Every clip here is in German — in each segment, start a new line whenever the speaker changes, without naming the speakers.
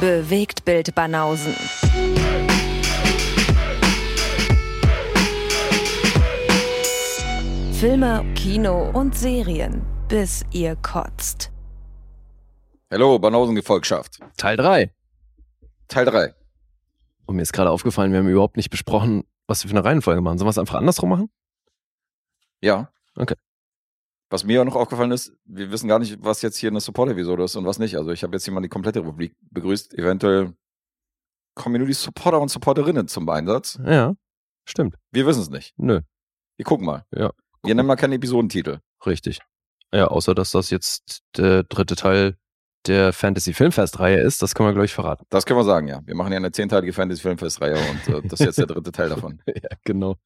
Bewegt Bild Banausen. Filme, Kino und Serien, bis ihr kotzt.
Hallo, Banausen-Gefolgschaft.
Teil 3.
Teil 3.
Und mir ist gerade aufgefallen, wir haben überhaupt nicht besprochen, was wir für eine Reihenfolge machen. Sollen wir es einfach andersrum machen?
Ja.
Okay.
Was mir auch noch aufgefallen ist, wir wissen gar nicht, was jetzt hier eine Support-Episode ist und was nicht. Also ich habe jetzt hier mal die komplette Republik begrüßt. Eventuell kommen hier nur die Supporter und Supporterinnen zum Einsatz.
Ja. Stimmt.
Wir wissen es nicht.
Nö.
Wir gucken mal.
Ja.
Wir nennen mal keinen Episodentitel.
Richtig. Ja, außer dass das jetzt der dritte Teil der Fantasy Filmfest-Reihe ist, das können wir gleich verraten.
Das können wir sagen, ja. Wir machen ja eine zehnteilige Fantasy-Filmfest-Reihe und äh, das ist jetzt der dritte Teil davon.
Ja, genau.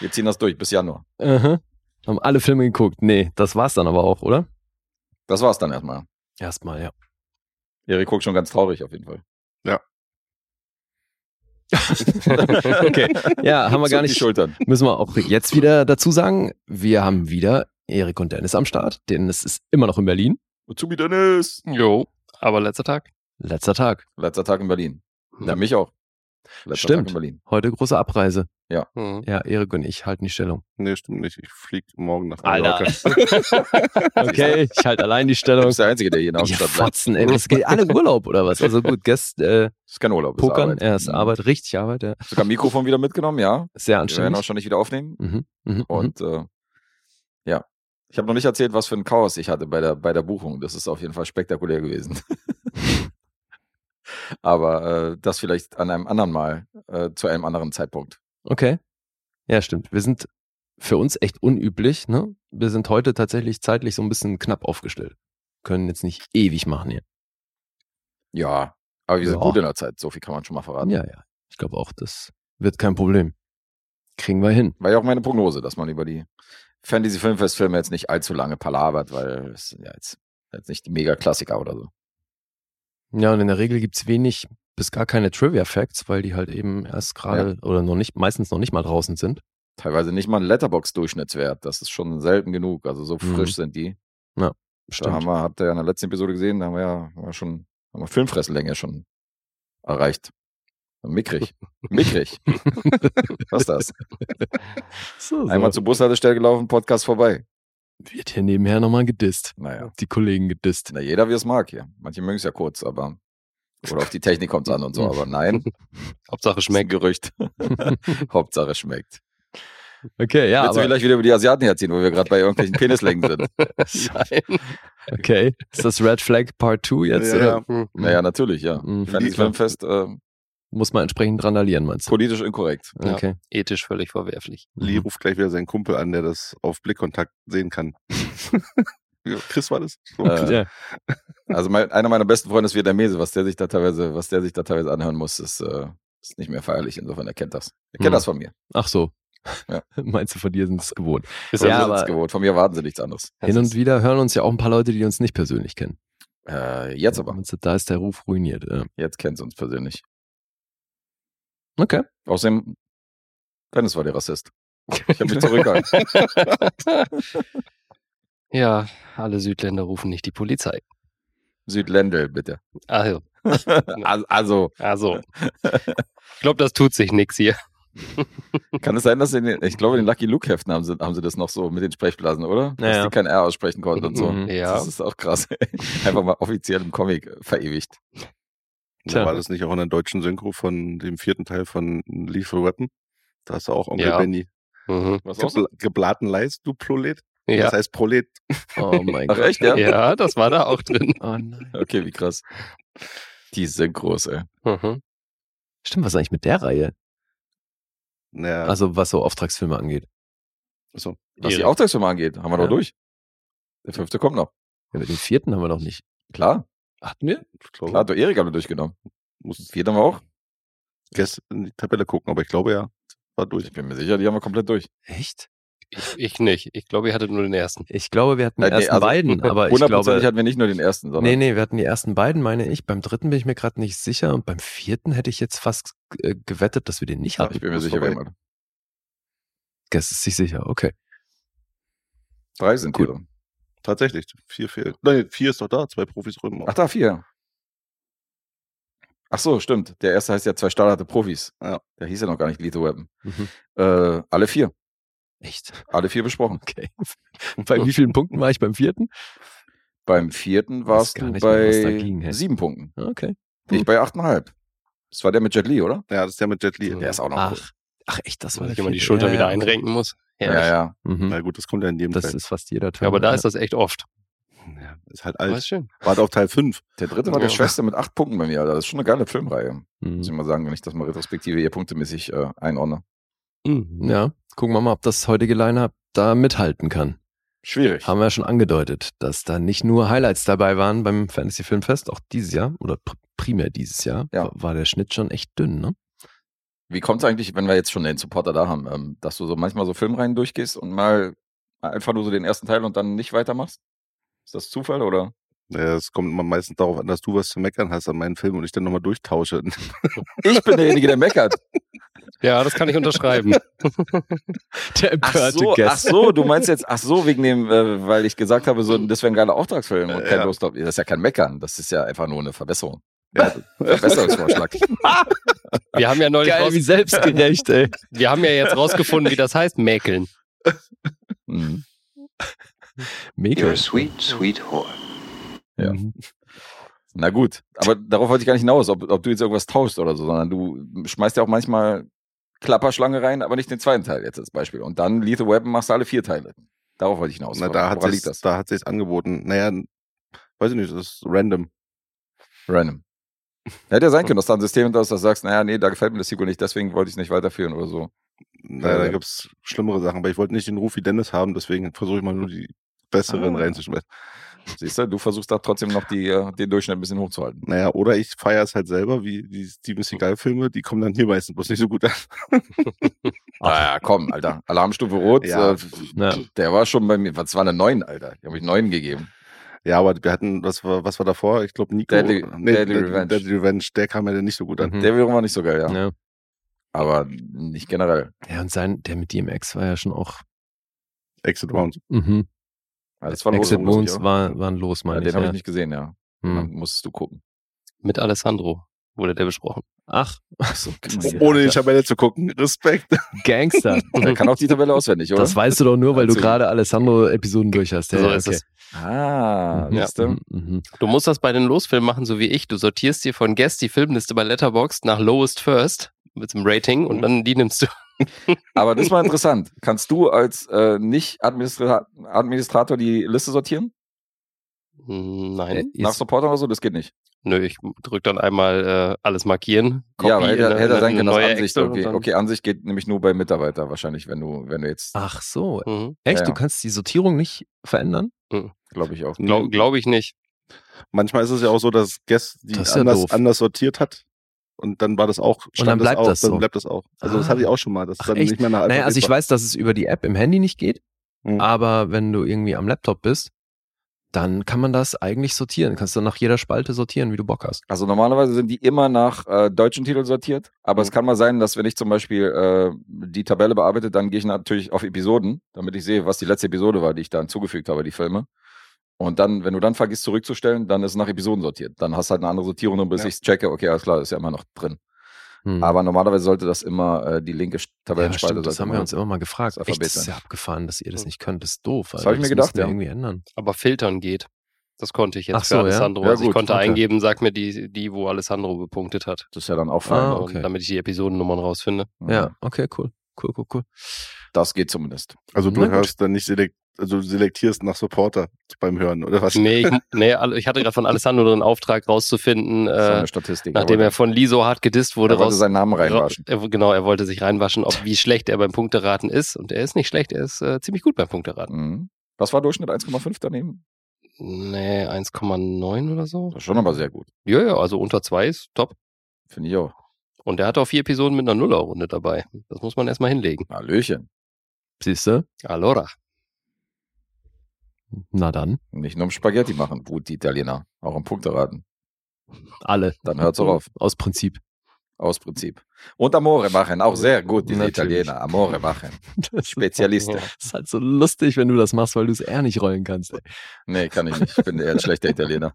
Wir ziehen das durch bis Januar.
Aha. Haben alle Filme geguckt. Nee, das war's dann aber auch, oder?
Das war's dann erstmal.
Erstmal, ja.
Erik guckt schon ganz traurig auf jeden Fall.
Okay. Ja, haben wir gar
Zuckt Die
nicht.
Schultern.
Müssen wir auch jetzt wieder dazu sagen, wir haben wieder Erik und Dennis am Start. Dennis ist immer noch in Berlin.
Uzubi Dennis.
Jo, aber letzter Tag.
Letzter Tag.
Letzter Tag in Berlin. Ja,
Ja.
mich auch.
Stimmt.
Tag in Berlin.
Heute große Abreise.
Hm.
Ja, Erik und ich halten die Stellung.
Nee, Ne, stimmt nicht. Ich fliege morgen nach
Alter.
Mallorca.
Okay, ich halte allein die
Du
Stellung.
bist der Einzige, der hier in der
Ja,
Hauptstadt bleibt.
Fotzen, ey. Das geht alle Urlaub oder was? Also gut, gest, äh,
Das ist kein Urlaub. das ist
Pokern,
Arbeit. Mhm.
ja, ist Arbeit, Mhm. richtig Arbeit, ja.
Sogar Mikrofon wieder mitgenommen, ja. Wir
Sehr
werden auch
anständig.
schon nicht wieder aufnehmen.
Mhm, mhm, mhm.
Und äh, ja. Ich habe noch nicht erzählt, was für ein Chaos ich hatte bei der, bei der Buchung. Das ist auf jeden Fall spektakulär gewesen. Aber äh, das vielleicht an einem anderen Mal, äh, zu einem anderen Zeitpunkt.
Okay. Ja, stimmt. Wir sind für uns echt unüblich, ne? Wir sind heute tatsächlich zeitlich so ein bisschen knapp aufgestellt. Können jetzt nicht ewig machen hier.
Ja, aber wir sind
Ja.
gut in der Zeit. So viel kann man schon mal verraten.
Ja, ja. Ich glaube auch, das wird kein Problem. Kriegen wir hin.
War ja auch meine Prognose, dass man über die Fantasy Filmfest-Filme jetzt nicht allzu lange palabert, weil es sind ja jetzt, jetzt nicht die Mega-Klassiker oder so.
Ja, und in der Regel gibt's wenig bis gar keine Trivia-Facts, weil die halt eben erst gerade oder noch nicht, meistens noch nicht mal draußen sind.
Teilweise nicht mal ein Letterbox-Durchschnittswert. Das ist schon selten genug. Also so
Mhm.
frisch sind die. Da haben
Stimmt.
wir, habt ihr ja in der letzten Episode gesehen, da haben wir ja haben wir schon, haben wir Filmfresslänge schon erreicht. Mickrig. Mickrig. Was ist das?
So, so.
Einmal zur Bushaltestelle gelaufen, Podcast vorbei.
wird hier nebenher nochmal gedisst.
Naja.
Die Kollegen gedisst.
Na, jeder wie es mag hier. Manche mögen es ja kurz, aber. Oder auf die Technik kommt es an und so, aber nein.
Hauptsache schmeckt.
Gerücht. Hauptsache schmeckt.
Okay, ja,
Willst du
aber,
vielleicht wieder über die Asiaten herziehen, wo wir gerade bei irgendwelchen Penislängen sind?
Nein.
okay. Ist das Red Flag Part 2 jetzt?
Ja,
oder?
ja.
Hm.
Naja, natürlich, ja.
Mhm.
Fantasy Filmfest, äh,
Muss man entsprechend randalieren, meinst du?
politisch inkorrekt.
Ja.
Okay.
Ethisch völlig verwerflich.
Lee ruft gleich wieder seinen Kumpel an, der das auf Blickkontakt sehen kann. Ja, Chris war das? So.
Äh,
Ja.
Also mein, einer meiner besten Freunde ist Vietnamese, was der sich da teilweise, was der sich da teilweise anhören muss, ist, äh, ist nicht mehr feierlich. Insofern, er kennt das. Er kennt
Mhm.
das von mir.
Ach so.
Ja.
Meinst du, von dir sind es gewohnt.
Ist
Von
Ja,
mir
aber-
sind's gewohnt. Von mir erwarten sie nichts anderes.
Das
Hin und
ist-
wieder hören uns ja auch ein paar Leute, die uns nicht persönlich kennen.
Äh, jetzt aber.
Meinst du, Da ist der Ruf ruiniert. äh. Ja.
Jetzt kennen sie uns persönlich.
Okay.
Außerdem, Dennis war der Rassist. Ich habe mich zurückgehalten.
ja, alle Südländer rufen nicht die Polizei.
Südländel, bitte.
Also,
Also, also
also. ich glaube, das tut sich nichts hier.
Kann es sein, dass in den, ich glaube, in den Lucky Luke Heften haben sie, haben sie das noch so mit den Sprechblasen, oder? Dass
Ja, ja.
die kein R aussprechen konnten und so.
Mhm.
Ja,
Das ist auch krass. Einfach mal offiziell im Comic verewigt.
Tja.
Da war das nicht auch in der deutschen Synchro von dem vierten Teil von Lethal Weapon? Da hast du auch Onkel
Ja.
Benny.
mhm.
Was
Gebl geblaten leist, du Prolet? Das
ja.
heißt Prolet.
Oh mein
Ach
Gott.
echt, ja?
ja, das war da auch drin.
Oh nein.
Okay, wie krass. Die sind groß, ey.
Mhm.
Stimmt, was ist eigentlich mit der Reihe?
Naja,
Also was so Auftragsfilme angeht.
Was die
Erik.
Auftragsfirma angeht, haben wir doch
Ja.
durch. Der fünfte kommt noch.
Ja, mit dem vierten haben wir noch nicht.
Klar,
Hatten wir?
ich glaube,
klar, der Erik haben wir durchgenommen.
muss
Vierte haben wir auch.
gestern in die Tabelle gucken, aber ich glaube ja, war durch.
Ich bin mir sicher, die haben wir komplett durch.
Echt?
Ich, ich nicht. Ich glaube, ihr hattet nur den ersten.
Ich glaube, wir hatten die
Äh,
Nein, nee,
ersten
also
beiden, aber ich
Hundertprozentig
glaube.
hatten wir nicht nur den ersten, sondern
Nee, nee, wir hatten die ersten beiden, meine ich. Beim dritten bin ich mir gerade nicht sicher und beim vierten hätte ich jetzt fast äh, gewettet, dass wir den nicht hatten.
ich bin mir
Ist
sicher, wir
vorbei.
haben alle.
Das ist sich sicher, okay.
Drei sind
Gut.
hier.
Tatsächlich, vier fehlt. Nein, vier ist doch da, zwei Profis rüben.
Ach da, vier. Ach so, stimmt. Der erste heißt ja zwei Stahlharte Profis.
Ja.
Der hieß ja noch gar nicht Lethal Weapon.
Mhm.
Äh, alle vier.
Echt?
Alle vier besprochen.
Okay. Bei wie vielen Punkten war ich beim vierten?
Beim vierten
Weiß
warst
gar
du
nicht mehr, was da
bei
ging, Hm. hey.
sieben Punkten.
Okay.
Ich bei achteinhalb. Das war der mit Jet Li, oder?
Ja, das ist der mit Jet Li.
Der ist auch noch cool.
Ach, ach echt, das war
Dass
der
ich immer die
vierte.
Schulter
Ja,
wieder
ja.
einrenken muss.
Ja,
Herrlich.
ja.
Mhm.
Na gut, das kommt ja in jedem
Das
Teil.
ist fast jeder Teil.
Ja, aber da ist das echt oft.
ja, ist halt
Aber
alt.
ist schön.
Warte auf Teil 5.
Der dritte war der
Ja.
Schwester mit acht Punkten bei mir, Alter. Das ist schon eine geile Filmreihe. Muss ich
Mhm.
mal sagen, wenn ich das mal retrospektive hier punktemäßig äh, einordne.
Mhm.
Ja, gucken wir mal, ob das heutige Line-Up da mithalten kann.
Schwierig.
Haben wir ja schon angedeutet, dass da nicht nur Highlights dabei waren beim Fantasy Filmfest, auch dieses Jahr oder pr primär dieses Jahr
Ja.
war- war der Schnitt schon echt dünn, ne?
Wie kommt es eigentlich, wenn wir jetzt schon den Supporter da haben, ähm, dass du so manchmal so Filmreihen durchgehst und mal einfach nur so den ersten Teil und dann nicht weitermachst? Ist das Zufall oder?
Ja, Es kommt immer meistens darauf an, dass du was zu meckern hast an meinen Film und ich dann nochmal durchtausche.
Ich bin derjenige, der meckert.
Ja, das kann ich unterschreiben.
Der
Ach
empörte
so, ach
Gast.
so, du meinst jetzt, ach so, wegen dem, äh, weil ich gesagt habe, so, das wäre ein geiler Auftragsfilm und
Äh,
kein
Hm. ja.
Lust auf, das ist ja kein Meckern, das ist ja einfach nur eine Verbesserung.
Ja.
Verbesserungsvorschlag.
Wir haben ja neulich
Geil,
raus,
wie selbstgerecht, ey.
wir haben ja jetzt rausgefunden, wie das heißt, mäkeln.
Mhm.
You're
Mega.
a sweet, sweet whore.
ja.
Mhm.
Na gut, aber darauf wollte ich gar nicht hinaus, ob, ob du jetzt irgendwas tauschst oder so, sondern du schmeißt ja auch manchmal Klapperschlange rein, aber nicht den zweiten Teil jetzt als Beispiel. Und dann Lethal Weapon machst du alle vier Teile. Darauf wollte ich hinaus.
Na, da hat
Woran
sich
liegt das?
da hat sich's angeboten. Naja, weiß ich nicht, das ist random.
Random. Hätte ja sein können, dass da ein System da ist, dass du sagst, naja, nee, da gefällt mir das Sequel nicht, deswegen wollte ich es nicht weiterführen oder so.
Naja,
Ja.
da gibt's schlimmere Sachen, aber ich wollte nicht den Ruf wie Dennis haben, deswegen versuche ich mal nur die besseren
Ah.
reinzuschmeißen.
Siehst du, du versuchst da trotzdem noch die, äh, den Durchschnitt ein bisschen hochzuhalten.
Naja, oder ich feiere es halt selber, wie die Steven
Hm.
Seagal-Filme, die kommen dann hier meistens bloß nicht so gut an.
Ah ja, komm, Alter. Alarmstufe Rot.
Ja.
Äh,
Ja.
der war schon bei mir. Was war eine 9, Alter? Ich habe ich 9 gegeben.
Ja, aber wir hatten, was war, was war davor? Ich glaube, Nico.
Deadly- Deadly
Dead-
Revenge.
Deadly Revenge, der kam ja dann nicht so gut an.
Mhm.
Der wiederum war nicht so geil, ja.
Ja.
Aber nicht generell.
ja, und sein, der mit DMX war ja schon auch.
Exit Round.
Mhm.
Also das war ein
Exit
Lose, muss ich
Wounds
auch-
war, waren los,
Ja,
meine
den
ich.
habe
Ja.
ich nicht gesehen, ja. Dann
Hm.
Mhm.
musstest du gucken.
Mit Alessandro wurde der besprochen.
Ach,
Ohne die Tabelle zu gucken. Respekt.
Gangster.
Der kann auch die Tabelle auswendig, oder? Also
Das weißt du doch nur, weil du
Erzähl.
gerade Alessandro-Episoden durch hast.
So ist es.
ah,
Mhm.
siehst du?
Mhm.
Du musst das bei den Losfilmen machen, so wie ich. Du sortierst dir von Guest die Filmliste bei Letterboxd nach Lowest First mit dem Rating und dann die nimmst du.
Aber das war interessant. Kannst du als äh, Nicht-Administrator die Liste sortieren?
Hm, Nein.
Äh,
Nach
ist-
Supporter oder so? Das geht nicht.
Nö, ich drück dann einmal äh, alles markieren. Copy
ja, aber
in
hätte,
eine-
hätte
in
sein
eine
können, dass
neue
Ansicht
Excel und
irgendwie.
dann-
Okay, Ansicht geht nämlich nur bei Mitarbeiter wahrscheinlich, wenn du, wenn du
Ah.
jetzt,
Ach so,
Mhm.
echt?
Ja, ja.
Du kannst die Sortierung nicht verändern?
glaube ich, auch.
Glaube glaub ich nicht.
Manchmal ist es ja auch so, dass Guest die
Das ist ja
anders,
doof.
anders sortiert hat. Und dann war das auch, stand
dann bleibt
das auch,
das so.
dann bleibt das auch. Also das
Ah.
hatte ich auch schon mal, dass
Ach,
dann
echt?
nicht mehr nach
Naja, also ich Ah,
Alphabet
weiß, dass es über die App im Handy nicht geht,
Mhm.
aber wenn du irgendwie am Laptop bist, dann kann man das eigentlich sortieren. Kannst du nach jeder Spalte sortieren, wie du Bock hast.
Also normalerweise sind die immer nach äh, deutschen Titeln sortiert, aber
Mhm.
es kann mal sein, dass wenn ich zum Beispiel äh, die Tabelle bearbeite, dann gehe ich natürlich auf Episoden, damit ich sehe, was die letzte Episode war, die ich da hinzugefügt habe, die Filme. Und dann, wenn du dann vergisst zurückzustellen, dann ist es nach Episoden sortiert. Dann hast du halt eine andere Sortierung, drin, bis
Ja.
ich checke, okay, alles klar, ist ja immer noch drin.
Hm.
Aber normalerweise sollte das immer äh, die linke Sch-
ja,
Tabellenspalte
stimmt, das
sollte
haben wir
immer-
uns immer mal gefragt.
das
Echt, das ist
Alphabet
ja abgefahren, dass ihr das nicht könnt. Das ist doof.
Das
Alter.
hab ich mir
müssen
gedacht,
wir
ja.
irgendwie ändern.
Aber filtern geht. Das konnte ich jetzt
Ach so,
für
ja.
Alessandro.
Ja,
also ich
gut,
konnte
okay.
eingeben, sag mir die, die, wo Alessandro bepunktet hat.
Das ist ja dann auch
Ah,
fein.
okay.
Und damit ich die Episodennummern rausfinde.
Ah, Ja, okay, cool. Cool, cool, cool.
Das geht zumindest.
Also du
Na gut.
hörst dann nicht selekt, also du selektierst nach Supporter beim Hören, oder was?
Nee, ich, nee, alle- ich hatte gerade von Alessandro den Auftrag rauszufinden,
Das ist
äh,
eine Statistik.
nachdem
aber
er von Lee so hart gedisst wurde,
er wollte
raus,
seinen Namen reinwaschen.
Ra- Er, genau, er wollte sich reinwaschen, ob wie schlecht er beim Punkteraten ist. Und er ist nicht schlecht, er ist äh, ziemlich gut beim Punkteraten.
Mhm. Was war Durchschnitt 1,5 daneben?
Nee, 1,9 oder so.
Das ist schon aber sehr gut.
Ja, ja, also unter 2 ist top.
Finde ich auch.
Und er hatte auch vier Episoden mit einer Nullerrunde dabei. Das muss man erstmal hinlegen.
Hallöchen.
Siehst du?
Allora.
Na dann,
Nicht nur um Spaghetti machen, gut, die Italiener. Auch um Punkte raten.
alle.
Dann hört's auch auf.
Aus Prinzip.
Aus Prinzip. Und Amore machen, auch sehr gut, diese
Natürlich.
Italiener. Amore machen.
Das
Spezialisten.
ist halt so lustig, wenn du das machst, weil du es eher nicht rollen kannst. Ey.
Nee, kann ich nicht. Ich bin eher ein schlechter Italiener.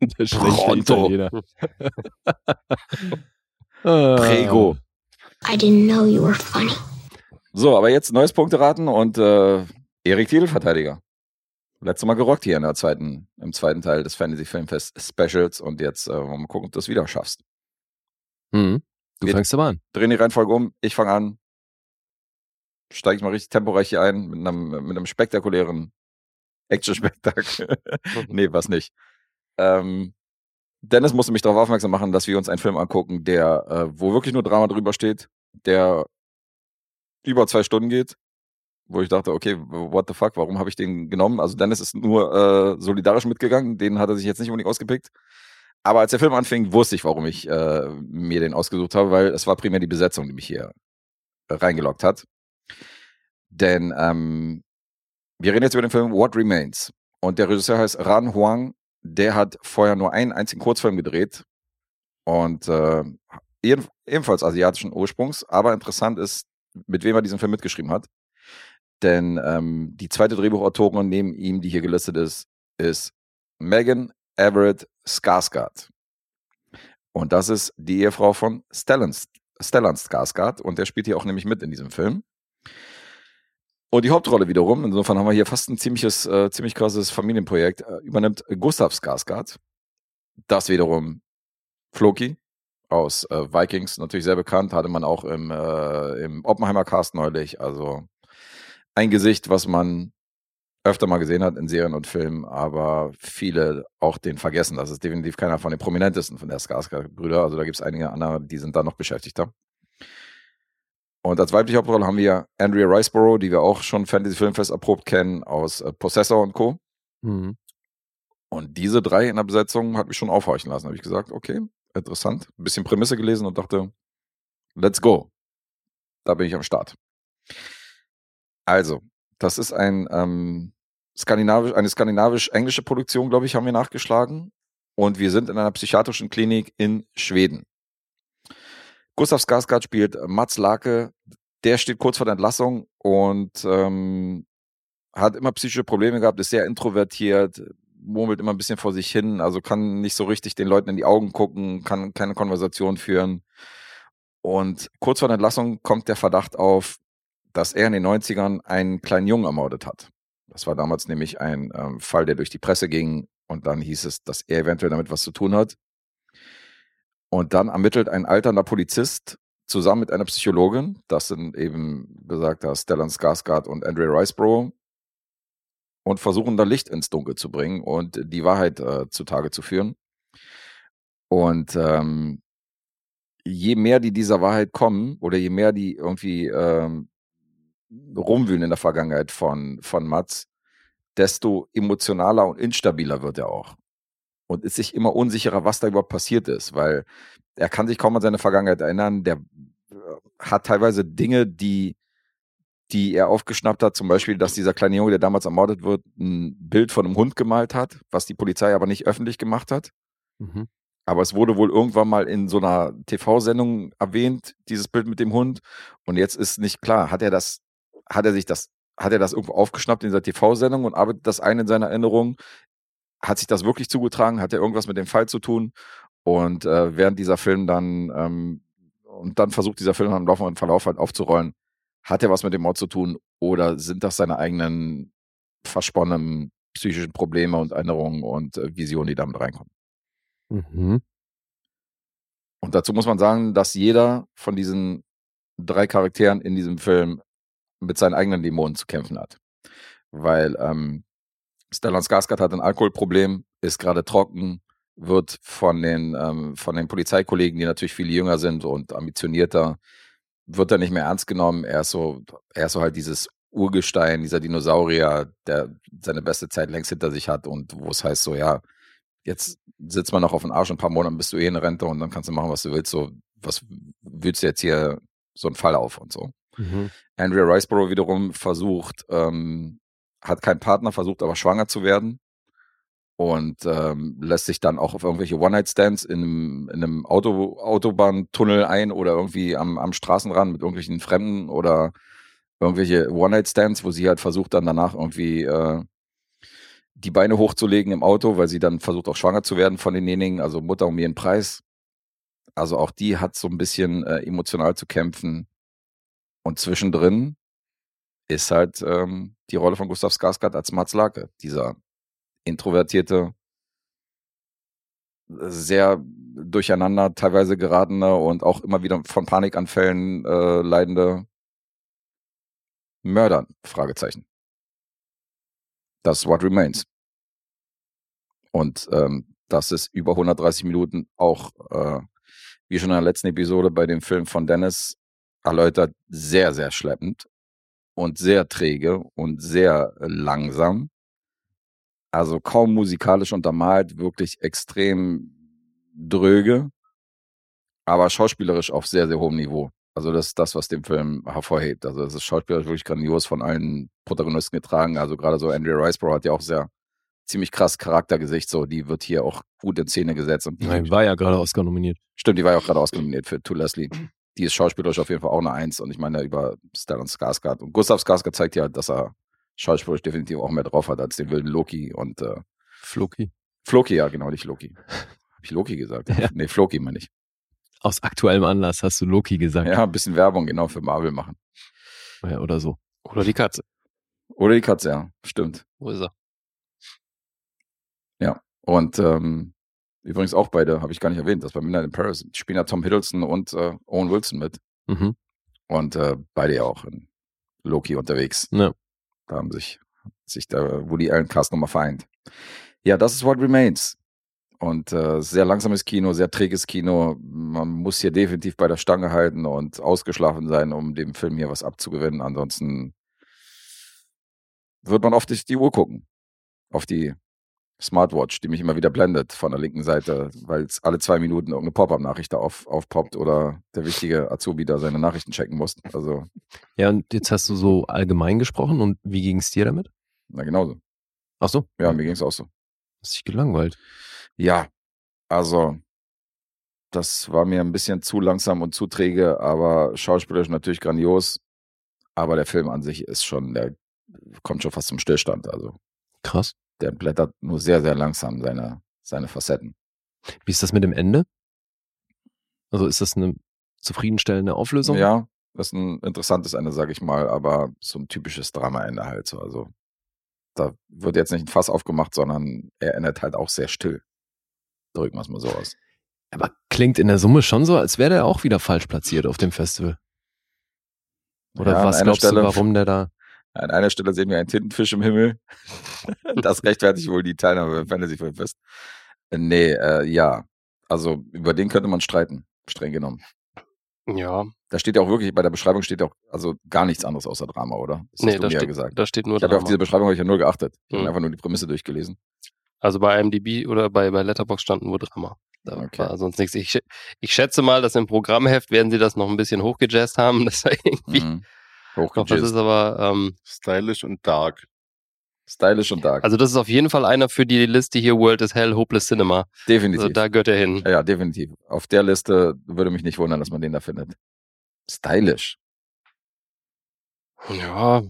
Der schlechte
Pronto.
Italiener. Ah.
Prego.
I didn't know you were funny.
So, aber jetzt neues Punkteraten und äh, Erik Titelverteidiger. Letztes Mal gerockt hier in der zweiten, im zweiten Teil des Fantasy Filmfest Specials und jetzt äh, mal gucken, ob du das wieder schaffst.
Mhm. Du
Wir-
fängst aber an.
Drehen die Reihenfolge um, ich fange an. Steige ich mal richtig temporeich hier ein mit einem, mit einem spektakulären Action-Spektakel. nee, was nicht. Ähm, Dennis musste mich darauf aufmerksam machen, dass wir uns einen Film angucken, der, äh, wo wirklich nur Drama drüber steht, der über zwei Stunden geht, wo ich dachte, okay, w- what the fuck, warum habe ich den genommen? Also Dennis ist nur äh, solidarisch mitgegangen, den hat er sich jetzt nicht unbedingt ausgepickt. Aber als der Film anfing, wusste ich, warum ich äh, mir den ausgesucht habe, weil es war primär die Besetzung, die mich hier äh, reingelockt hat. Denn ähm, wir reden jetzt über den Film What Remains. Und der Regisseur heißt Ran Huang. Der hat vorher nur einen einzigen Kurzfilm gedreht. Und äh, eben- ebenfalls asiatischen Ursprungs. Aber interessant ist, mit wem er diesen Film mitgeschrieben hat. Denn ähm, die zweite Drehbuchautorin neben ihm, die hier gelistet ist, ist Megan Everett Skarsgård. Und das ist die Ehefrau von Stellan, Stellan Skarsgård. Und der spielt hier auch nämlich mit in diesem Film. Und die Hauptrolle wiederum, insofern haben wir hier fast ein ziemliches, äh, ziemlich krasses Familienprojekt, äh, übernimmt Gustav Skarsgård. Das wiederum Floki aus äh, Vikings, natürlich sehr bekannt, hatte man auch im, äh, im Oppenheimer Cast neulich. Also ein Gesicht, was man öfter mal gesehen hat in Serien und Filmen, aber viele auch den vergessen. Das ist definitiv keiner von den prominentesten von der Skarsgård-Brüder. Also da gibt es einige andere, die sind da noch beschäftigter. Und als weibliche Hauptrolle haben wir Andrea Riceborough, die wir auch schon Fantasy Filmfest erprobt kennen aus äh, Possessor und Co.
Mhm.
Und diese drei in der Besetzung hat mich schon aufhorchen lassen. Habe ich gesagt, okay, interessant. Ein bisschen Prämisse gelesen und dachte, let's go. Da bin ich am Start. Also, das ist ein ähm, skandinavisch, eine skandinavisch-englische Produktion, glaube ich, haben wir nachgeschlagen. Und wir sind in einer psychiatrischen Klinik in Schweden. Gustav Skarsgård spielt Mats Lake. Der steht kurz vor der Entlassung und ähm, hat immer psychische Probleme gehabt, ist sehr introvertiert, murmelt immer ein bisschen vor sich hin, also kann nicht so richtig den Leuten in die Augen gucken, kann keine Konversation führen. Und kurz vor der Entlassung kommt der Verdacht auf, dass er in den 90ern einen kleinen Jungen ermordet hat. Das war damals nämlich ein ähm, Fall, der durch die Presse ging und dann hieß es, dass er eventuell damit was zu tun hat. Und dann ermittelt ein alternder Polizist zusammen mit einer Psychologin, das sind eben besagter Stellan Skarsgård und Andrea Riceborough, und versuchen da Licht ins Dunkel zu bringen und die Wahrheit äh, zutage zu führen. Und ähm, je mehr die dieser Wahrheit kommen oder je mehr die irgendwie ähm, rumwühlen in der Vergangenheit von, von Mats, desto emotionaler und instabiler wird er auch. Und ist sich immer unsicherer, was da überhaupt passiert ist, weil er kann sich kaum an seine Vergangenheit erinnern. Der äh, hat teilweise Dinge, die die er aufgeschnappt hat, zum Beispiel, dass dieser kleine Junge, der damals ermordet wird, ein Bild von einem Hund gemalt hat, was die Polizei aber nicht öffentlich gemacht hat.
Mhm.
Aber es wurde wohl irgendwann mal in so einer TV-Sendung erwähnt, dieses Bild mit dem Hund. Und jetzt ist nicht klar, hat er das, hat er sich das, hat er das irgendwo aufgeschnappt in dieser TV-Sendung und arbeitet das ein in seiner Erinnerung? Hat sich das wirklich zugetragen? Hat er irgendwas mit dem Fall zu tun? Und äh, während dieser Film dann, ähm, und dann versucht dieser Film am laufenden Verlauf halt aufzurollen, hat er was mit dem Mord zu tun oder sind das seine eigenen versponnenen psychischen Probleme und Erinnerungen und äh, Visionen, die damit reinkommen?
Mhm.
Und dazu muss man sagen, dass jeder von diesen drei Charakteren in diesem Film mit seinen eigenen Dämonen zu kämpfen hat. Weil ähm, Stellan Skarsgård hat ein Alkoholproblem, ist gerade trocken, wird von den, ähm, von den Polizeikollegen, die natürlich viel jünger sind und ambitionierter, wird er nicht mehr ernst genommen. Er ist so, er ist so halt dieses Urgestein, dieser Dinosaurier, der seine beste Zeit längst hinter sich hat und wo es heißt so, ja, jetzt sitzt man noch auf den Arsch in ein paar Monaten, bist du eh in Rente und dann kannst du machen, was du willst. So, was willst du jetzt hier so einen Fall auf und so?
Mhm.
Andrea Riceborough wiederum versucht, ähm, hat keinen Partner, versucht aber schwanger zu werden und ähm, lässt sich dann auch auf irgendwelche One-Night-Stands in, einem- in einem Auto, Autobahntunnel ein oder irgendwie am, am Straßenrand mit irgendwelchen Fremden oder irgendwelche One-Night-Stands, wo sie halt versucht dann danach irgendwie äh, die Beine hochzulegen im Auto, weil sie dann versucht auch schwanger zu werden von denjenigen, also Mutter um ihren Preis. Also auch die hat so ein bisschen äh, emotional zu kämpfen. Und zwischendrin ist halt ähm, die Rolle von Gustav Skarsgård als Mats Lake, dieser introvertierte, sehr durcheinander teilweise geratene und auch immer wieder von Panikanfällen äh, leidende Mörder? Fragezeichen. Das ist What Remains. Und ähm, das ist über 130 Minuten auch, äh, wie schon in der letzten Episode bei dem Film von Dennis erläutert, sehr, sehr schleppend und sehr träge und sehr äh, langsam. Also kaum musikalisch untermalt, wirklich extrem dröge, aber schauspielerisch auf sehr, sehr hohem Niveau. Also das ist das, was den Film hervorhebt. Also es ist schauspielerisch wirklich grandios von allen Protagonisten getragen. Also gerade so Andrea Riceborough hat ja auch sehr ziemlich krass Charaktergesicht. So, die wird hier auch gut in Szene gesetzt. Und
Nein, war ja gerade Oscar nominiert.
Stimmt, die war ja auch gerade ausgenominiert für To Leslie. Die ist schauspielerisch auf jeden Fall auch eine Eins. Und ich meine, über Stellan Skarsgård. Und Gustav Skarsgård zeigt ja, dass er schauspielerisch definitiv auch mehr drauf hat als den wilden Loki und äh,
Floki.
Floki, ja, genau, nicht Loki. Hab ich Loki gesagt?
Ja.
Nee, Floki meine ich.
Aus aktuellem Anlass hast du Loki gesagt.
Ja, ein bisschen Werbung, genau, für Marvel machen.
Ja, Oder so.
Oder die Katze.
Oder die Katze, ja, stimmt.
Wo ist er?
Und ähm, übrigens auch beide, habe ich gar nicht erwähnt, das war Midnight in Paris, spielen ja Tom Hiddleston und äh, Owen Wilson mit.
Mhm.
Und äh, beide ja auch in Loki unterwegs.
Ja.
Da haben sich, hat sich der Woody Allen Cast nochmal vereint. Ja, das ist What Remains. Und äh, sehr langsames Kino, sehr träges Kino. Man muss hier definitiv bei der Stange halten und ausgeschlafen sein, um dem Film hier was abzugewinnen. Ansonsten wird man oft auf die Uhr gucken. Auf die Smartwatch, die mich immer wieder blendet von der linken Seite, weil es alle zwei Minuten irgendeine Pop-Up-Nachricht da auf, aufpoppt oder der wichtige Azubi da seine Nachrichten checken muss. Also,
Ja, und jetzt hast du so allgemein gesprochen und wie ging es dir damit?
na genauso.
Ach so.
Ja, mir ging es auch so.
Hast dich gelangweilt.
Ja, also das war mir ein bisschen zu langsam und zu träge, aber schauspielerisch natürlich grandios. Aber der Film an sich ist schon, der kommt schon fast zum Stillstand. Also
Krass.
der blättert nur sehr, sehr langsam seine, seine Facetten.
Wie ist das mit dem Ende? Also ist das eine zufriedenstellende Auflösung?
Ja, das ist ein interessantes Ende, sag ich mal, aber so ein typisches Drama-Ende halt so. Also da wird jetzt nicht ein Fass aufgemacht, sondern er endet halt auch sehr still. Drücken wir es mal so aus.
Aber klingt in der Summe schon so, als wäre der auch wieder falsch platziert auf dem Festival. Oder
Ja, an
was
einer
glaubst
Stelle-
du, warum der da?
An einer Stelle sehen wir einen Tintenfisch im Himmel. Das rechtfertigt wohl die Teilnahme beim Fantasy-Film fest. Nee, äh, ja. Also über den könnte man streiten, streng genommen.
Ja,
Da steht ja auch wirklich, bei der Beschreibung steht ja auch also gar nichts anderes außer Drama, oder? Das hast
nee,
du
da
mir ja
steht,
gesagt.
da steht nur
Ich habe ja auf
Drama.
diese Beschreibung hab ich ja null geachtet. Ich habe
Mhm.
einfach nur die Prämisse durchgelesen.
Also bei IMDb oder bei, bei Letterbox standen nur Drama. Da
Okay.
war sonst nichts. Ich, schä- ich schätze mal, dass im Programmheft werden sie das noch ein bisschen hochgejazzt haben. Das war irgendwie.
Mhm.
Doch, das
Hochgejizzt.
ist aber, ähm,
Stylish und dark.
Stylisch und dark.
also das ist auf jeden Fall einer für die Liste hier World is Hell, Hopeless Cinema.
definitiv. Ah
Also da gehört er hin.
ja, definitiv. Auf der Liste würde mich nicht wundern, dass man den da findet. Stylisch.
Ja,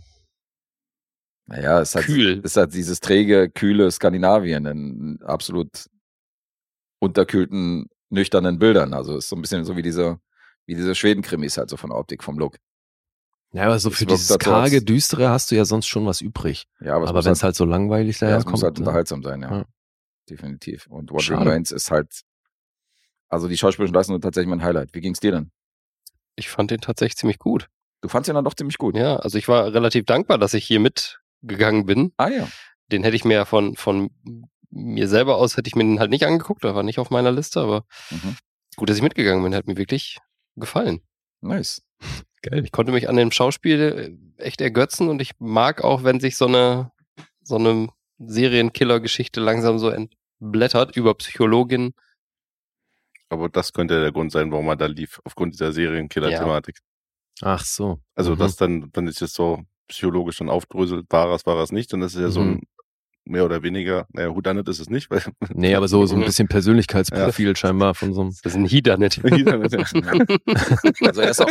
Naja, es hat,
Kühl.
es hat dieses träge, kühle Skandinavien in absolut unterkühlten, nüchternen Bildern. Also ist so ein bisschen so wie diese, wie diese Schweden-Krimis halt so von der Optik, vom Look.
Ja, aber so
Das
für
wirkt
dieses
halt so, als-
karge, düstere hast du ja sonst schon was übrig.
Ja, aber es,
aber
muss,
wenn es
halt,
halt so langweilig
äh,
ja, es muss
daherkommt.
halt
ne?
unterhaltsam sein, ja.
Ja.
Definitiv. Und What
Schade.
Remains ist halt, also die schauspielerischen Leistungen sind tatsächlich mein Highlight. Wie ging's dir denn?
ich fand den tatsächlich ziemlich gut.
Du fandst ihn dann doch ziemlich gut.
Ja, also ich war relativ dankbar, dass ich hier mitgegangen bin.
Ah ja.
Den hätte ich mir ja von, von mir selber aus, hätte ich mir den halt nicht angeguckt. Der war nicht auf meiner Liste, aber
Mhm.
gut, dass ich mitgegangen bin. Hat mir wirklich gefallen.
Nice.
Ich konnte mich an dem Schauspiel äh, echt ergötzen und ich mag auch, wenn sich so eine, so eine Serienkiller-Geschichte langsam so entblättert über Psychologin.
Aber das könnte der Grund sein, warum er da lief, aufgrund dieser Serienkiller-Thematik.
Ach so.
Also
Mhm.
das dann, wenn ich das so psychologisch dann aufdröselt, war es, war es nicht, dann ist es ja so
Mhm.
ein mehr oder weniger, naja, Houdanet ist es nicht, weil
Nee, aber so, so ein bisschen Persönlichkeitsprofil scheinbar von so einem
Das ist ein Hedernet.
Also er ist auch,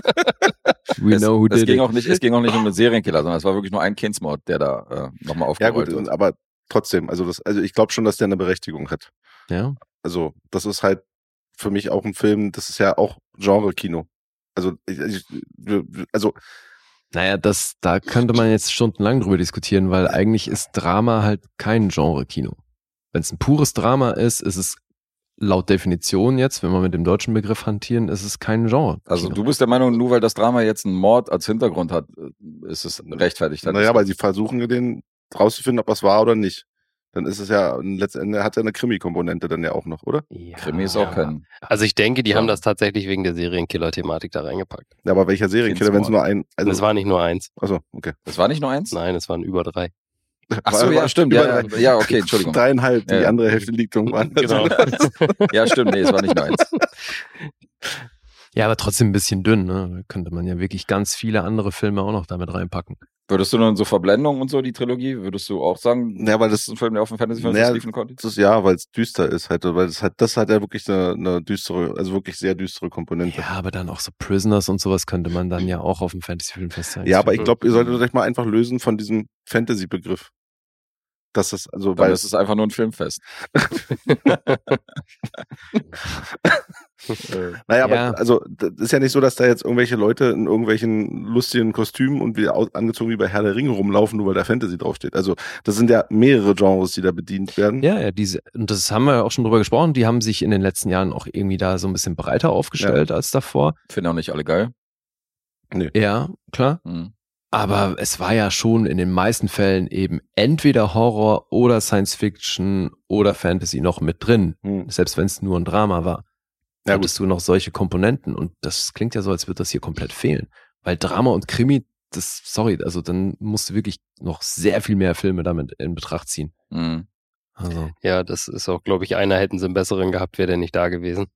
We
es,
know who
es,
did
ging
it.
auch nicht, es ging auch nicht um einen Serienkiller, sondern es war wirklich nur ein Kindsmord, der da äh, nochmal
ja
aufgerollt
gut,
wird.
aber trotzdem, also das, also ich glaube schon, dass der eine Berechtigung hat.
Ja.
Also, das ist halt für mich auch ein Film, das ist ja auch Genre-Kino. Also, ich, ich, also,
Naja, das, da könnte man jetzt stundenlang drüber diskutieren, weil eigentlich ist Drama halt kein Genre-Kino. Wenn es ein pures Drama ist, ist es laut Definition jetzt, wenn wir mit dem deutschen Begriff hantieren, ist es kein Genre.
Also du bist der Meinung, nur weil das Drama jetzt einen Mord als Hintergrund hat, äh, ist es rechtfertigt. dann
naja, weil sie versuchen, den rauszufinden, ob das war oder nicht. Dann ist es ja, letztendlich hat er eine Krimi-Komponente dann ja auch noch, oder?
ja.
Krimi ist auch kein.
Also ich denke, die haben das tatsächlich wegen der Serienkiller-Thematik da reingepackt.
Ja, aber welcher Serienkiller, wenn es nur ein,
Also es
also,
war nicht nur eins.
achso, okay.
Das war nicht nur eins?
Nein, es waren über drei.
Ach so,
War-
ja,
war-
stimmt. Ja, ja, ja, okay, Entschuldigung. Ja,
Dreieinhalb, halt,
Genau.
die
ja.
andere Hälfte liegt irgendwo anders.
Genau.
Ja, stimmt, nee, es war nicht nur eins.
ja, aber trotzdem ein bisschen dünn, ne? Da Könnte man ja wirklich ganz viele andere Filme auch noch damit reinpacken.
Würdest du dann so Verblendung und so, die Trilogie, würdest du auch sagen,
Ja, weil
das
das
ist ein Film, der auf dem Fantasy-Film
Naja,
liefen konnte?
Das ist ja, weil es düster ist halt, weil das hat, das hat ja wirklich eine, eine düstere, also wirklich sehr düstere Komponente.
Ja, aber dann auch so Prisoners und sowas könnte man dann ja auch auf dem Fantasy-Filmfest
Mhm. Ja,
zeigen.
aber ich glaube, ihr
Mhm.
solltet euch mal einfach lösen von diesem Fantasy-Begriff. Dass das, also,
Weil
weil
es ist einfach nur ein Filmfest.
naja, aber,
Ja.
also, das ist ja nicht so, dass da jetzt irgendwelche Leute in irgendwelchen lustigen Kostümen und wie au- angezogen wie bei Herr der Ringe rumlaufen, nur weil da Fantasy draufsteht. Also, das sind ja mehrere Genres, die da bedient werden.
Ja, ja, diese, und das haben wir auch schon drüber gesprochen, die haben sich in den letzten Jahren auch irgendwie da so ein bisschen breiter aufgestellt als davor.
Finden auch nicht alle geil.
Ja, klar.
Hm.
Aber es war ja schon in den meisten Fällen eben entweder Horror oder Science Fiction oder Fantasy noch mit drin.
Hm.
Selbst wenn es nur ein Drama war,
Ja, gut.
hattest du noch solche Komponenten. Und das klingt ja so, als würde das hier komplett fehlen. Weil Drama und Krimi, das, sorry, also dann musst du wirklich noch sehr viel mehr Filme damit in Betracht ziehen.
Hm.
Also,
Ja, das ist auch, glaube ich, einer hätten sie einen besseren gehabt, wäre der nicht da gewesen.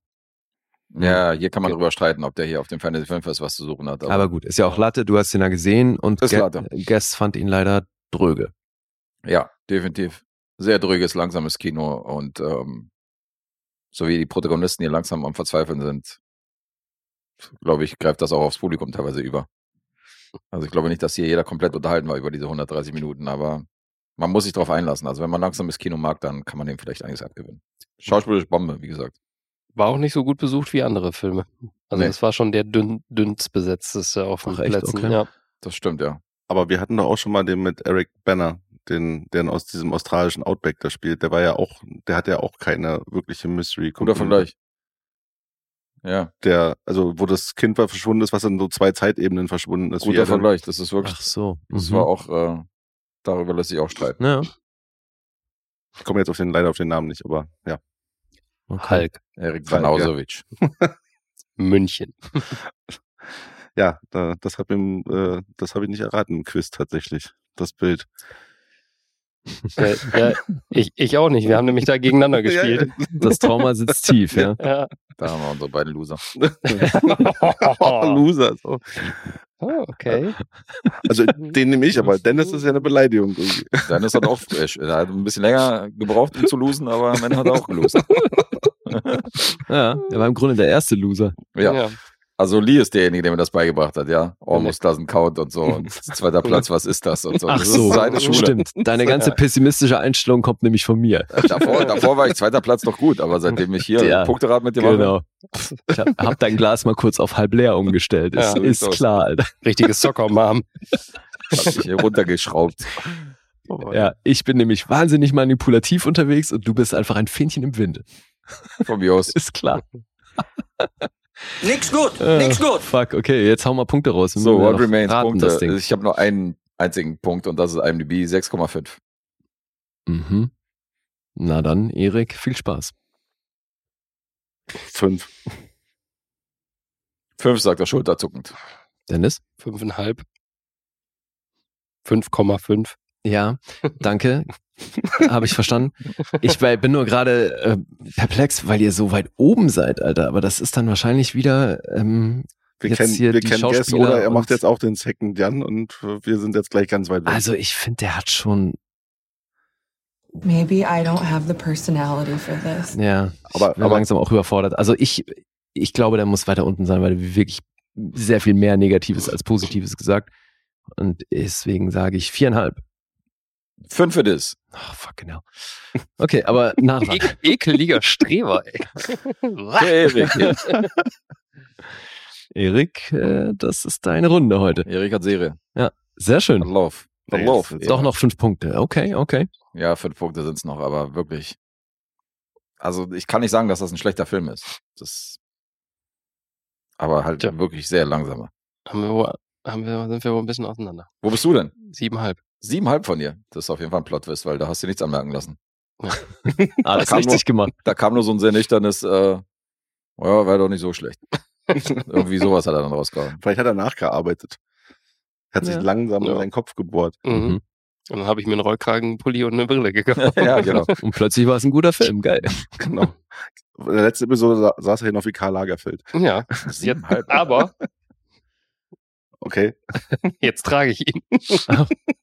Ja, hier kann man drüber streiten, ob der hier auf dem Fantasy-Filmfest was zu suchen hat.
aber gut, ist ja auch Latte, du hast ihn ja gesehen und
Ist
Ge-
Latte.
Guess fand ihn leider dröge.
Ja, definitiv. Sehr dröges, langsames Kino und ähm, so wie die Protagonisten hier langsam am Verzweifeln sind, glaube ich, greift das auch aufs Publikum teilweise über. Also ich glaube nicht, dass hier jeder komplett unterhalten war über diese 130 Minuten, aber man muss sich darauf einlassen. Also wenn man langsames Kino mag, dann kann man dem vielleicht einiges abgewinnen. Schauspielisch Bombe, wie gesagt.
War auch nicht so gut besucht wie andere Filme. Also
Nee.
es war schon der dünn, dünnst besetzteste auf den
Ach, echt?
Plätzen.
Okay.
Ja.
Das stimmt, ja.
Aber wir hatten doch auch schon mal den mit Eric Banner, den, der aus diesem australischen Outback da spielt. Der war ja auch, der hat ja auch keine wirkliche mystery
Guter Vergleich. Ja,
Der, also, wo das Kind war verschwunden ist, was in so zwei Zeitebenen verschwunden ist. wie
guter
er dann-
Vergleich. Das ist wirklich,
Ach so.
das
mhm.
war auch, äh, darüber lässt sich auch streiten.
Ja,
Ich komme jetzt auf den, leider auf den Namen nicht, aber ja.
okay.
Halt.
Hulk,
Erik Van
Weil, ja.
Ausowitsch.
München.
Ja, da, das habe äh, das hab ich nicht erraten im Quiz tatsächlich. Das Bild.
ja, ja, ich, ich auch nicht. Wir haben nämlich da gegeneinander gespielt.
Das Trauma sitzt tief, ja.
Ja.
Da haben wir unsere beiden Loser.
Oh, Loser. So.
Oh, okay.
Also den nehme ich, aber Dennis ist ja eine Beleidigung. Irgendwie.
Dennis hat auch frisch. Er hat ein bisschen länger gebraucht, um zu losen, aber am Ende hat er auch gelost.
Ja, er war im Grunde der erste Loser.
Ja. Also Lee ist derjenige, der mir das beigebracht hat, ja. Almost doesn't count und so. Und zweiter Platz, was ist das? Und so. das Ist seine Schule.
stimmt. Deine ganze pessimistische Einstellung kommt nämlich von mir.
Davor, davor war ich zweiter Platz noch gut, aber seitdem ich hier
Ja.
Punkterad mit dir mache,
Genau. Ich hab, hab dein Glas mal kurz auf halb leer umgestellt. Ist,
Ja,
so
ist
sieht's aus.
klar, Alter.
Richtiges Soccer-Mom.
hab ich hier runtergeschraubt.
Oh,
Ja, ich bin nämlich wahnsinnig manipulativ unterwegs und du bist einfach ein Fähnchen im Winde.
Von mir aus.
Ist klar.
Nix gut,
Äh,
nix gut.
Fuck, okay, jetzt hau mal Punkte raus. Wir
So,
müssen ja
what
noch
remains?
raten, Das
Punkte.
Ding.
Ich habe nur einen einzigen Punkt und das ist IMDb 6,5.
Mhm. Na dann, Erik, viel Spaß.
Fünf.
Fünf sagt er schulterzuckend.
Dennis?
Fünfeinhalb. 5,5.
Ja, danke. Habe ich verstanden. Ich wei- bin nur gerade äh, perplex, weil ihr so weit oben seid, Alter. Aber das ist dann wahrscheinlich wieder. Ähm,
Wir
Jetzt
kennen,
hier
wir
die
kennen Guess
Schauspieler
oder er
und-
macht jetzt auch den Second Jan und wir sind jetzt gleich ganz weit weg.
also ich finde, der hat schon.
Maybe I don't have the personality for this.
Ja,
aber,
bin langsam auch überfordert. Also ich, ich glaube, der muss weiter unten sein, weil wir wirklich sehr viel mehr Negatives als Positives gesagt. Und deswegen sage ich viereinhalb.
Fünf für das.
Ach, fuck, genau. Okay, aber nachher.
E ekeliger Streber, ey.
Der Erik. hier.
Erik, äh, das ist deine Runde heute.
Erik hat Serie.
Sehr schön.
Verlauf.
Nee,
Verlauf.
das ist-
Doch noch fünf Punkte. Okay, okay.
Ja, fünf Punkte sind's noch, aber wirklich. Also ich kann nicht sagen, dass das ein schlechter Film ist. Das. Aber halt
Tja.
wirklich sehr langsamer.
Haben wir, wohl- haben wir, sind wir wohl ein bisschen auseinander.
Wo bist du denn?
Siebenhalb.
Siebenhalb von dir. Das ist auf jeden Fall ein Plot-Twist, weil da hast du nichts anmerken lassen.
Alles
kam
richtig gemacht.
Da kam nur so ein sehr nüchternes, äh, ja, war doch nicht so schlecht.
Mhm.
Irgendwie sowas hat er dann rausgehauen.
Vielleicht hat er nachgearbeitet. Hat sich
Ja.
langsam
Ja.
in seinen Kopf gebohrt.
Mhm.
Mhm.
Und dann habe ich mir einen Rollkragenpulli und eine Brille gekauft.
ja, genau.
Und plötzlich war es ein guter Film. Geil.
Genau. In der letzten Episode sa saß er hier noch wie Karl Lagerfeld.
ja,
Siebenhalb.
aber
Okay.
jetzt trage ich ihn.
Sehr
Ist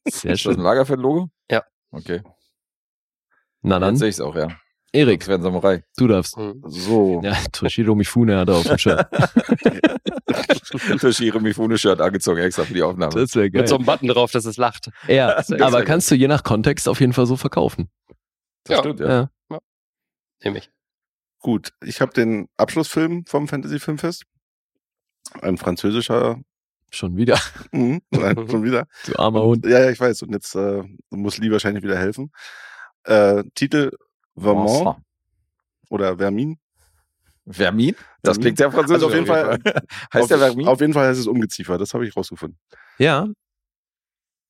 das ein
schön.
Lagerfeld-Logo?
Ja.
Okay.
Na
Dann
dann,
sehe ich's auch, ja.
Erik,
Nix werden Samurai.
du darfst.
Oh.
So.
Ja, Toshiro Mifune hat er auf dem Schirm.
Das Mifune-Shirt angezogen, extra für die Aufnahme.
Das wäre
Mit so
geil.
einem Button drauf, dass es lacht.
Ja,
sehr
aber
geil.
kannst du je nach Kontext auf jeden Fall so verkaufen.
Das
Ja.
stimmt, ja.
Ja.
Nämlich.
Gut. Ich habe den Abschlussfilm vom Fantasy Filmfest. Ein französischer.
Schon wieder.
Mhm. Nein, schon wieder.
Du armer Hund.
Ja, ja, ich weiß. Und jetzt äh, muss Lee wahrscheinlich wieder helfen. Äh, Titel Vermont
Vincent.
oder Vermin.
Vermin? Das
Vermin?
klingt sehr französisch.
Also auf jeden
heißt der
auf,
Vermin?
Auf jeden Fall heißt es Ungeziefer. Das habe ich rausgefunden.
Ja.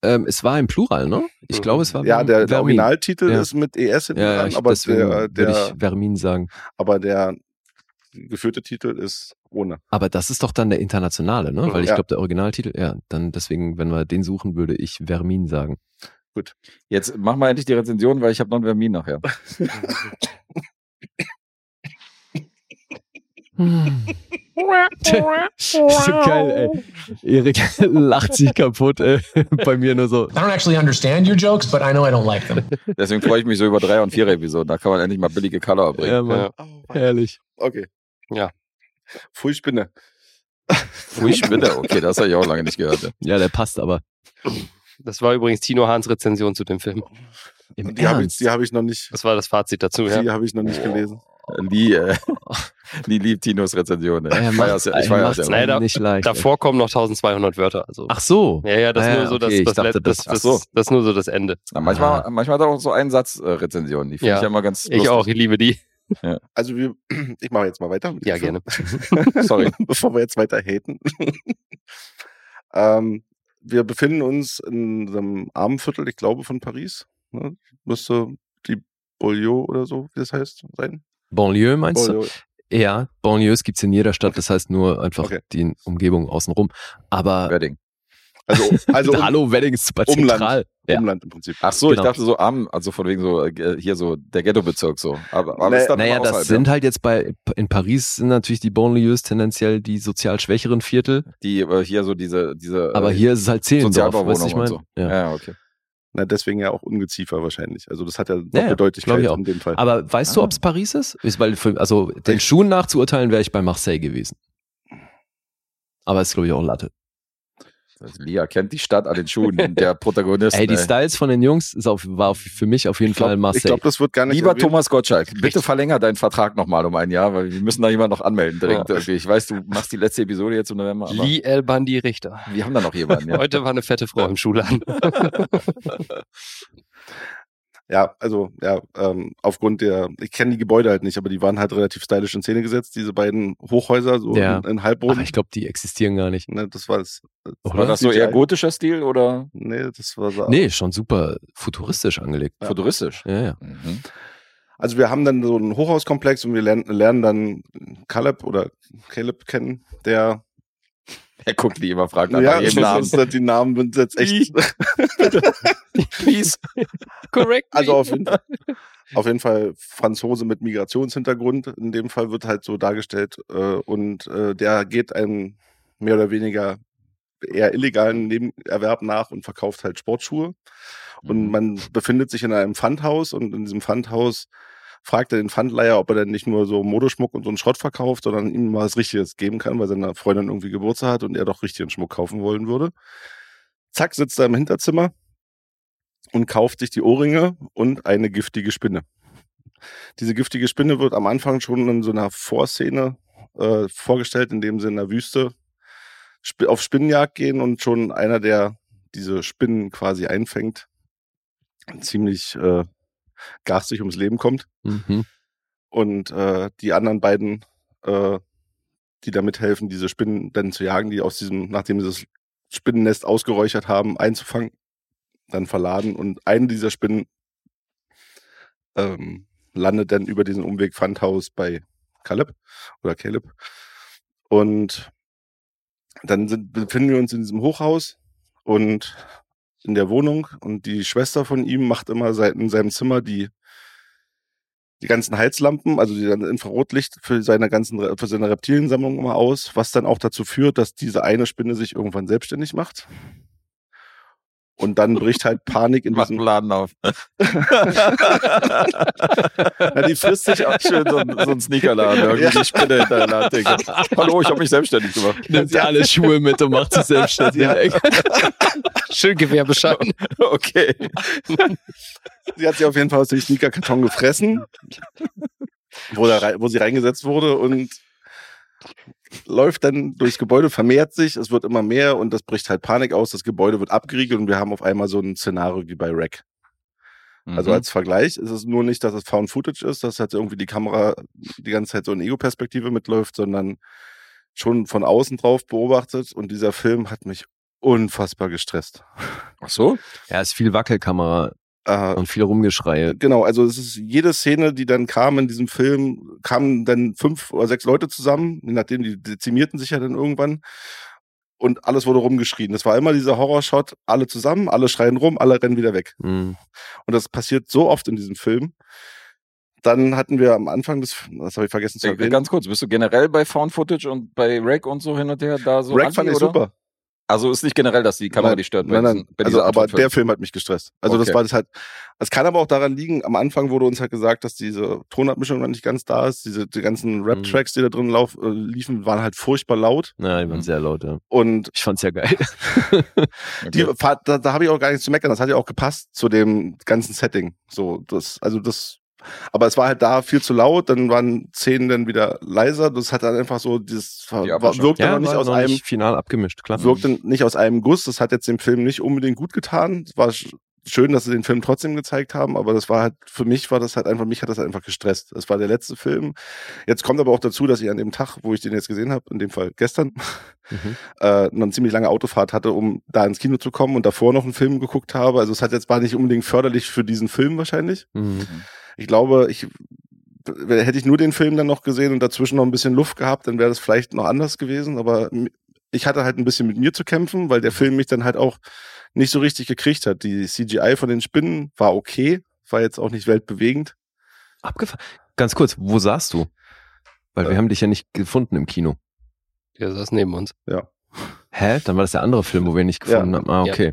Ähm, es war im Plural, ne? Ich glaube, es war
Ja, der, der
Vermin.
Originaltitel
Ja.
ist mit ES hinten
Ja, ja,
dran,
ich,
aber
deswegen
der,
würde
der,
ich Vermin sagen.
aber der geführte Titel ist ohne.
Aber das ist doch dann der internationale, ne? Weil ich
Ja.
glaube, der Originaltitel, ja, dann deswegen, wenn wir den suchen, würde ich Vermin sagen.
Jetzt mach mal endlich die Rezension, weil ich habe noch einen Vermin nachher.
Tja, so geil, ey. Erik lacht sich kaputt, ey. Bei mir nur so.
I don't actually understand your jokes, but I know I don't like them.
Deswegen freue ich mich so über Dreier- und Vierer-Episoden. Da kann man endlich mal billige Color erbringen.
Ja, Mann, herrlich.
Okay.
Ja.
Pfui Spinne.
Pfui, Spinne. Okay, das habe ich auch lange nicht gehört. ja.
Ja, der passt aber.
Das war übrigens Tino Hahns Rezension zu dem Film.
Im
Die habe ich,
Ernst?
die hab ich noch nicht,
Das war das Fazit dazu. Ja.
die habe ich noch
Oh.
nicht gelesen.
Lee, äh, Lee liebt Tinos Rezension. Ey.
Er
Ich
macht,
feier's ja- ich
er
feier's
macht's
ja.
Nein, da-
einem nicht leicht. ey.
Davor kommen noch 1200 Wörter. Also.
Ach so.
Ja, ja, das
Ah,
nur so das,
okay, ich
das,
dachte,
Let- das,
das-
das,
ach so.
das ist nur so das Ende.
Na, manchmal,
Ah.
manchmal hat er auch so einen Satz äh, Rezensionen. Die finde
Ja.
ich ja immer ganz
Ich auch, ich liebe die.
Also wir, ich mache jetzt mal weiter. mit dem
Ja,
Film.
gerne.
Sorry.
Bevor wir jetzt weiter haten. ähm, wir befinden uns in einem armen Viertel, ich glaube, von Paris. Ne? Müsste die Beaulieu oder so, wie das heißt, sein.
Banlieue meinst du?
Beaulieu.
Ja, Banlieues gibt's in jeder Stadt, das heißt nur einfach
Okay.
die Umgebung außenrum. Aber
Wedding.
Also, also um,
Hallo, Wedding ist super
Umland.
zentral. Ja.
Umland im Prinzip.
Ach so,
Genau.
ich dachte so arm, also von wegen so äh, hier so der Ghetto-Bezirk so. Aber, aber
Nee.
ist dann
Naja,
immer
das
außerhalb, ja.
sind halt jetzt bei, in Paris sind natürlich die Banlieues tendenziell die sozial schwächeren Viertel,
die äh, hier so diese diese.
aber
äh,
hier ist es halt Zehlendorf, weißt du, ich
Sozialbauwohnungen und
meine?
so.
ja.
Ja, okay.
Na, deswegen ja auch Ungeziefer wahrscheinlich. Also das hat ja
ja, glaub
Doppeldeutigkeit
ich auch.
in dem Fall.
Aber weißt du,
Ah.
ob's Paris ist? ist weil für, also den
Ich-
Schuhen nachzuurteilen, wäre ich bei Marseille gewesen. Aber ist, glaube ich, auch Latte.
Das heißt, Lia kennt die Stadt an den Schuhen der Protagonist. ne?
Ey, die Styles von den Jungs ist auf, war auf, für mich auf jeden
ich glaube,
Fall Marseille.
glaub, das wird gar nicht
Lieber
erwähnt.
Thomas Gottschalk, bitte verlänger deinen Vertrag nochmal um ein Jahr, weil wir müssen da jemanden noch anmelden dringend. Irgendwie. Ich weiß, du machst die letzte Episode jetzt im November, aber
Lee El Bandi Richter.
wir haben da noch jemanden. Ja.
Heute war eine fette Frau im Schulladen.
Ja, also ja, ähm, aufgrund der, ich kenne die Gebäude halt nicht, aber die waren halt relativ stylisch in Szene gesetzt, diese beiden Hochhäuser, so
Ja.
in, in
Aber
Halbboden.
ich glaube, die existieren gar nicht.
Ne, das war das. das
Oder?
War das so eher gotischer Stil oder
Nee, Ne, das war so.
Nee, schon super futuristisch angelegt.
Ja.
futuristisch?
Ja, ja.
Mhm.
Also wir haben dann so einen Hochhauskomplex und wir lernen, lernen dann Caleb oder Caleb kennen, der
Er guckt die immer, fragt nach ja,
das
jedem Namen.
ist, das- die Namen sind jetzt echt.
Please.
Correct.
Also auf jeden, Fall, auf jeden Fall Franzose mit Migrationshintergrund. In dem Fall wird halt so dargestellt. Äh, und äh, der geht einem mehr oder weniger eher illegalen Nebenerwerb nach und verkauft halt Sportschuhe. Und man befindet sich in einem Pfandhaus und in diesem Pfandhaus fragt er den Pfandleiher, ob er denn nicht nur so Modeschmuck und so einen Schrott verkauft, sondern ihm mal was Richtiges geben kann, weil seine Freundin irgendwie Geburtstag hat und er doch richtigen Schmuck kaufen wollen würde. Zack, sitzt er im Hinterzimmer und kauft sich die Ohrringe und eine giftige Spinne. Diese giftige Spinne wird am Anfang schon in so einer Vorszene äh, vorgestellt, indem sie in der Wüste sp auf Spinnenjagd gehen und schon einer, der diese Spinnen quasi einfängt, ziemlich äh, garstig ums Leben kommt.
Mhm.
Und äh, die anderen beiden, äh, die damit helfen, diese Spinnen dann zu jagen, die aus diesem, nachdem sie das Spinnennest ausgeräuchert haben, einzufangen, dann verladen. Und eine dieser Spinnen ähm, landet dann über diesen Umweg Pfandhaus bei Caleb oder Caleb. Und dann sind, befinden wir uns in diesem Hochhaus und in der Wohnung und die Schwester von ihm macht immer seit, in seinem Zimmer die, die ganzen Heizlampen, also die dann Infrarotlicht für seine ganzen, für seine Reptiliensammlung immer aus, was dann auch dazu führt, dass diese eine Spinne sich irgendwann selbstständig macht. Und dann bricht halt Panik in
Macht einen
diesem,
Laden auf.
na, die frisst sich auch,
Schön so ein, so ein Sneakerladen. Irgendwie
Ja.
die Spinne hinterher. Digga. Hallo, ich habe mich selbstständig gemacht.
Nimmt sie alle Schuhe mit und macht sie selbstständig.
Ja.
weg.
Schön Gewerbeschein.
Okay.
sie hat sie auf jeden Fall aus dem Sneakerkarton gefressen, wo, da, rei- wo sie reingesetzt wurde und läuft dann durchs Gebäude, vermehrt sich, es wird immer mehr und das bricht halt Panik aus, das Gebäude wird abgeriegelt und wir haben auf einmal so ein Szenario wie bei Rack.
Mhm.
Also als Vergleich ist es nur nicht, dass es Found Footage ist, dass halt irgendwie die Kamera die ganze Zeit so in Ego-Perspektive mitläuft, sondern schon von außen drauf beobachtet und dieser Film hat mich unfassbar gestresst.
Ach so?
Ja, ist viel Wackelkamera
Äh,
und viel Rumgeschreie.
Genau, also es ist jede Szene, die dann kam in diesem Film, kamen dann fünf oder sechs Leute zusammen, je nachdem, die dezimierten sich ja dann irgendwann. Und alles wurde rumgeschrien. Das war immer dieser Horrorshot, alle zusammen, alle schreien rum, alle rennen wieder weg.
Mhm.
Und das passiert so oft in diesem Film. Dann hatten wir am Anfang des, das habe ich vergessen zu
Äh,
erwähnen.
Ganz kurz, bist du generell bei Found Footage und bei Rack und so hin und her da so?
Rack
anti,
fand ich
oder?
super.
Also ist nicht generell, dass die Kamera
Nein,
dich stört.
Nein, nein.
diesen- bei
also,
dieser Art
aber
von
der Film hat mich gestresst. Also das
Okay.
war das halt. Es kann aber auch daran liegen. Am Anfang wurde uns halt gesagt, dass diese Tonabmischung noch nicht ganz da ist. Diese die
Mhm.
ganzen Rap-Tracks, die da drin lauf, äh, liefen, waren halt furchtbar laut.
Ja, die waren sehr laut. Ja.
Und
Ich fand's ja geil.
die, Fahrt- da, da habe ich auch gar nichts zu meckern. Das hat ja auch gepasst zu dem ganzen Setting. So das, also das. Aber es war halt da viel zu laut. Dann waren Szenen dann wieder leiser. Das hat dann einfach so dieses
Die
war,
Abmischung.
wirkte noch nicht
war
aus
noch
einem
nicht final abgemischt, klar.
wirkte nicht aus einem Guss. Das hat jetzt dem Film nicht unbedingt gut getan. Es war sch- schön, dass sie den Film trotzdem gezeigt haben, aber das war halt, für mich war das halt einfach, mich hat das halt einfach gestresst. Das war der letzte Film. Jetzt kommt aber auch dazu, dass ich an dem Tag, wo ich den jetzt gesehen habe, in dem Fall gestern,
Mhm.
äh, eine ziemlich lange Autofahrt hatte, um da ins Kino zu kommen und davor noch einen Film geguckt habe. Also es hat jetzt war nicht unbedingt förderlich für diesen Film wahrscheinlich.
Mhm.
Ich glaube, ich hätte ich nur den Film dann noch gesehen und dazwischen noch ein bisschen Luft gehabt, dann wäre das vielleicht noch anders gewesen. Aber m- ich hatte halt ein bisschen mit mir zu kämpfen, weil der Film mich dann halt auch nicht so richtig gekriegt hat. Die CGI von den Spinnen war okay, war jetzt auch nicht weltbewegend.
Abgefahren. Ganz kurz, wo saßt du? Weil
Äh.
wir haben dich ja nicht gefunden im Kino.
Der saß neben uns.
Hä? Dann war das der andere Film, wo wir ihn nicht gefunden haben. Ah,
Ja.
okay.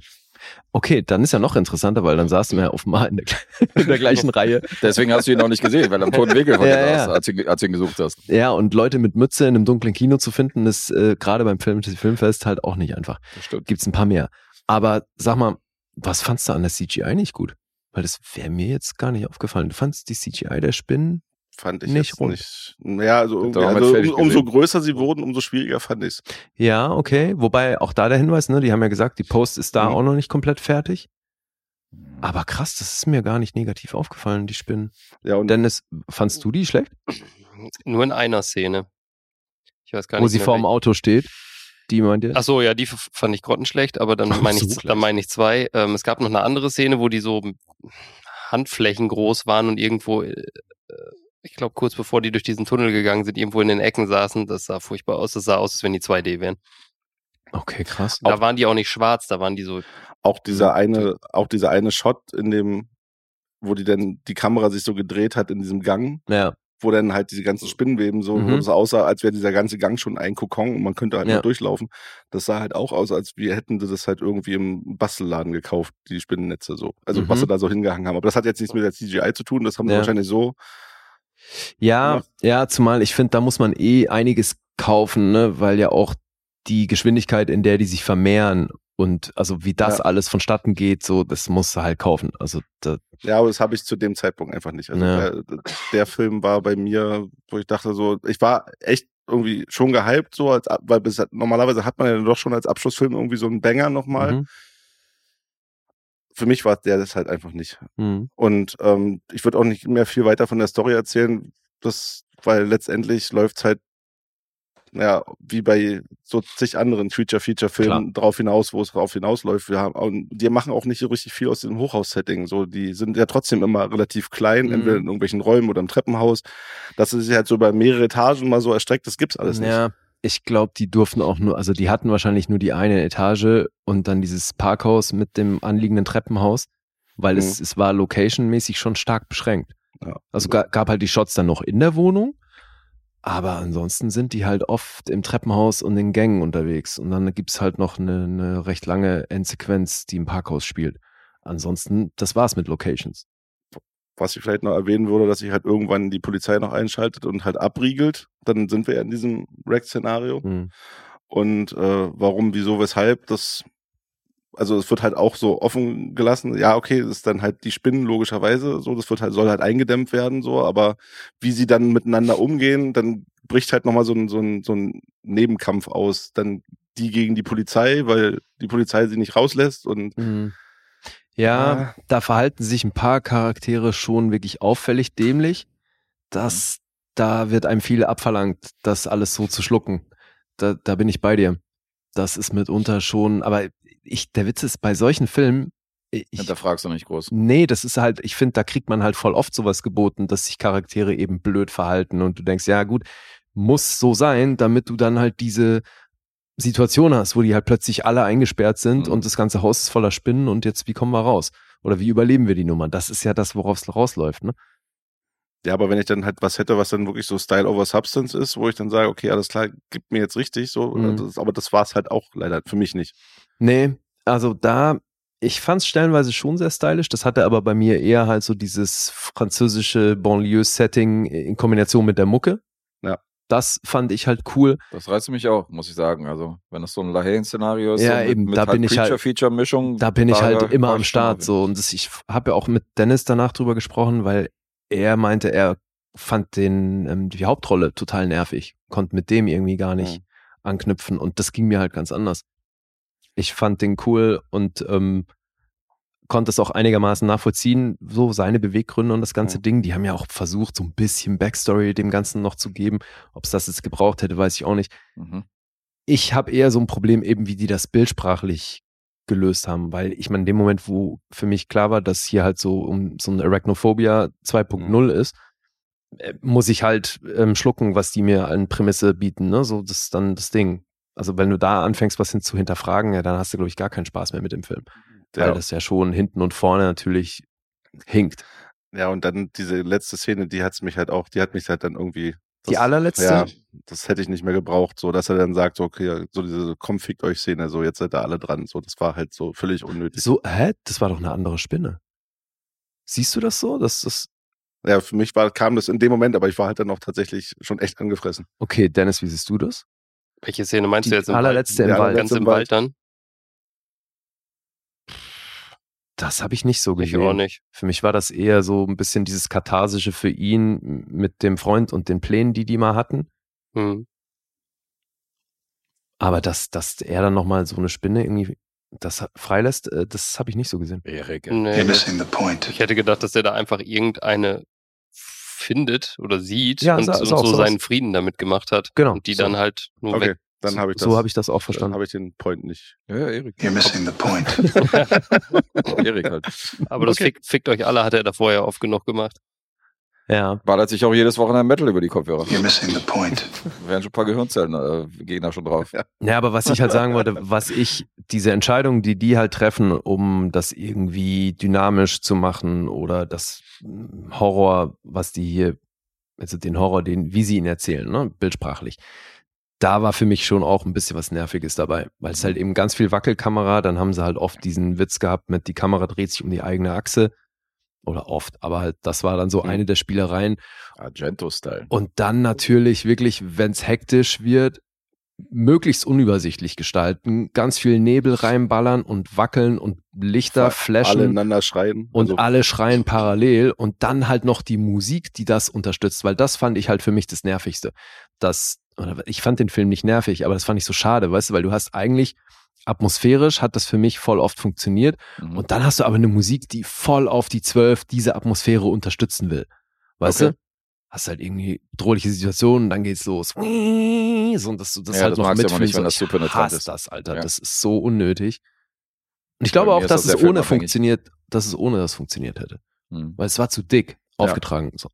Okay, dann ist ja noch interessanter, weil dann saßen wir ja offenbar in der, gle- in der gleichen Reihe.
Deswegen hast du ihn noch nicht gesehen, weil er am toten Winkel von
Ja,
dir
ja.
saß, als, du ihn- als du ihn gesucht hast.
Ja, und Leute mit Mütze in einem dunklen Kino zu finden, ist äh, gerade beim Film Filmfest halt auch nicht einfach.
Das stimmt.
Gibt's ein paar mehr. Aber sag mal, was fandst du an der CGI nicht gut? Weil das wäre mir jetzt gar nicht aufgefallen. Du fandst die CGI der Spinnen?
Fand ich
Nicht
jetzt
rund.
nicht. Ja, also, irgendwie,
Damit
also um,
fertig
umso
gesehen.
größer sie wurden, umso schwieriger fand ich es.
Ja, okay. Wobei auch da der Hinweis, ne, die haben ja gesagt, die Post ist da
Mhm.
auch noch nicht komplett fertig. Aber krass, das ist mir gar nicht negativ aufgefallen, die Spinnen.
Ja, und
Dennis, fandst du die schlecht?
Nur in einer Szene. Ich weiß gar
Wo
nicht.
sie
mehr,
vor dem
welche-
Auto steht. Die meint ihr?
Ach so, ja, die f- fand ich grottenschlecht, aber dann
Ach,
meine
so
ich,
schlecht.
dann meine ich zwei. Ähm, es gab noch eine andere Szene, wo die so Handflächen groß waren und irgendwo, äh, ich glaube, kurz bevor die durch diesen Tunnel gegangen sind, irgendwo in den Ecken saßen. Das sah furchtbar aus. Das sah aus, als wenn die 2D wären.
Okay, krass.
Da waren die auch nicht schwarz, da waren die so.
auch dieser eine, auch dieser eine Shot in dem, wo die dann die Kamera sich so gedreht hat in diesem Gang,
Ja,
wo dann halt diese ganzen Spinnenweben so, wo
Mhm.
es aussah, als wäre dieser ganze Gang schon ein Kokon und man könnte halt
Ja.
nur durchlaufen. Das sah halt auch aus, als wir hätten sie das halt irgendwie im Bastelladen gekauft, die Spinnennetze so. Also
Mhm.
was sie da so hingehangen haben. Aber das hat jetzt nichts mit der CGI zu tun, das haben sie
Ja.
wahrscheinlich so.
ja,
Ja.
ja, zumal ich finde, da muss man eh einiges kaufen, ne, weil ja auch die Geschwindigkeit, in der die sich vermehren Und also wie das
Ja.
alles vonstatten geht, so, das musst du halt kaufen. Also da,
Ja, aber das habe ich zu dem Zeitpunkt einfach nicht. Also
Ja.
der, der Film war bei mir, wo ich dachte so, ich war echt irgendwie schon gehypt, so als ab- weil bis, normalerweise hat man ja doch schon als Abschlussfilm irgendwie so einen Banger nochmal.
Mhm.
Für mich war der das halt einfach nicht.
Mhm.
Und ähm, ich würde auch nicht mehr viel weiter von der Story erzählen, das, weil letztendlich läuft's halt, ja, wie bei so zig anderen Feature-Feature-Filmen drauf hinaus, wo es drauf hinausläuft. Wir haben, und die machen auch nicht so richtig viel aus dem Hochhaus-Setting. So, die sind ja trotzdem immer relativ klein,
Mhm.
entweder in irgendwelchen Räumen oder im Treppenhaus. Dass es sich halt so über mehrere Etagen mal so erstreckt, das gibt's alles nicht.
ja, ich glaube, die durften auch nur, also die hatten wahrscheinlich nur die eine Etage und dann dieses Parkhaus mit dem anliegenden Treppenhaus, weil es, es war locationmäßig schon stark beschränkt.
Mhm. Ja.
Also ga, gab halt die Shots dann noch in der Wohnung, aber ansonsten sind die halt oft im Treppenhaus und in Gängen unterwegs. Und dann gibt's halt noch eine, eine recht lange Endsequenz, die im Parkhaus spielt. Ansonsten, das war's mit Locations.
Was ich vielleicht noch erwähnen würde, dass sich halt irgendwann die Polizei noch einschaltet und halt abriegelt. Dann sind wir ja in diesem Wreck-Szenario.
Hm.
Und äh, warum, wieso, weshalb, das, also es wird halt auch so offen gelassen. Ja, okay, das ist dann halt die Spinnen logischerweise, so, das wird halt, soll halt eingedämmt werden, so, aber wie sie dann miteinander umgehen, dann bricht halt nochmal so ein, so ein, so ein Nebenkampf aus. Dann die gegen die Polizei, weil die Polizei sie nicht rauslässt und
Mhm. Ja,
Ah.
da verhalten sich ein paar Charaktere schon wirklich auffällig dämlich. Das, da wird einem viel abverlangt, das alles so zu schlucken. Da, da bin ich bei dir. Das ist mitunter schon, aber ich, der Witz ist, bei solchen Filmen, ich,
Hinterfragst du nicht groß.
nee, das ist halt, ich finde, da kriegt man halt voll oft sowas geboten, dass sich Charaktere eben blöd verhalten und du denkst, ja gut, muss so sein, damit du dann halt diese Situation hast, wo die halt plötzlich alle eingesperrt sind
Mhm.
und das ganze Haus ist voller Spinnen und jetzt, wie kommen wir raus? Oder wie überleben wir die Nummer? Das ist ja das, worauf es rausläuft, ne?
Ja, aber wenn ich dann halt was hätte, was dann wirklich so Style over Substance ist, wo ich dann sage, okay, alles klar, gibt mir jetzt richtig, so,
Mhm.
das, aber das war es halt auch leider für mich nicht.
Nee, also da, ich fand es stellenweise schon sehr stylisch. Das hatte aber bei mir eher halt so dieses französische Banlieue-Setting in Kombination mit der Mucke.
Ja.
Das fand ich halt cool.
Das reizt mich auch, muss ich sagen. Also, wenn das so ein Laheen-Szenario ist,
Ja,
so mit,
eben,
mit
da
halt
bin ich halt-
Creature-Feature-Mischung.
Da bin ich
war-
halt immer
war
am
ich
Start
schon
so. Und das, ich habe ja auch mit Dennis danach drüber gesprochen, weil er meinte, er fand den, ähm, die Hauptrolle total nervig, konnte mit dem irgendwie gar nicht anknüpfen. Und das ging mir halt ganz anders. Ich fand den cool und ähm, konnte es auch einigermaßen nachvollziehen, so seine Beweggründe und das ganze
Mhm.
Ding. Die haben ja auch versucht, so ein bisschen Backstory dem Ganzen noch zu geben. Ob es das jetzt gebraucht hätte, weiß ich auch nicht
Mhm.
ich habe eher so ein Problem eben, wie die das bildsprachlich gelöst haben, weil ich meine, in dem Moment, wo für mich klar war, dass hier halt so um so ein
Mhm.
Arachnophobia 2.0 ist, äh, muss ich halt ähm, schlucken, was die mir an Prämisse bieten, ne? So, das ist dann das Ding. Also, wenn du da anfängst, was hin zu hinterfragen, ja, dann hast du, glaube ich, gar keinen Spaß mehr mit dem Film. Weil das ja schon hinten und vorne natürlich hinkt.
Ja, und dann diese letzte Szene, die hat's mich halt auch, die hat mich halt dann irgendwie. Das,
Die allerletzte?
Ja, das hätte ich nicht mehr gebraucht, so dass er dann sagt, so, okay, so diese komm, fickt euch Szene, so jetzt seid ihr alle dran. So, das war halt so völlig unnötig.
So, hä? Das war doch eine andere Spinne. Siehst du das so? Dass das.
Ja, für mich war, kam das in dem Moment, aber ich war halt dann auch tatsächlich schon echt angefressen.
Okay, Dennis, wie siehst du das?
Welche Szene meinst
Die
du jetzt? im Wald?
allerletzte im
Ja,
Wald.
Ganz
Letzte
im
im
Wald dann?
Das habe ich nicht so
Ich
gesehen.
auch nicht.
Für mich war das eher so ein bisschen dieses Katharsische für ihn m- mit dem Freund und den Plänen, die die mal hatten.
Hm.
Aber dass, dass er dann nochmal so eine Spinne irgendwie das ha- freilässt, äh, das habe ich nicht so gesehen.
Erik.
Nee,
You're
das-
missing the point.
Ich hätte gedacht, dass er da einfach irgendeine findet oder sieht
Ja,
und,
so-
so-
so auch
so
sowas.
seinen Frieden damit gemacht hat.
Genau,
Und die
so.
dann halt nur
Okay,
weg.
dann habe ich das.
so habe ich das auch
dann
verstanden.
habe ich den Point nicht.
Ja, ja, Erik.
You're missing the point.
Erik halt.
Aber das fickt, fickt euch alle, hat er da vorher oft genug gemacht.
Ja.
Ballert sich auch jedes Wochenende Metal über die Kopfhörer.
You're missing the point.
Wären schon ein paar Gehirnzellen, äh, gehen da schon drauf.
ja, aber was ich halt sagen wollte, was ich, diese Entscheidung, die die halt treffen, um das irgendwie dynamisch zu machen oder das m, Horror, was die hier, also den Horror, den, wie sie ihn erzählen, ne, bildsprachlich. da war für mich schon auch ein bisschen was Nerviges dabei, weil es halt eben ganz viel Wackelkamera, dann haben sie halt oft diesen Witz gehabt mit, die Kamera dreht sich um die eigene Achse oder oft, aber halt das war dann so eine der Spielereien
Argento-Style.
und dann natürlich wirklich, wenn es hektisch wird, möglichst unübersichtlich gestalten, ganz viel Nebel reinballern und wackeln und Lichter
Alle
flashen
ineinander schreien.
und
Also,
alle schreien parallel und dann halt noch die Musik, die das unterstützt, weil das fand ich halt für mich das Nervigste. Das, oder ich fand den Film nicht nervig, aber das fand ich so schade, weißt du, weil du hast eigentlich atmosphärisch hat das für mich voll oft funktioniert
Mhm.
und dann hast du aber eine Musik, die voll auf die zwölf diese Atmosphäre unterstützen will. Weißt
Okay.
du? Hast halt irgendwie bedrohliche Situationen, dann geht's los. So, und dass du das
Ja,
halt
das
noch
magst du immer
mitfühlst.
nicht, wenn
Und
das zu
ich
penetrant
hasse
ist.
das, Alter.
Ja.
Das ist so unnötig. Und ich glaube
Bei mir
auch,
ist
dass
das
es
sehr
ohne
filmabhängig.
funktioniert, dass es ohne das funktioniert hätte.
Mhm.
Weil es war zu dick
Ja.
aufgetragen. So.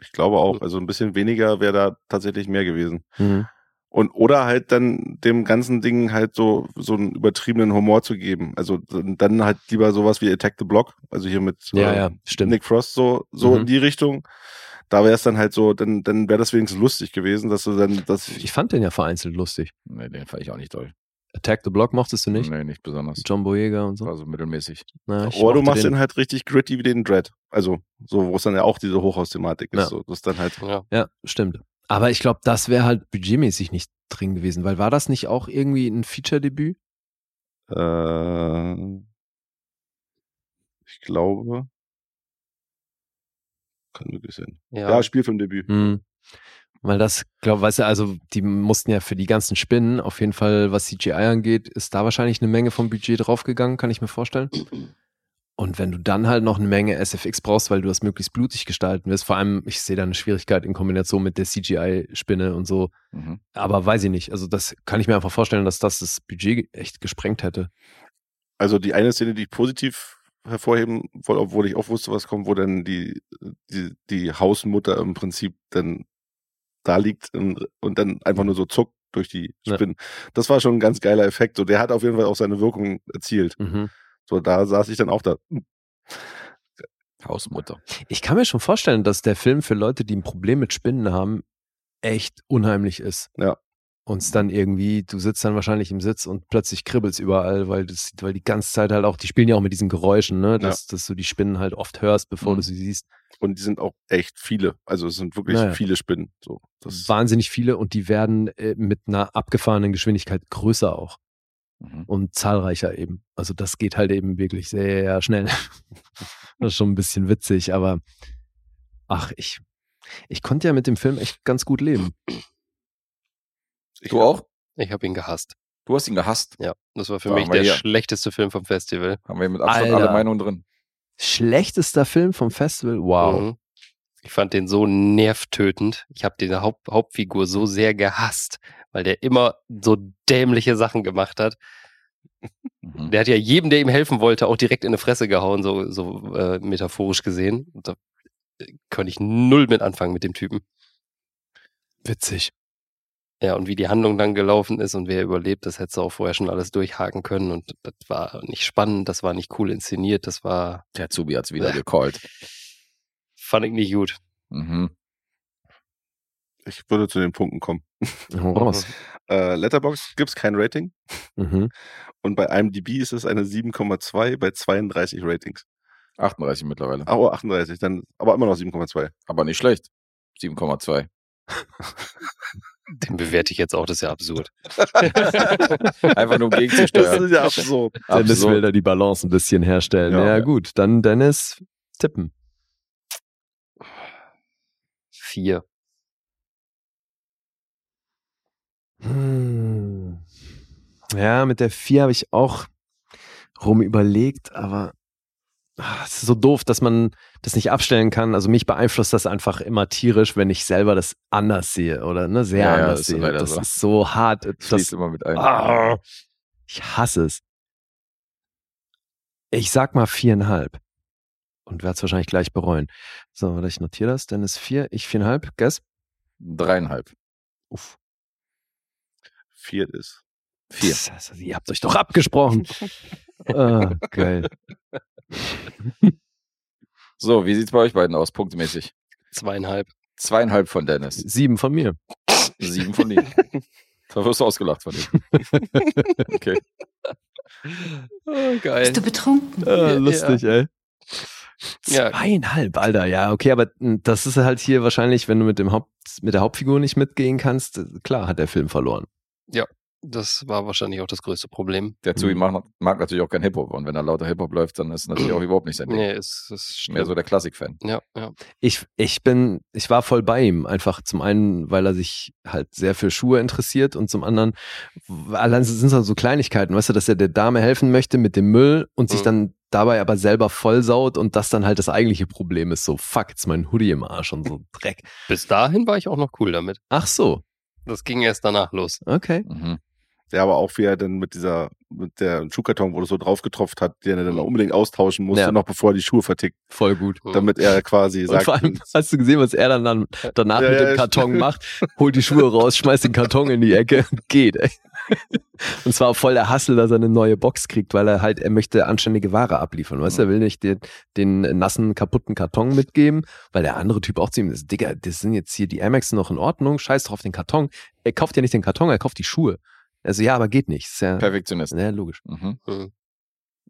ich glaube auch, also ein bisschen weniger wäre da tatsächlich mehr gewesen.
Mhm.
Und oder halt dann dem ganzen Ding halt so so einen übertriebenen Humor zu geben. Also dann dann halt lieber sowas wie Attack the Block, also hier mit
Ja,
äh,
ja, stimmt.
Nick Frost so so
Mhm.
in die Richtung. Da wäre es dann halt so, dann dann wäre das wenigstens lustig gewesen, dass du dann das
Ich fand den ja vereinzelt lustig.
Nee, den fand ich auch nicht toll.
Attack the Block mochtest du nicht?
Nee, nicht besonders.
John Boyega und so.
War so mittelmäßig.
Na, ich
Oder du
mochte
machst den, halt richtig gritty wie den Dread. Also so, wo es dann ja auch diese Hochhaus-Thematik ist.
Ja.
So, das ist dann halt
Ja.
Ja, stimmt. Aber ich glaube, das wäre halt budgetmäßig nicht drin gewesen, weil war das nicht auch irgendwie ein Feature-Debüt?
Äh, ich glaube. Kann wirklich sein. Ja,
Ja.
Spielfilmdebüt.
Hm. Weil das, glaube weißt du, also die mussten ja für die ganzen Spinnen, auf jeden Fall, was CGI angeht, ist da wahrscheinlich eine Menge vom Budget draufgegangen, kann ich mir vorstellen. Und wenn du dann halt noch eine Menge SFX brauchst, weil du das möglichst blutig gestalten willst, vor allem, ich sehe da eine Schwierigkeit in Kombination mit der CGI-Spinne und so,
Mhm.
aber weiß ich nicht. Also das kann ich mir einfach vorstellen, dass das das Budget echt gesprengt hätte.
Also die eine Szene, die ich positiv hervorheben wollte, obwohl ich auch wusste, was kommt, wo dann die, die, die Hausmutter im Prinzip dann da liegt und, und dann einfach nur so zuckt durch die
Ja.
Spinnen. Das war schon ein ganz geiler Effekt. So, der hat auf jeden Fall auch seine Wirkung erzielt.
Mhm.
So, da saß ich dann auch da.
Hausmutter.
Ich kann mir schon vorstellen, dass der Film für Leute, die ein Problem mit Spinnen haben, echt unheimlich ist.
Ja.
Und es dann irgendwie, du sitzt dann wahrscheinlich im Sitz und plötzlich kribbelt's überall, weil das, weil die ganze Zeit halt auch, die spielen ja auch mit diesen Geräuschen, ne, dass, dass du die Spinnen halt oft hörst, bevor
Mhm.
du sie siehst.
Und die sind auch echt viele. Also es sind wirklich
Naja.
viele Spinnen. So, das
Wahnsinnig viele und die werden äh, mit einer abgefahrenen Geschwindigkeit größer auch
Mhm.
und zahlreicher eben. Also das geht halt eben wirklich sehr schnell. das ist schon ein bisschen witzig, aber ach, ich, ich konnte ja mit dem Film echt ganz gut leben.
ich
Du auch?
Ich habe ihn gehasst.
Du hast ihn gehasst.
Ja, das war für
Da
mich
haben wir
der
hier.
schlechteste Film vom Festival.
Haben wir mit Abstand
Alter.
alle Meinungen drin.
Schlechtester Film vom Festival? Wow.
Mhm. Ich fand den so nervtötend. Ich habe diese Haupt Hauptfigur so sehr gehasst, weil der immer so dämliche Sachen gemacht hat.
Mhm.
Der hat ja jedem, der ihm helfen wollte, auch direkt in die Fresse gehauen, so, so äh, metaphorisch gesehen. Und da äh, konnte ich null mit anfangen mit dem Typen.
Witzig.
Ja, und wie die Handlung dann gelaufen ist und wer überlebt, das hättest du auch vorher schon alles durchhaken können. Und das war nicht spannend, das war nicht cool inszeniert, das war,
Der Zubi hat's wieder gecallt.
fand ich nicht gut.
Mhm.
Ich würde zu den Punkten kommen.
Hau raus.
Mhm.
Äh, Letterbox gibt es kein Rating
Mhm.
und bei IMDb ist es eine 7,2 bei 32 Ratings.
38 mittlerweile.
Ah, Oh, 38, dann aber immer noch 7,2.
Aber nicht schlecht. 7,2.
Den bewerte ich jetzt auch, das ist ja absurd.
Einfach nur um
Das
gegenzusteuern.
ist ja absurd.
Dennis will
Absolut.
da die Balance ein bisschen herstellen. Ja,
Ja.
gut. Dann Dennis tippen.
Vier.
Hm. Ja, mit der 4 habe ich auch rum überlegt, aber ah, es ist so doof, dass man das nicht abstellen kann. Also mich beeinflusst das einfach immer tierisch, wenn ich selber das anders sehe oder ne, sehr
Ja, ja,
anders
ist
sehe.
leider
Das
so.
ist so hart. Das,
Fließt immer mit ein.
Ah, ich hasse es. Ich sag mal viereinhalb. Und werde es wahrscheinlich gleich bereuen. So, warte, ich notiere das. Dennis vier, ich viereinhalb. Guess?
Dreieinhalb.
Uff.
Vier ist.
Vier.
Pff, Also, ihr habt euch doch abgesprochen. ah, geil.
So, wie sieht's bei euch beiden aus? Punktmäßig.
Zweieinhalb.
Zweieinhalb von Dennis.
Sieben von mir.
Sieben von ihm. Da wirst du ausgelacht von ihm. Okay.
Oh, geil.
Bist du betrunken?
Ah, lustig, ey.
Ja.
Zweieinhalb, Alter, ja, okay, aber mh, das ist halt hier wahrscheinlich, wenn du mit dem Haupt, mit der Hauptfigur nicht mitgehen kannst, klar hat der Film verloren.
Das war wahrscheinlich auch das größte Problem.
Der Zui mag, mag natürlich auch kein Hip-Hop. Und wenn da lauter Hip-Hop läuft, dann ist natürlich auch überhaupt nicht sein Ding.
Nee, es ist
Mehr so der Klassik-Fan.
Ja, ja.
Ich, ich bin, ich war voll bei ihm. Einfach zum einen, weil er sich halt sehr für Schuhe interessiert und zum anderen, allein sind es halt so Kleinigkeiten, weißt du, dass er der Dame helfen möchte mit dem Müll und sich
Mhm.
dann dabei aber selber vollsaut und das dann halt das eigentliche Problem ist. So, fuck, jetzt mein Hoodie im Arsch und so Dreck.
Bis dahin war ich auch noch cool damit.
Ach so,
Das ging erst danach los.
okay.
Mhm.
Ja, aber auch wie er dann mit dieser, mit der Schuhkarton, wo das so draufgetropft hat, den er dann unbedingt austauschen musste,
Ja.
noch bevor er die Schuhe vertickt,
Voll gut.
Mhm.
damit er quasi
Und
sagt, ähm,
vor allem, hast du gesehen, was er dann, dann danach
Ja,
mit
ja,
dem
ich-
Karton macht? Holt die Schuhe raus, schmeißt den Karton in die Ecke und geht, ey. Und zwar voll der Hassel, dass er eine neue Box kriegt, weil er halt, er möchte anständige Ware abliefern, weißt du? Er will nicht den, den nassen, kaputten Karton mitgeben, weil der andere Typ auch zu ihm ist, Digga, das sind jetzt hier die Air Maxen noch in Ordnung, scheiß doch auf den Karton. Er kauft ja nicht den Karton, er kauft die Schuhe. Also ja, aber geht nicht. Ist ja,
Perfektionist.
ja logisch.
Mhm.
Mhm.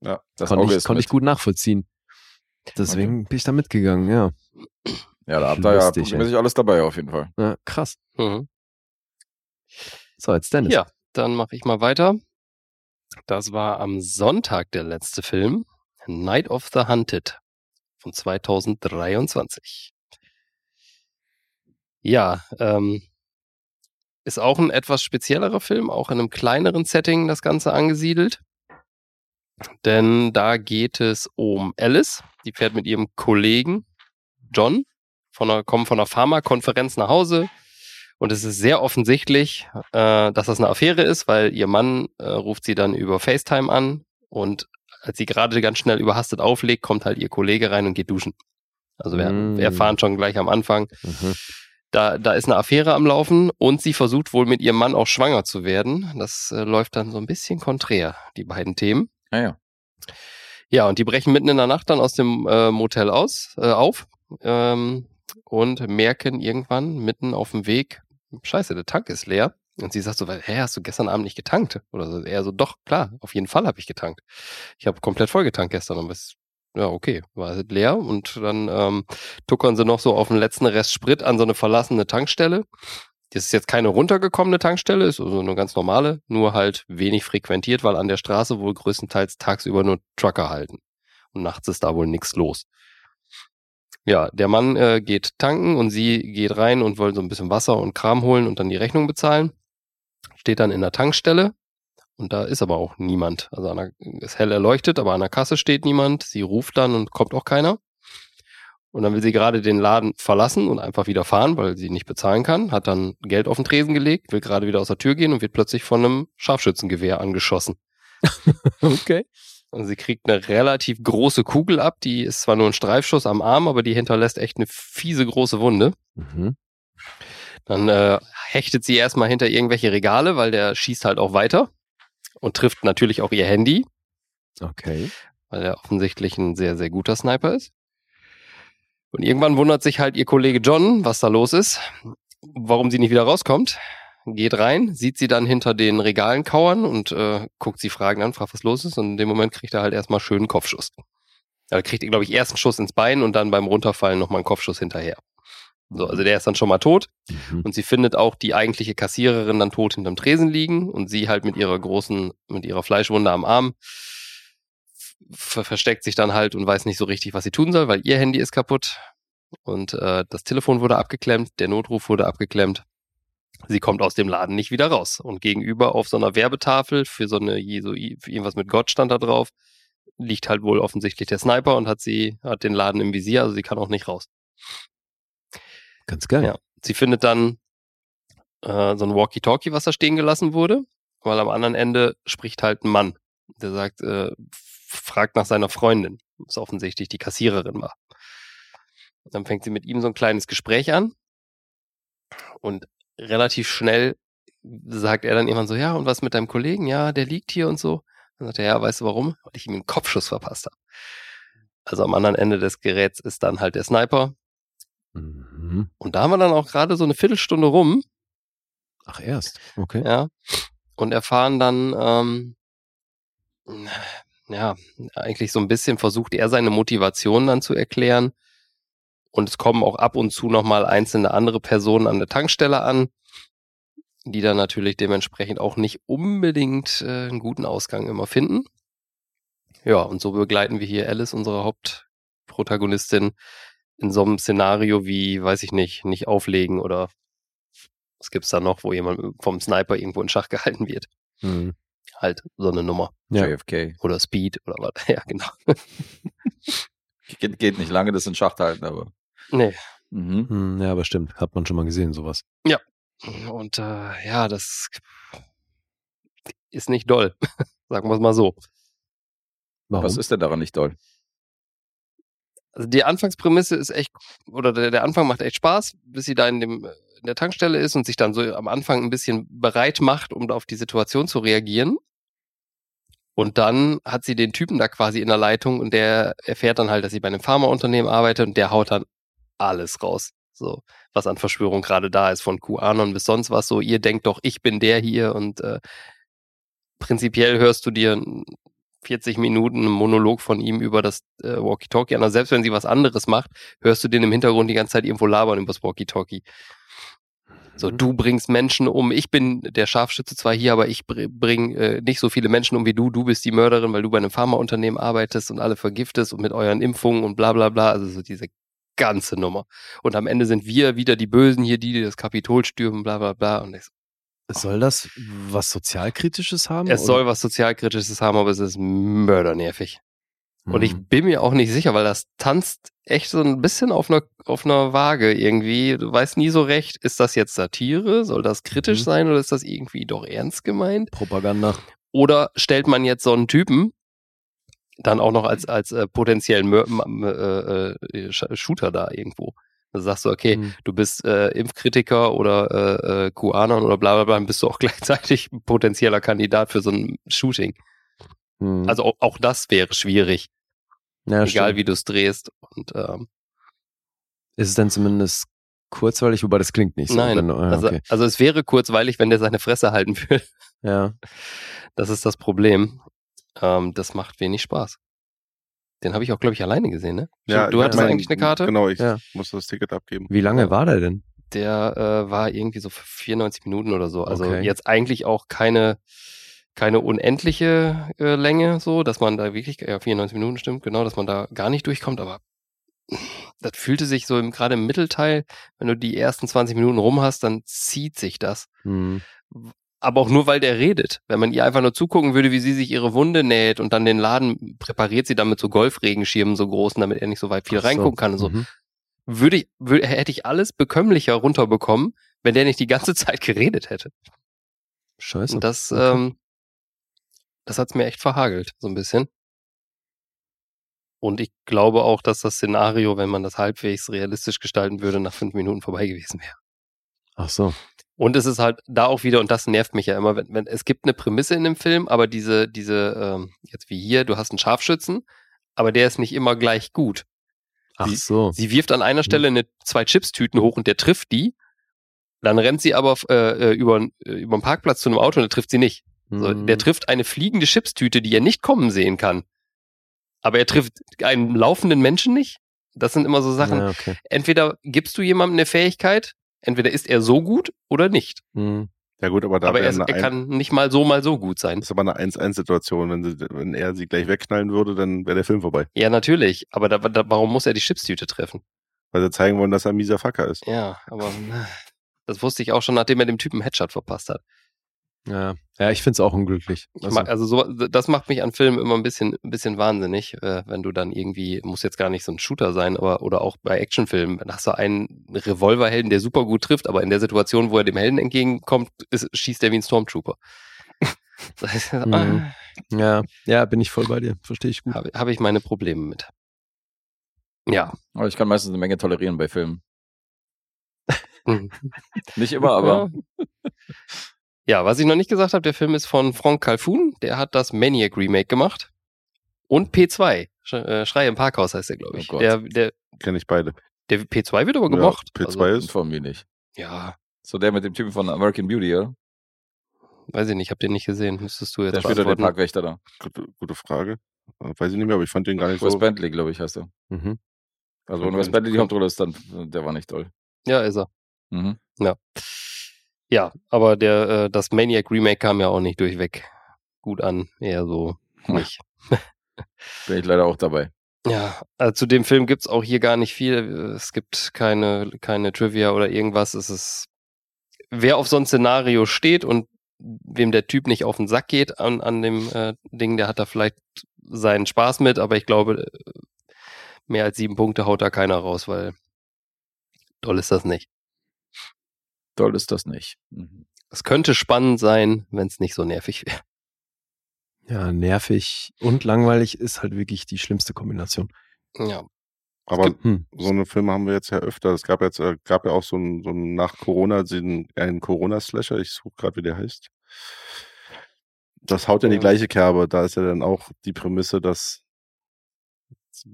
Ja,
das
Konnte
Auge
ich,
ist
konnte ich
mit.
gut nachvollziehen. Deswegen bin ich da mitgegangen, ja.
Ja, da habt ihr ja
Lustig,
problemmäßig alles dabei auf jeden Fall.
ja krass.
Mhm.
So, jetzt Dennis.
Ja, dann mache ich mal weiter. Das war am Sonntag der letzte Film, Night of the Hunted von 2023. Ja, ähm, ist auch ein etwas speziellerer Film, auch in einem kleineren Setting das Ganze angesiedelt. Denn da geht es um Alice, die fährt mit ihrem Kollegen John, von einer, kommen von einer Pharmakonferenz nach Hause und es ist sehr offensichtlich, äh, dass das eine Affäre ist, weil ihr Mann äh, ruft sie dann über FaceTime an und als sie gerade ganz schnell überhastet auflegt, kommt halt ihr Kollege rein und geht duschen. Also wir,
Mm.
wir erfahren schon gleich am Anfang,
Mhm.
da, da ist eine Affäre am Laufen und sie versucht wohl mit ihrem Mann auch schwanger zu werden. Das äh, läuft dann so ein bisschen konträr, die beiden Themen.
Ah ja.
Ja, und die brechen mitten in der Nacht dann aus dem äh, Motel aus, äh, auf ähm, und merken irgendwann mitten auf dem Weg, scheiße, der Tank ist leer. Und sie sagt so, hä, hast du gestern Abend nicht getankt? Oder so, er so, doch, klar, auf jeden Fall habe ich getankt. Ich habe komplett voll getankt gestern, aber es, ja, okay, war halt leer und dann ähm, tuckern sie noch so auf den letzten Rest Sprit an so eine verlassene Tankstelle. Das ist jetzt keine runtergekommene Tankstelle, ist also eine ganz normale, nur halt wenig frequentiert, weil an der Straße wohl größtenteils tagsüber nur Trucker halten. Und nachts ist da wohl nichts los. Ja, der Mann äh, geht tanken und sie geht rein und will so ein bisschen Wasser und Kram holen und dann die Rechnung bezahlen. Steht dann in der Tankstelle und da ist aber auch niemand. Also an der, ist hell erleuchtet, aber an der Kasse steht niemand. Sie ruft dann und kommt auch keiner. Und dann will sie gerade den Laden verlassen und einfach wieder fahren, weil sie nicht bezahlen kann. Hat dann Geld auf den Tresen gelegt, will gerade wieder aus der Tür gehen und wird plötzlich von einem Scharfschützengewehr angeschossen.
Okay.
Und sie kriegt eine relativ große Kugel ab. Die ist zwar nur ein Streifschuss am Arm, aber die hinterlässt echt eine fiese große Wunde.
Mhm.
Dann äh, hechtet sie erstmal hinter irgendwelche Regale, weil der schießt halt auch weiter und trifft natürlich auch ihr Handy.
Okay.
weil er offensichtlich ein sehr, sehr guter Sniper ist. Und irgendwann wundert sich halt ihr Kollege John, was da los ist, warum sie nicht wieder rauskommt. Geht rein, sieht sie dann hinter den Regalen kauern und äh, guckt sie Fragen an, fragt, was los ist. Und in dem Moment kriegt er halt erstmal schönen Kopfschuss. Er kriegt, glaube ich, erst einen Schuss ins Bein und dann beim Runterfallen nochmal einen Kopfschuss hinterher. So, also der ist dann schon mal tot.
Mhm.
Und sie findet auch die eigentliche Kassiererin dann tot hinterm Tresen liegen und sie halt mit ihrer großen, mit ihrer Fleischwunde am Arm ver versteckt sich dann halt und weiß nicht so richtig, was sie tun soll, weil ihr Handy ist kaputt und äh, das Telefon wurde abgeklemmt, der Notruf wurde abgeklemmt. Sie kommt aus dem Laden nicht wieder raus. Und gegenüber auf so einer Werbetafel für so eine Jesu, für irgendwas mit Gott stand da drauf, liegt halt wohl offensichtlich der Sniper und hat sie, hat den Laden im Visier, also sie kann auch nicht raus.
Ganz geil.
Ja. Sie findet dann äh, so ein Walkie-Talkie, was da stehen gelassen wurde, weil am anderen Ende spricht halt ein Mann, der sagt, äh, f- fragt nach seiner Freundin, was offensichtlich die Kassiererin war. Dann fängt sie mit ihm so ein kleines Gespräch an und relativ schnell sagt er dann irgendwann so, ja, und was mit deinem Kollegen? Ja, der liegt hier und so. Dann sagt er, ja, weißt du warum? Weil ich ihm einen Kopfschuss verpasst habe. Also am anderen Ende des Geräts ist dann halt der Sniper.
Mhm.
Und da haben wir dann auch gerade so eine Viertelstunde rum,
Ach, erst. Okay.
ja, und erfahren dann, ähm, ja, eigentlich so ein bisschen versucht er seine Motivation dann zu erklären. Und es kommen auch ab und zu nochmal einzelne andere Personen an der Tankstelle an, die dann natürlich dementsprechend auch nicht unbedingt äh, einen guten Ausgang immer finden. Ja, und so begleiten wir hier Alice, unsere Hauptprotagonistin, in so einem Szenario wie, weiß ich nicht, nicht auflegen oder was gibt's da noch, wo jemand vom Sniper irgendwo in Schach gehalten wird.
Mhm.
Halt so eine Nummer.
Ja.
JFK.
Oder Speed oder was. Ja, genau.
Geht, geht nicht lange, das in Schacht halten, aber.
Nee.
Mhm.
Hm, ja, aber stimmt. Hat man schon mal gesehen, sowas.
Und äh, ja, das ist nicht doll. Sagen wir es mal so.
Warum?
Was ist denn daran nicht doll?
Also die Anfangsprämisse ist echt, oder der, der Anfang macht echt Spaß, bis sie da in, dem, äh, in der Tankstelle ist und sich dann so am Anfang ein bisschen bereit macht, um auf die Situation zu reagieren. Und dann hat sie den Typen da quasi in der Leitung und der erfährt dann halt, dass sie bei einem Pharmaunternehmen arbeitet und der haut dann alles raus. So, was an Verschwörung gerade da ist, von QAnon bis sonst was. So, ihr denkt doch, ich bin der hier und äh, prinzipiell hörst du dir 40 Minuten einen Monolog von ihm über das äh, Walkie-Talkie an. Also selbst wenn sie was anderes macht, hörst du den im Hintergrund die ganze Zeit irgendwo labern über das Walkie-Talkie. So, du bringst Menschen um. Ich bin der Scharfschütze zwar hier, aber ich br- bring äh, nicht so viele Menschen um wie du. Du bist die Mörderin, weil du bei einem Pharmaunternehmen arbeitest und alle vergiftest und mit euren Impfungen und bla bla bla. Also so diese ganze Nummer. Und am Ende sind wir wieder die Bösen hier, die, die das Kapitol stürmen, bla bla bla. Und ich so,
Soll das was Sozialkritisches haben?
es
oder?
soll was Sozialkritisches haben, aber es ist mördernervig. Und ich
Hm.
bin mir auch nicht sicher, weil das tanzt echt so ein bisschen auf einer, auf einer Waage irgendwie. Du weißt nie so recht, ist das jetzt Satire? Soll das kritisch
Mhm.
sein oder ist das irgendwie doch ernst gemeint?
Propaganda.
Oder stellt man jetzt so einen Typen dann auch noch als, als äh, potenziellen Mör m- äh, äh, Sch- Shooter da irgendwo? Dann sagst du, okay,
Hm.
du bist äh, Impfkritiker oder äh, äh, QAnon oder bla bla bla, dann bist du auch gleichzeitig ein potenzieller Kandidat für so ein Shooting.
Hm.
Also auch, auch das wäre schwierig
ja,
egal
stimmt.
wie du es drehst. Und ähm,
Ist es denn zumindest kurzweilig, wobei das klingt nicht so.
nein,
Wenn, ah,
also,
okay.
also es wäre kurzweilig, wenn der seine Fresse halten würde.
ja.
Das ist das Problem. Ähm, das macht wenig Spaß. Den habe ich auch, glaube ich, alleine gesehen, ne? du
ich hab
hattest
mein-
eigentlich eine Karte.
Genau, ich
Ja.
musste das Ticket abgeben.
Wie lange war der denn?
Der äh, war irgendwie so 94 Minuten oder so. Also
Okay.
jetzt eigentlich auch keine, keine unendliche äh, Länge, so, dass man da wirklich, ja, 94 Minuten stimmt, genau, dass man da gar nicht durchkommt, aber das fühlte sich so im, gerade im Mittelteil, wenn du die ersten 20 Minuten rum hast, dann zieht sich das.
Hm.
aber auch nur, weil der redet. Wenn man ihr einfach nur zugucken würde, wie sie sich ihre Wunde näht und dann den Laden präpariert sie dann mit so Golfregenschirmen so großen, damit er nicht so weit viel
Ach
reingucken kann und so.
Mhm.
Würde ich, würde, hätte ich alles bekömmlicher runterbekommen, wenn der nicht die ganze Zeit geredet hätte.
Scheiße.
Und das,
okay.
ähm, das hat's mir echt verhagelt, so ein bisschen. Und ich glaube auch, dass das Szenario, wenn man das halbwegs realistisch gestalten würde, nach fünf Minuten vorbei gewesen wäre.
Ach so.
Und es ist halt da auch wieder, und das nervt mich ja immer, wenn, wenn es gibt eine Prämisse in dem Film, aber diese, diese, ähm, jetzt wie hier, du hast einen Scharfschützen, aber der ist nicht immer gleich gut.
Ach
Sie-
so. Hm.
Sie wirft an einer Stelle eine, zwei Chipstüten hoch und der trifft die, dann rennt sie aber äh, äh, über, äh, über den Parkplatz zu einem Auto und der trifft sie nicht. So,
Hm.
Der trifft eine fliegende Chipstüte, die er nicht kommen sehen kann. Aber er trifft einen laufenden Menschen nicht. Das sind immer so Sachen.
Ja, okay.
Entweder gibst du jemandem eine Fähigkeit, entweder ist er so gut oder nicht
Hm.
Ja gut, aber da
aber
wäre
er, ist,
eine
er
Ein-
kann nicht mal so, mal so gut sein.
ist aber eine 1-1-Situation. Wenn, sie- wenn er sie gleich wegknallen würde, dann wäre der Film vorbei.
Ja, natürlich. Aber da, da, warum muss er die Chipstüte treffen?
Weil sie zeigen wollen, dass er ein mieser Facker ist.
Ja, aber das wusste ich auch schon, nachdem er dem Typen Headshot verpasst hat.
Ja. ja, ich finde es auch unglücklich.
Ich
Also,
mag, also so, das macht mich an Filmen immer ein bisschen, ein bisschen wahnsinnig, äh, wenn du dann irgendwie, muss jetzt gar nicht so ein Shooter sein, aber oder auch bei Actionfilmen, dann hast du einen Revolverhelden, der super gut trifft, aber in der Situation, wo er dem Helden entgegenkommt, ist, schießt er wie ein Stormtrooper. Das ist- ah,
Mhm. ja, ja, bin ich voll bei dir. Verstehe ich gut.
Habe hab ich meine Probleme mit. Ja.
Aber ich kann meistens eine Menge tolerieren bei Filmen.
Mhm.
Nicht immer, aber
Ja. Ja, was ich noch nicht gesagt habe, der Film ist von Frank Calhoun. Der hat das Maniac Remake gemacht. Und P2. Sch äh, Schrei im Parkhaus heißt der, glaube
Oh
ich.
Gott.
der, der,
Kenne ich beide.
der P2 wird aber gemocht.
Ja, P2
Also,
ist
ist.
von mir nicht.
ja,
So der mit dem Typen von American Beauty, ja?
weiß ich nicht, hab den nicht gesehen. Müsstest du jetzt
Der spielt doch den
beantworten.
Parkwächter da.
Gute, gute Frage. Äh, Weiß ich nicht mehr, aber ich fand den gar nicht
Wes
so.
Bentley, glaube ich, heißt er.
Mhm.
Also wenn Wes Bentley die Hauptrolle ist, dann der war nicht toll.
Ja, ist er.
Mhm.
Ja, aber der, äh, das Maniac Remake kam ja auch nicht durchweg gut an. Eher so nicht.
Bin ich leider auch dabei.
Ja, äh, zu dem Film gibt's auch hier gar nicht viel. Es gibt keine, keine Trivia oder irgendwas. Es ist, wer auf so ein Szenario steht und wem der Typ nicht auf den Sack geht an, an dem äh, Ding, der hat da vielleicht seinen Spaß mit, aber ich glaube, äh, mehr als sieben Punkte haut da keiner raus, weil toll ist das nicht.
Toll ist das nicht. Mhm.
Es könnte spannend sein, wenn's nicht so nervig wäre.
Ja, nervig und langweilig ist halt wirklich die schlimmste Kombination.
Ja,
Aber
Hm.
so eine Filme haben wir jetzt ja öfter. Es gab jetzt, äh, gab ja auch so einen, so einen nach Corona, den, einen Corona-Slasher. Ich suche gerade, wie der heißt. Das haut in die
Ja.
gleiche Kerbe. Da ist ja dann auch die Prämisse, dass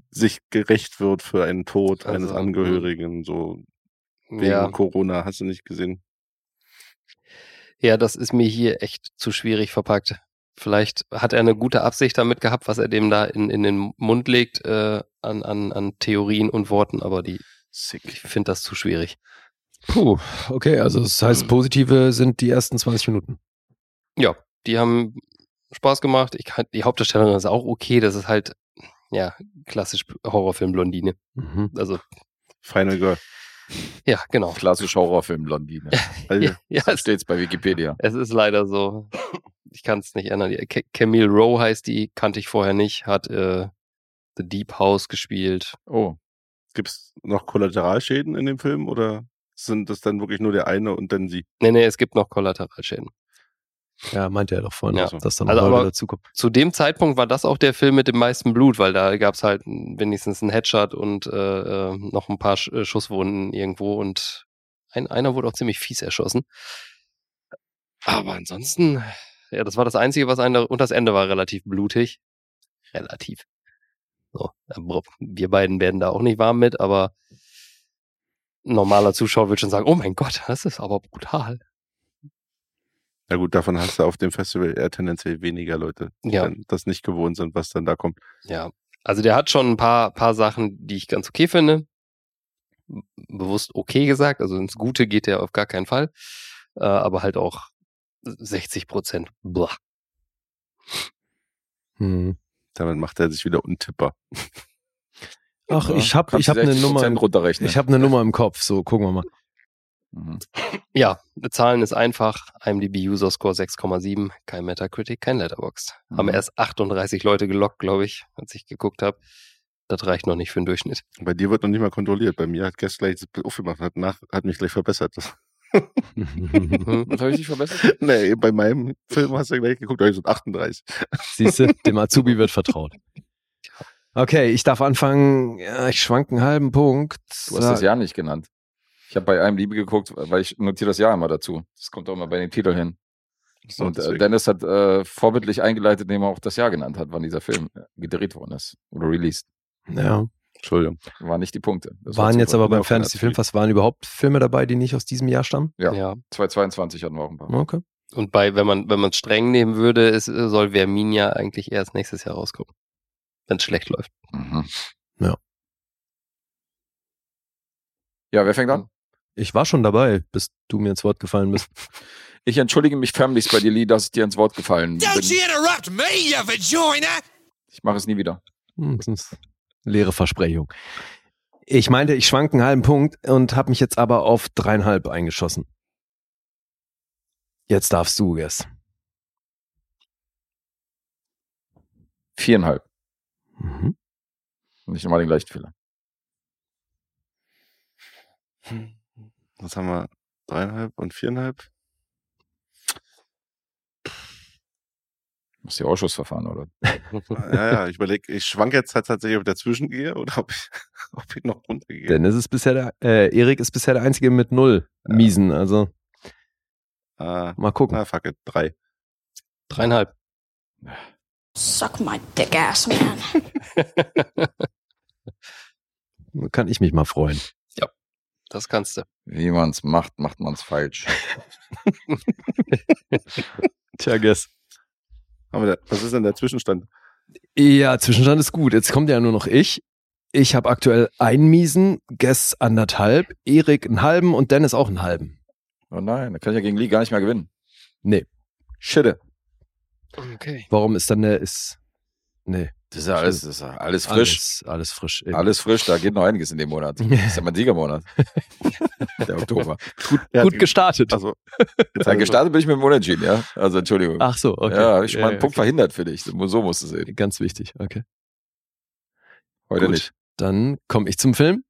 sich gerecht wird für einen Tod eines
Also,
Angehörigen. So wegen
ja.
Corona. Hast du nicht gesehen?
Ja, das ist mir hier echt zu schwierig verpackt. Vielleicht hat er eine gute Absicht damit gehabt, was er dem da in, in den Mund legt, äh, an, an, an Theorien und Worten, aber die, ich
Sick.
finde das zu schwierig.
Puh, okay, also das heißt, positive sind die ersten 20 Minuten.
Die haben Spaß gemacht. Ich, kann- die Hauptdarstellerin ist auch okay. Das ist halt, ja, klassisch Horrorfilm-Blondine.
Mhm.
Also,
Final Girl.
ja, genau.
Klassisch Horrorfilm Blondine.
Also,
Ja, ja es,
Steht's bei Wikipedia.
es ist leider so. Ich kann es nicht ändern. Die- Ca- Camille Rowe heißt die, kannte ich vorher nicht, hat äh, The Deep House gespielt.
Oh.
Gibt es noch Kollateralschäden in dem Film oder sind das dann wirklich nur der eine und dann sie?
Nee, nee, es gibt noch Kollateralschäden.
Ja, meinte er doch vorhin,
Ja.
dass dann
Also,
noch Leute
aber-
dazukommen.
Zu dem Zeitpunkt war das auch der Film mit dem meisten Blut, weil da gab es halt wenigstens einen Headshot und äh, äh, noch ein paar Sch äh, Schusswunden irgendwo und ein, einer wurde auch ziemlich fies erschossen. Aber ansonsten, ja, das war das Einzige, was einer, und das Ende war relativ blutig. Relativ. So, aber wir beiden werden da auch nicht warm mit, aber ein normaler Zuschauer wird schon sagen, oh mein Gott, das ist aber brutal.
Na gut, davon hast du auf dem Festival eher tendenziell weniger Leute, die
Ja.
dann das nicht gewohnt sind, was dann da kommt.
Ja, also der hat schon ein paar, paar Sachen, die ich ganz okay finde. B- Bewusst okay gesagt, also ins Gute geht der auf gar keinen Fall. Äh, aber halt auch 60 Prozent.
Hm.
Damit macht er sich wieder untippbar.
Ach,
Ja.
ich habe
ne? Kannst
ich hab eine
60%
Nummer. im-
runterrechnen.
Ich habe eine Nummer im Kopf, so gucken wir mal.
Mhm.
Ja, Zahlen ist einfach. IMDb User Score 6,7, kein Metacritic, kein Letterboxd. Haben
Mhm.
erst 38 Leute gelockt, glaube ich, als ich geguckt habe. Das reicht noch nicht für den Durchschnitt.
Bei dir wird noch nicht mal kontrolliert. Bei mir hat Guest gleich aufgemacht, hat, nach, hat mich gleich verbessert. Das,
Was habe ich nicht verbessert?
nee, bei meinem Film hast du gleich geguckt, da hab ich so 38.
Siehst du, dem Azubi wird vertraut. Okay, ich darf anfangen. Ja, ich schwank einen halben Punkt.
Du hast das
Sag-
Jahr nicht genannt. Ich habe bei einem Liebe geguckt, weil ich notiere das Jahr immer dazu. Das kommt auch immer bei den Titeln hin.
Oh,
So,
und äh,
deswegen.
Dennis hat äh, vorbildlich eingeleitet, indem er auch das Jahr genannt hat, wann dieser Film äh, gedreht worden ist oder released.
ja,
Entschuldigung.
Waren nicht die Punkte. Das war
waren jetzt
Zufall.
aber beim
Laufen
Fantasy Filmfest, waren überhaupt Filme dabei, die nicht aus diesem Jahr stammen?
Ja.
ja.
2022 hatten wir auch ein paar.
Okay.
Und bei, wenn man, wenn man streng nehmen würde, ist, äh, soll Verminia eigentlich erst nächstes Jahr rauskommen. Wenn es schlecht läuft.
Mhm.
Ja.
Ja, wer fängt an?
Ich war schon dabei, bis du mir ins Wort gefallen bist.
Ich entschuldige mich förmlich bei dir, Lee, dass ich dir ins Wort gefallen bin.
Don't you interrupt me, you vagina!
Ich mache es nie wieder.
Hm, das ist leere Versprechung. Ich meinte, ich schwank einen halben Punkt und habe mich jetzt aber auf dreieinhalb eingeschossen. Jetzt darfst du, Guess.
Viereinhalb.
Mhm.
Nicht nochmal den gleichen Fehler.
Hm.
Was haben wir? Dreieinhalb und viereinhalb?
Muss die Ausschussverfahren, oder?
Ah, Ja, ja, ich überlege, ich schwank jetzt halt tatsächlich, ob ich dazwischen gehe oder ob ich, ob ich noch runtergehe.
Dennis ist bisher der, äh, Erik ist bisher der Einzige mit null Miesen, also
Ah,
mal gucken.
na, fuck it, drei.
Dreieinhalb.
Suck my dick ass, man.
Kann ich mich mal freuen.
Das kannst du.
Wie man es macht, macht man es falsch.
Tja, Guess.
Haben wir da, was ist denn der Zwischenstand?
Ja, Zwischenstand ist gut. Jetzt kommt ja nur noch ich. Ich habe aktuell einen miesen, Guess anderthalb, Erik einen halben und Dennis auch einen halben.
Oh nein, da kann ich ja gegen Lee gar nicht mehr gewinnen.
Nee.
Schitte.
Okay.
Warum ist dann der ist. Nee.
Das ist ja alles, das ist ja alles frisch.
Alles, alles frisch. eben.
Alles. frisch, da geht noch einiges in dem Monat. Das ist ja mein Siegermonat. Der Oktober.
Ja,
Gut gestartet.
also,
Da gestartet bin ich mit dem Unentschieden, ja? Also Entschuldigung.
Ach so, Ah, okay.
Ja, hab ich schon mal einen
Ja,
Punkt verhindert für dich. So musst du
okay.
sehen.
Ganz wichtig, okay.
Heute
Gut.
nicht.
Dann komme ich zum Film.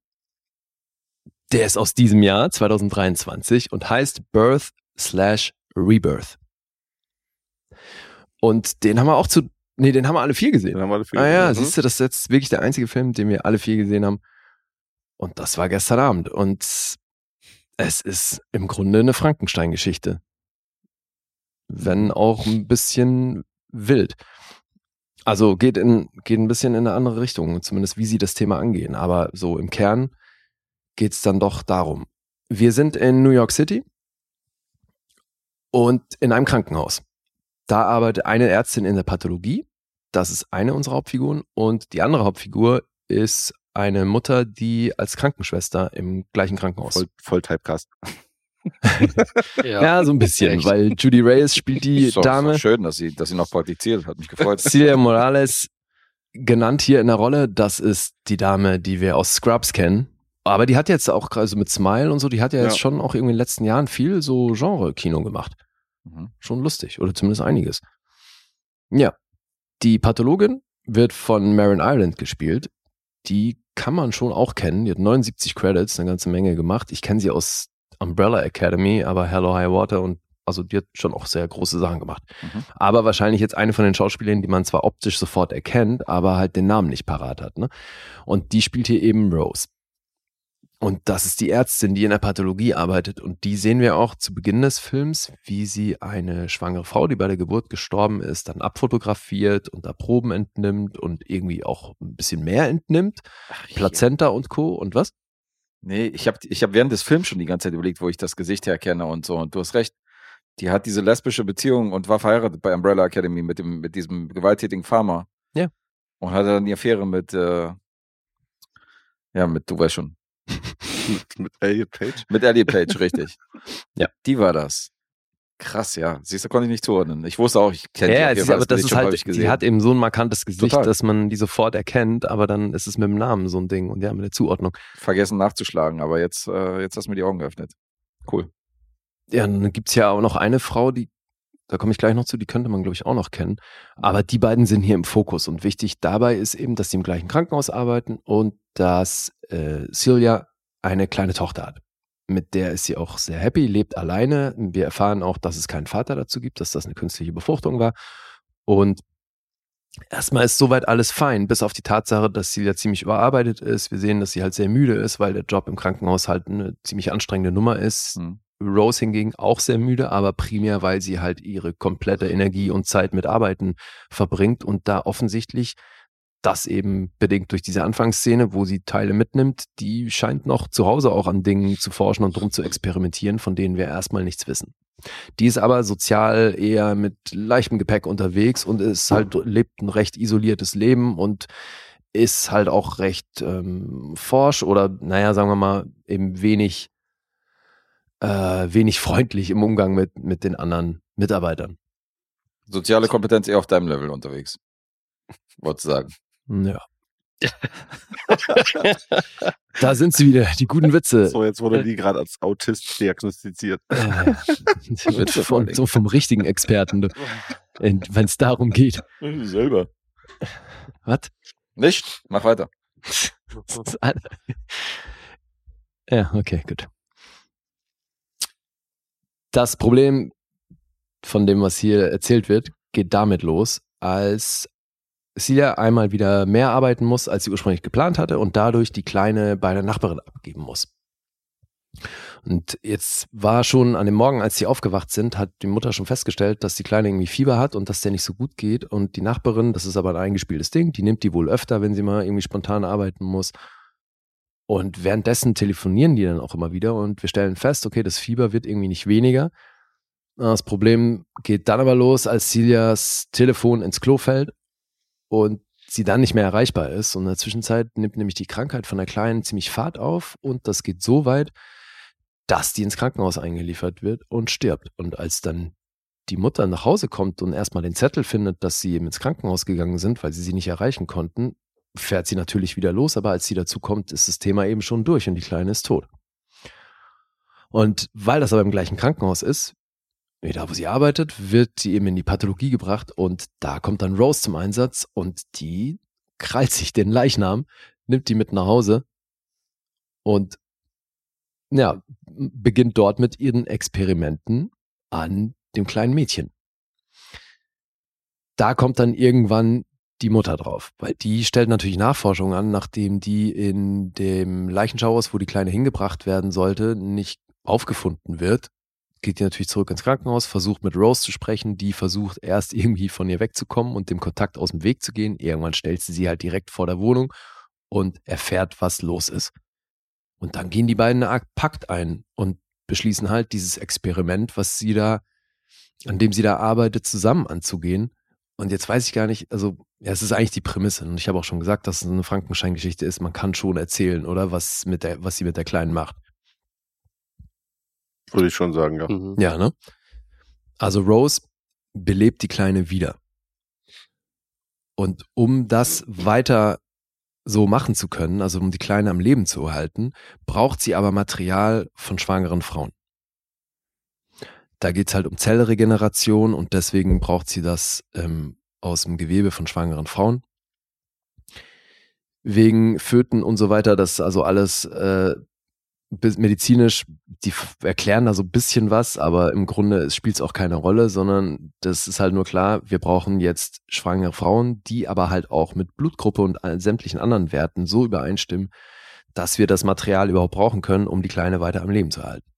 Der ist aus diesem Jahr, 2023, und heißt Birth slash Rebirth. Und den haben wir auch zu. Nee, den haben wir alle vier gesehen.
den haben wir dafür.
Ah ja,
Mhm.
siehst du, das ist jetzt wirklich der einzige Film, den wir alle vier gesehen haben. Und das war gestern Abend. Und es ist im Grunde eine Frankenstein-Geschichte. Wenn auch ein bisschen wild. Also geht, in, geht ein bisschen in eine andere Richtung, zumindest wie sie das Thema angehen. Aber so im Kern geht es dann doch darum. Wir sind in New York City und in einem Krankenhaus. Da arbeitet eine Ärztin in der Pathologie das ist eine unserer Hauptfiguren. Und die andere Hauptfigur ist eine Mutter, die als Krankenschwester im gleichen Krankenhaus.
Voll, voll Typecast.
ja. so ein bisschen,
Echt.
weil Judy Reyes spielt die
ist doch, Ist
Dame.
doch schön, dass sie, dass sie noch praktiziert. Hat mich gefreut.
Celia Morales, genannt hier in der Rolle, das ist die Dame, die wir aus Scrubs kennen. Aber die hat jetzt auch, also mit Smile und so, die hat ja, jetzt
Ja.
schon auch irgendwie in den letzten Jahren viel so Genre-Kino gemacht.
Mhm.
schon lustig oder zumindest einiges. Ja, die Pathologin wird von Marin Ireland gespielt. Die kann man schon auch kennen. Die hat 79 Credits, eine ganze Menge gemacht. Ich kenne sie aus Umbrella Academy, aber Hello High Water und also die hat schon auch sehr große Sachen gemacht.
Mhm.
Aber wahrscheinlich jetzt eine von den Schauspielerinnen, die man zwar optisch sofort erkennt, aber halt den Namen nicht parat hat. Ne? Und die spielt hier eben Rose. Und das ist die Ärztin, die in der Pathologie arbeitet. Und die sehen wir auch zu Beginn des Films, wie sie eine schwangere Frau, die bei der Geburt gestorben ist, dann abfotografiert und da Proben entnimmt und irgendwie auch ein bisschen mehr entnimmt. Plazenta und Co. Und was?
Nee, ich habe ich hab während des Films schon die ganze Zeit überlegt, wo ich das Gesicht herkenne und so. Und du hast recht. Die hat diese lesbische Beziehung und war verheiratet bei Umbrella Academy mit, dem, mit diesem gewalttätigen Farmer.
Ja.
Und hatte dann die Affäre mit, äh, ja, mit, du weißt schon,
mit, mit Elliot Page.
mit Ellie Page, richtig.
Ja.
Die war das. Krass, ja. Siehst du, konnte ich nicht zuordnen. Ich wusste auch, ich kenne
ja,
die.
es ist, aber das ist halt,
gesehen.
die hat eben so ein markantes Gesicht,
Total.
dass man die sofort erkennt, aber dann ist es mit dem Namen so ein Ding und ja, mit der Zuordnung.
vergessen nachzuschlagen, aber jetzt, äh, jetzt hast du mir die Augen geöffnet. Cool.
Ja, und dann gibt's ja auch noch eine Frau, die, da komme ich gleich noch zu, die könnte man, glaube ich, auch noch kennen. Aber die beiden sind hier im Fokus. Und wichtig dabei ist eben, dass sie im gleichen Krankenhaus arbeiten und dass äh, Celia eine kleine Tochter hat. Mit der ist sie auch sehr happy, lebt alleine. Wir erfahren auch, dass es keinen Vater dazu gibt, dass das eine künstliche Befruchtung war. Und erstmal ist soweit alles fein, bis auf die Tatsache, dass Celia ziemlich überarbeitet ist. Wir sehen, dass sie halt sehr müde ist, weil der Job im Krankenhaus halt eine ziemlich anstrengende Nummer ist.
Hm.
Rose hingegen auch sehr müde, aber primär, weil sie halt ihre komplette Energie und Zeit mit Arbeiten verbringt und da offensichtlich das eben bedingt durch diese Anfangsszene, wo sie Teile mitnimmt, die scheint noch zu Hause auch an Dingen zu forschen und drum zu experimentieren, von denen wir erstmal nichts wissen. Die ist aber sozial eher mit leichtem Gepäck unterwegs und ist halt, lebt ein recht isoliertes Leben und ist halt auch recht ähm, forsch oder, naja, sagen wir mal, eben wenig, äh, wenig freundlich im Umgang mit, mit den anderen Mitarbeitern.
Soziale Kompetenz eher auf deinem Level unterwegs. Wollte sagen.
Hm, Ja. da sind sie wieder, die guten Witze.
So, jetzt wurde die gerade als Autist diagnostiziert.
Äh, wird von, so vom richtigen Experten, wenn es darum geht.
Mhm, Selber.
Was?
Nicht? Mach weiter.
Das ist alle- ja, okay, gut. Das Problem von dem, was hier erzählt wird, geht damit los, als Celia einmal wieder mehr arbeiten muss, als sie ursprünglich geplant hatte und dadurch die Kleine bei der Nachbarin abgeben muss. Und jetzt war schon an dem Morgen, als sie aufgewacht sind, hat die Mutter schon festgestellt, dass die Kleine irgendwie Fieber hat und dass der nicht so gut geht. Und die Nachbarin, das ist aber ein eingespieltes Ding, die nimmt die wohl öfter, wenn sie mal irgendwie spontan arbeiten muss. Und währenddessen telefonieren die dann auch immer wieder und wir stellen fest, okay, das Fieber wird irgendwie nicht weniger. Das Problem geht dann aber los, als Celias Telefon ins Klo fällt und sie dann nicht mehr erreichbar ist. Und in der Zwischenzeit nimmt nämlich die Krankheit von der Kleinen ziemlich Fahrt auf und das geht so weit, dass die ins Krankenhaus eingeliefert wird und stirbt. Und als dann die Mutter nach Hause kommt und erstmal den Zettel findet, dass sie eben ins Krankenhaus gegangen sind, weil sie sie nicht erreichen konnten, fährt sie natürlich wieder los, aber als sie dazu kommt, ist das Thema eben schon durch und die Kleine ist tot. Und weil das aber im gleichen Krankenhaus ist, wie da wo sie arbeitet, wird sie eben in die Pathologie gebracht und da kommt dann Rose zum Einsatz und die krallt sich den Leichnam, nimmt die mit nach Hause und ja, beginnt dort mit ihren Experimenten an dem kleinen Mädchen. Da kommt dann irgendwann die Mutter drauf, weil die stellt natürlich Nachforschungen an, nachdem die in dem Leichenschauhaus, wo die Kleine hingebracht werden sollte, nicht aufgefunden wird, geht die natürlich zurück ins Krankenhaus, versucht mit Rose zu sprechen, die versucht erst irgendwie von ihr wegzukommen und dem Kontakt aus dem Weg zu gehen. Irgendwann stellt sie sie halt direkt vor der Wohnung und erfährt, was los ist. Und dann gehen die beiden eine Art Pakt ein und beschließen halt dieses Experiment, was sie da, an dem sie da arbeitet, zusammen anzugehen. Und jetzt weiß ich gar nicht, also ja, es ist eigentlich die Prämisse. Und ich habe auch schon gesagt, dass es eine Frankenstein-Geschichte ist. Man kann schon erzählen, oder was mit der, was sie mit der Kleinen macht.
Würde ich schon sagen, ja.
Mhm.
Ja, ne? Also Rose belebt die Kleine wieder. Und um das weiter so machen zu können, also um die Kleine am Leben zu erhalten, braucht sie aber Material von schwangeren Frauen. Da geht's halt um Zellregeneration und deswegen braucht sie das ähm, aus dem Gewebe von schwangeren Frauen. Wegen Föten und so weiter, das ist also alles äh, bis- medizinisch, die f- erklären da so ein bisschen was, aber im Grunde spielt es auch keine Rolle, sondern das ist halt nur klar, wir brauchen jetzt schwangere Frauen, die aber halt auch mit Blutgruppe und all- sämtlichen anderen Werten so übereinstimmen, dass wir das Material überhaupt brauchen können, um die Kleine weiter am Leben zu erhalten.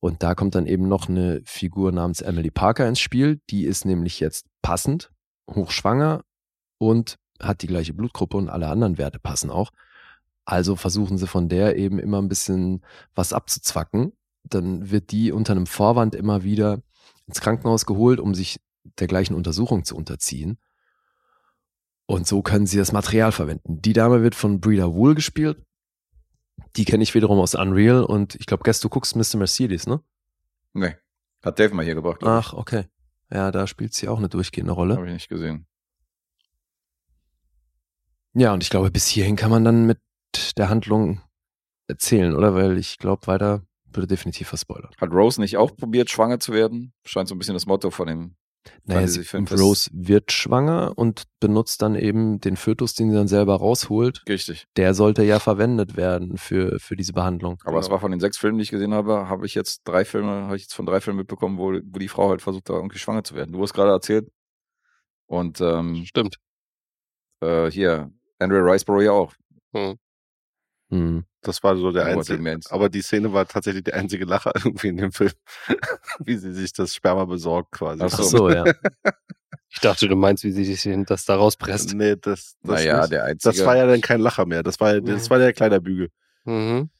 Und da kommt dann eben noch eine Figur namens Emily Parker ins Spiel, die ist nämlich jetzt passend, hochschwanger und hat die gleiche Blutgruppe und alle anderen Werte passen auch. Also versuchen sie von der eben immer ein bisschen was abzuzwacken. Dann wird die unter einem Vorwand immer wieder ins Krankenhaus geholt, um sich der gleichen Untersuchung zu unterziehen. Und so können sie das Material verwenden. Die Dame wird von Breeder Wool gespielt. Die kenne ich wiederum aus Unreal und ich glaube, Guess, du guckst Mr. Mercedes, ne?
Nee. Hat Dave mal hier gebracht. glaub
Ach, ne? okay. Ja, da spielt sie auch eine durchgehende
ich.
Rolle.
Habe ich nicht gesehen.
Ja, und ich glaube, bis hierhin kann man dann mit der Handlung erzählen, oder? Weil ich glaube, weiter würde definitiv verspoilert.
Hat Rose nicht auch probiert, schwanger zu werden? Scheint so ein bisschen das Motto von dem.
Naja,
Fantasy
sie,
Film ist-
Rose wird schwanger und benutzt dann eben den Fötus, den sie dann selber rausholt.
Richtig.
Der sollte ja verwendet werden für, für diese Behandlung.
Aber es war von den sechs Filmen, die ich gesehen habe, habe ich jetzt drei Filme, habe ich jetzt von drei Filmen mitbekommen, wo, wo die Frau halt versucht, da irgendwie schwanger zu werden. Du hast gerade erzählt. Und ähm,
Stimmt.
äh, hier, Andrea Riceborough ja auch.
Hm.
Das war so Oh, der
Robert
einzige.
Eggmans.
Aber die Szene war tatsächlich der einzige Lacher irgendwie in dem Film, wie sie sich das Sperma besorgt quasi.
Ach
Ach
so.
so, ja.
Ich dachte, du meinst, wie sie sich denn das da rauspresst.
Nee, das, das,
Naja,
nicht.
der einzige.
das war ja dann kein Lacher mehr. Das war, das war der Kleiderbügel.
Ähm.
Mhm.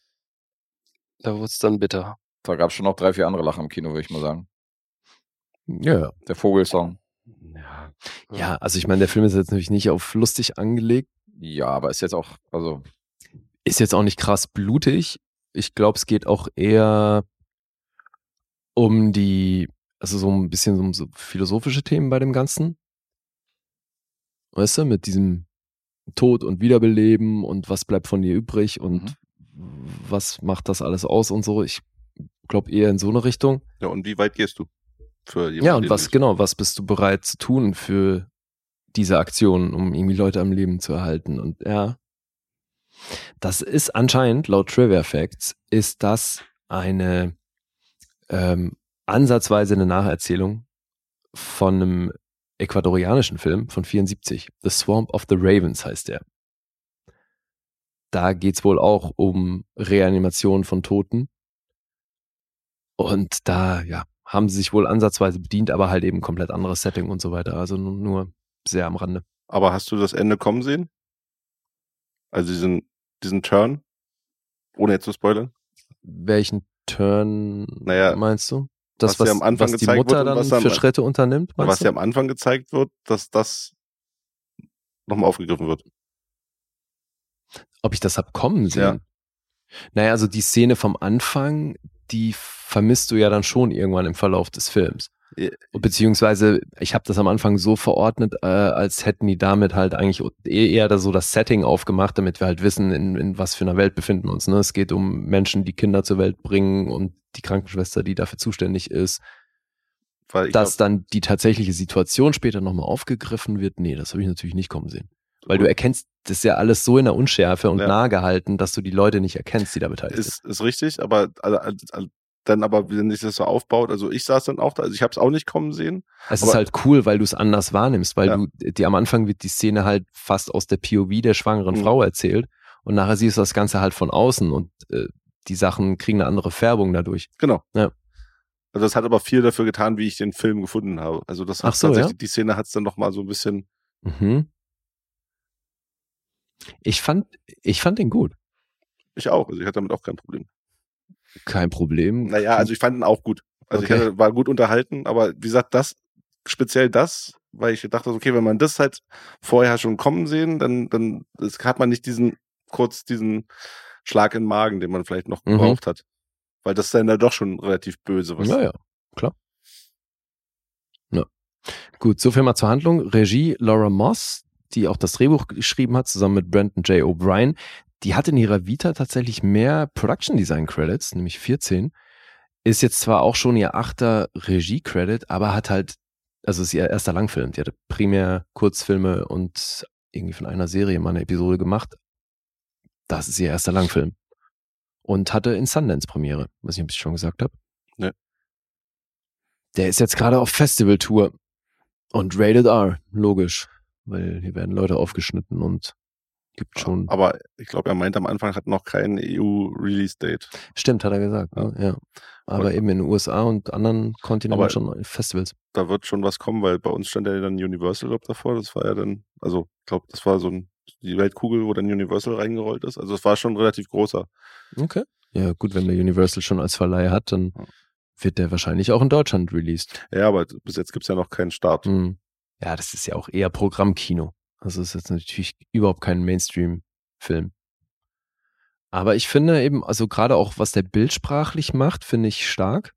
Da wurde es dann bitter.
Da gab es schon noch drei, vier andere Lachen im Kino, würde ich mal sagen.
ja, ja.
Der Vogelsong.
Ja.
Ja, also ich meine, der Film ist jetzt natürlich nicht auf lustig angelegt.
Ja, aber ist jetzt auch, also,
ist jetzt auch nicht krass blutig. Ich glaube, es geht auch eher um die, also so ein bisschen um so philosophische Themen bei dem Ganzen. Weißt du, mit diesem Tod und Wiederbeleben und was bleibt von dir übrig und was macht das alles aus und so. Ich glaube eher in so eine Richtung.
ja, und wie weit gehst du? Für jemanden,
Ja, und
den
was
du-
genau, was bist du bereit zu tun für diese Aktion, um irgendwie Leute am Leben zu erhalten? Und ja, das ist anscheinend, laut Trivia Facts, ist das eine ähm, ansatzweise eine Nacherzählung von einem ecuadorianischen Film von 74. The Swamp of the Ravens heißt der. Da geht's wohl auch um Reanimation von Toten. Und da, ja, haben sie sich wohl ansatzweise bedient, aber halt eben komplett anderes Setting und so weiter. Also nur, nur sehr am Rande.
Aber hast du das Ende kommen sehen? Also diesen, diesen Turn? Ohne jetzt zu spoilern?
Welchen Turn
Naja,
meinst du? Das,
was dir am Anfang
was die
gezeigt
Mutter
wird und
dann
was am-
für Schritte unternimmt?
was
Meinst
ja
du?
am Anfang gezeigt wird, dass das nochmal aufgegriffen wird.
Ob ich das hab kommen sehen? Naja, also die Szene vom Anfang, die vermisst du ja dann schon irgendwann im Verlauf des Films.
Ja.
Beziehungsweise, ich habe das am Anfang so verordnet, äh, als hätten die damit halt eigentlich eh- eher da so das Setting aufgemacht, damit wir halt wissen, in, in was für einer Welt befinden wir uns. Ne? Es geht um Menschen, die Kinder zur Welt bringen und die Krankenschwester, die dafür zuständig ist.
Weil ich
Dass
glaub,
dann die tatsächliche Situation später nochmal aufgegriffen wird, nee, das habe ich natürlich nicht kommen sehen. Weil du erkennst das ist ja alles so in der Unschärfe und
Ja.
nah gehalten, dass du die Leute nicht erkennst, die da beteiligt sind.
ist, ist richtig, aber also, also, dann aber, wenn sich das so aufbaut, also ich saß dann auch da, also ich habe es auch nicht kommen sehen.
Es ist
Aber-
halt cool, weil du es anders wahrnimmst, weil
Ja.
du die am Anfang wird die Szene halt fast aus der POV der schwangeren
Mhm.
Frau erzählt und nachher siehst du das Ganze halt von außen und äh, die Sachen kriegen eine andere Färbung dadurch.
Genau.
Ja.
Also das hat aber viel dafür getan, wie ich den Film gefunden habe. Also das
Ach
hat
so,
tatsächlich,
ja?
die Szene hat es dann nochmal so ein bisschen,
Mhm. Ich fand, ich fand den gut.
ich auch, also ich hatte damit auch kein Problem.
Kein Problem.
Naja, also ich fand ihn auch gut.
Hm.
Also
Okay.
ich hatte, war gut unterhalten, aber wie gesagt, das, speziell das, weil ich gedacht habe, okay, wenn man das halt vorher schon kommen sehen, dann, dann es hat man nicht diesen, kurz diesen Schlag in den Magen, den man vielleicht noch
Mhm.
gebraucht hat. Weil das ist dann da doch schon relativ böse. Was,
Ja, ja, klar. Ja. Gut, soviel mal zur Handlung. Regie Laura Moss, die auch das Drehbuch geschrieben hat, zusammen mit Brandon J. O'Brien, die hat in ihrer Vita tatsächlich mehr Production Design Credits, nämlich 14. Ist jetzt zwar auch schon ihr achter Regie-Credit, aber hat halt, also ist ihr erster Langfilm. Die hatte primär Kurzfilme und irgendwie von einer Serie mal eine Episode gemacht. Das ist ihr erster Langfilm. Und hatte in Sundance Premiere. Weiß nicht, ob ich schon gesagt habe. Ne. Der ist jetzt gerade auf Festivaltour und rated R, logisch, weil hier werden Leute aufgeschnitten und gibt schon.
Aber ich glaube, er meinte am Anfang, hat noch kein E EU-Release-Date.
Stimmt, hat er gesagt. Ja. Ne? ja. Aber
Und-
eben in den USA und anderen Kontinenten
Aber-
schon Festivals.
Da wird schon was kommen, weil bei uns stand ja dann Universal glaub, davor. Das war ja dann, also ich glaube, das war so ein, die Weltkugel, wo dann Universal reingerollt ist. Also es war schon ein relativ großer.
Okay. Ja, gut, wenn der Universal schon als Verleih hat, dann wird der wahrscheinlich auch in Deutschland released.
Ja, aber bis jetzt gibt's ja noch keinen Start.
Hm. Ja, das ist ja auch eher Programmkino. Also ist jetzt natürlich überhaupt kein Mainstream-Film. Aber ich finde eben, also gerade auch, was der bildsprachlich macht, finde ich stark.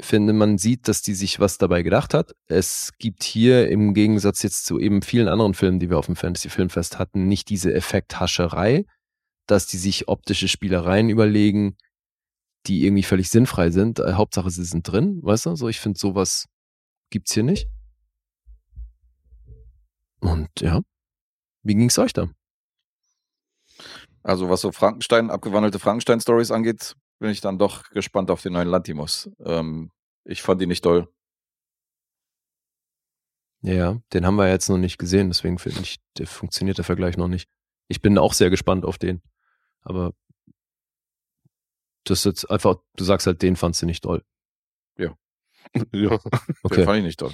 Finde, man sieht, dass die sich was dabei gedacht hat. Es gibt hier im Gegensatz jetzt zu eben vielen anderen Filmen, die wir auf dem Fantasy-Filmfest hatten, nicht diese Effekthascherei, dass die sich optische Spielereien überlegen, die irgendwie völlig sinnfrei sind. Äh, Hauptsache, sie sind drin, weißt du? So, ich finde, sowas gibt's hier nicht. Und ja, wie ging's euch da?
Also was so Frankenstein, abgewandelte Frankenstein-Stories angeht, bin ich dann doch gespannt auf den neuen Lantimos. Ähm, ich fand ihn nicht doll.
Ja, den haben wir jetzt noch nicht gesehen, deswegen finde ich, der funktioniert der Vergleich noch nicht. Ich bin auch sehr gespannt auf den. Aber das ist jetzt einfach, du sagst halt, den fandst du nicht doll.
ja.
Den
Okay.
fand ich nicht doll.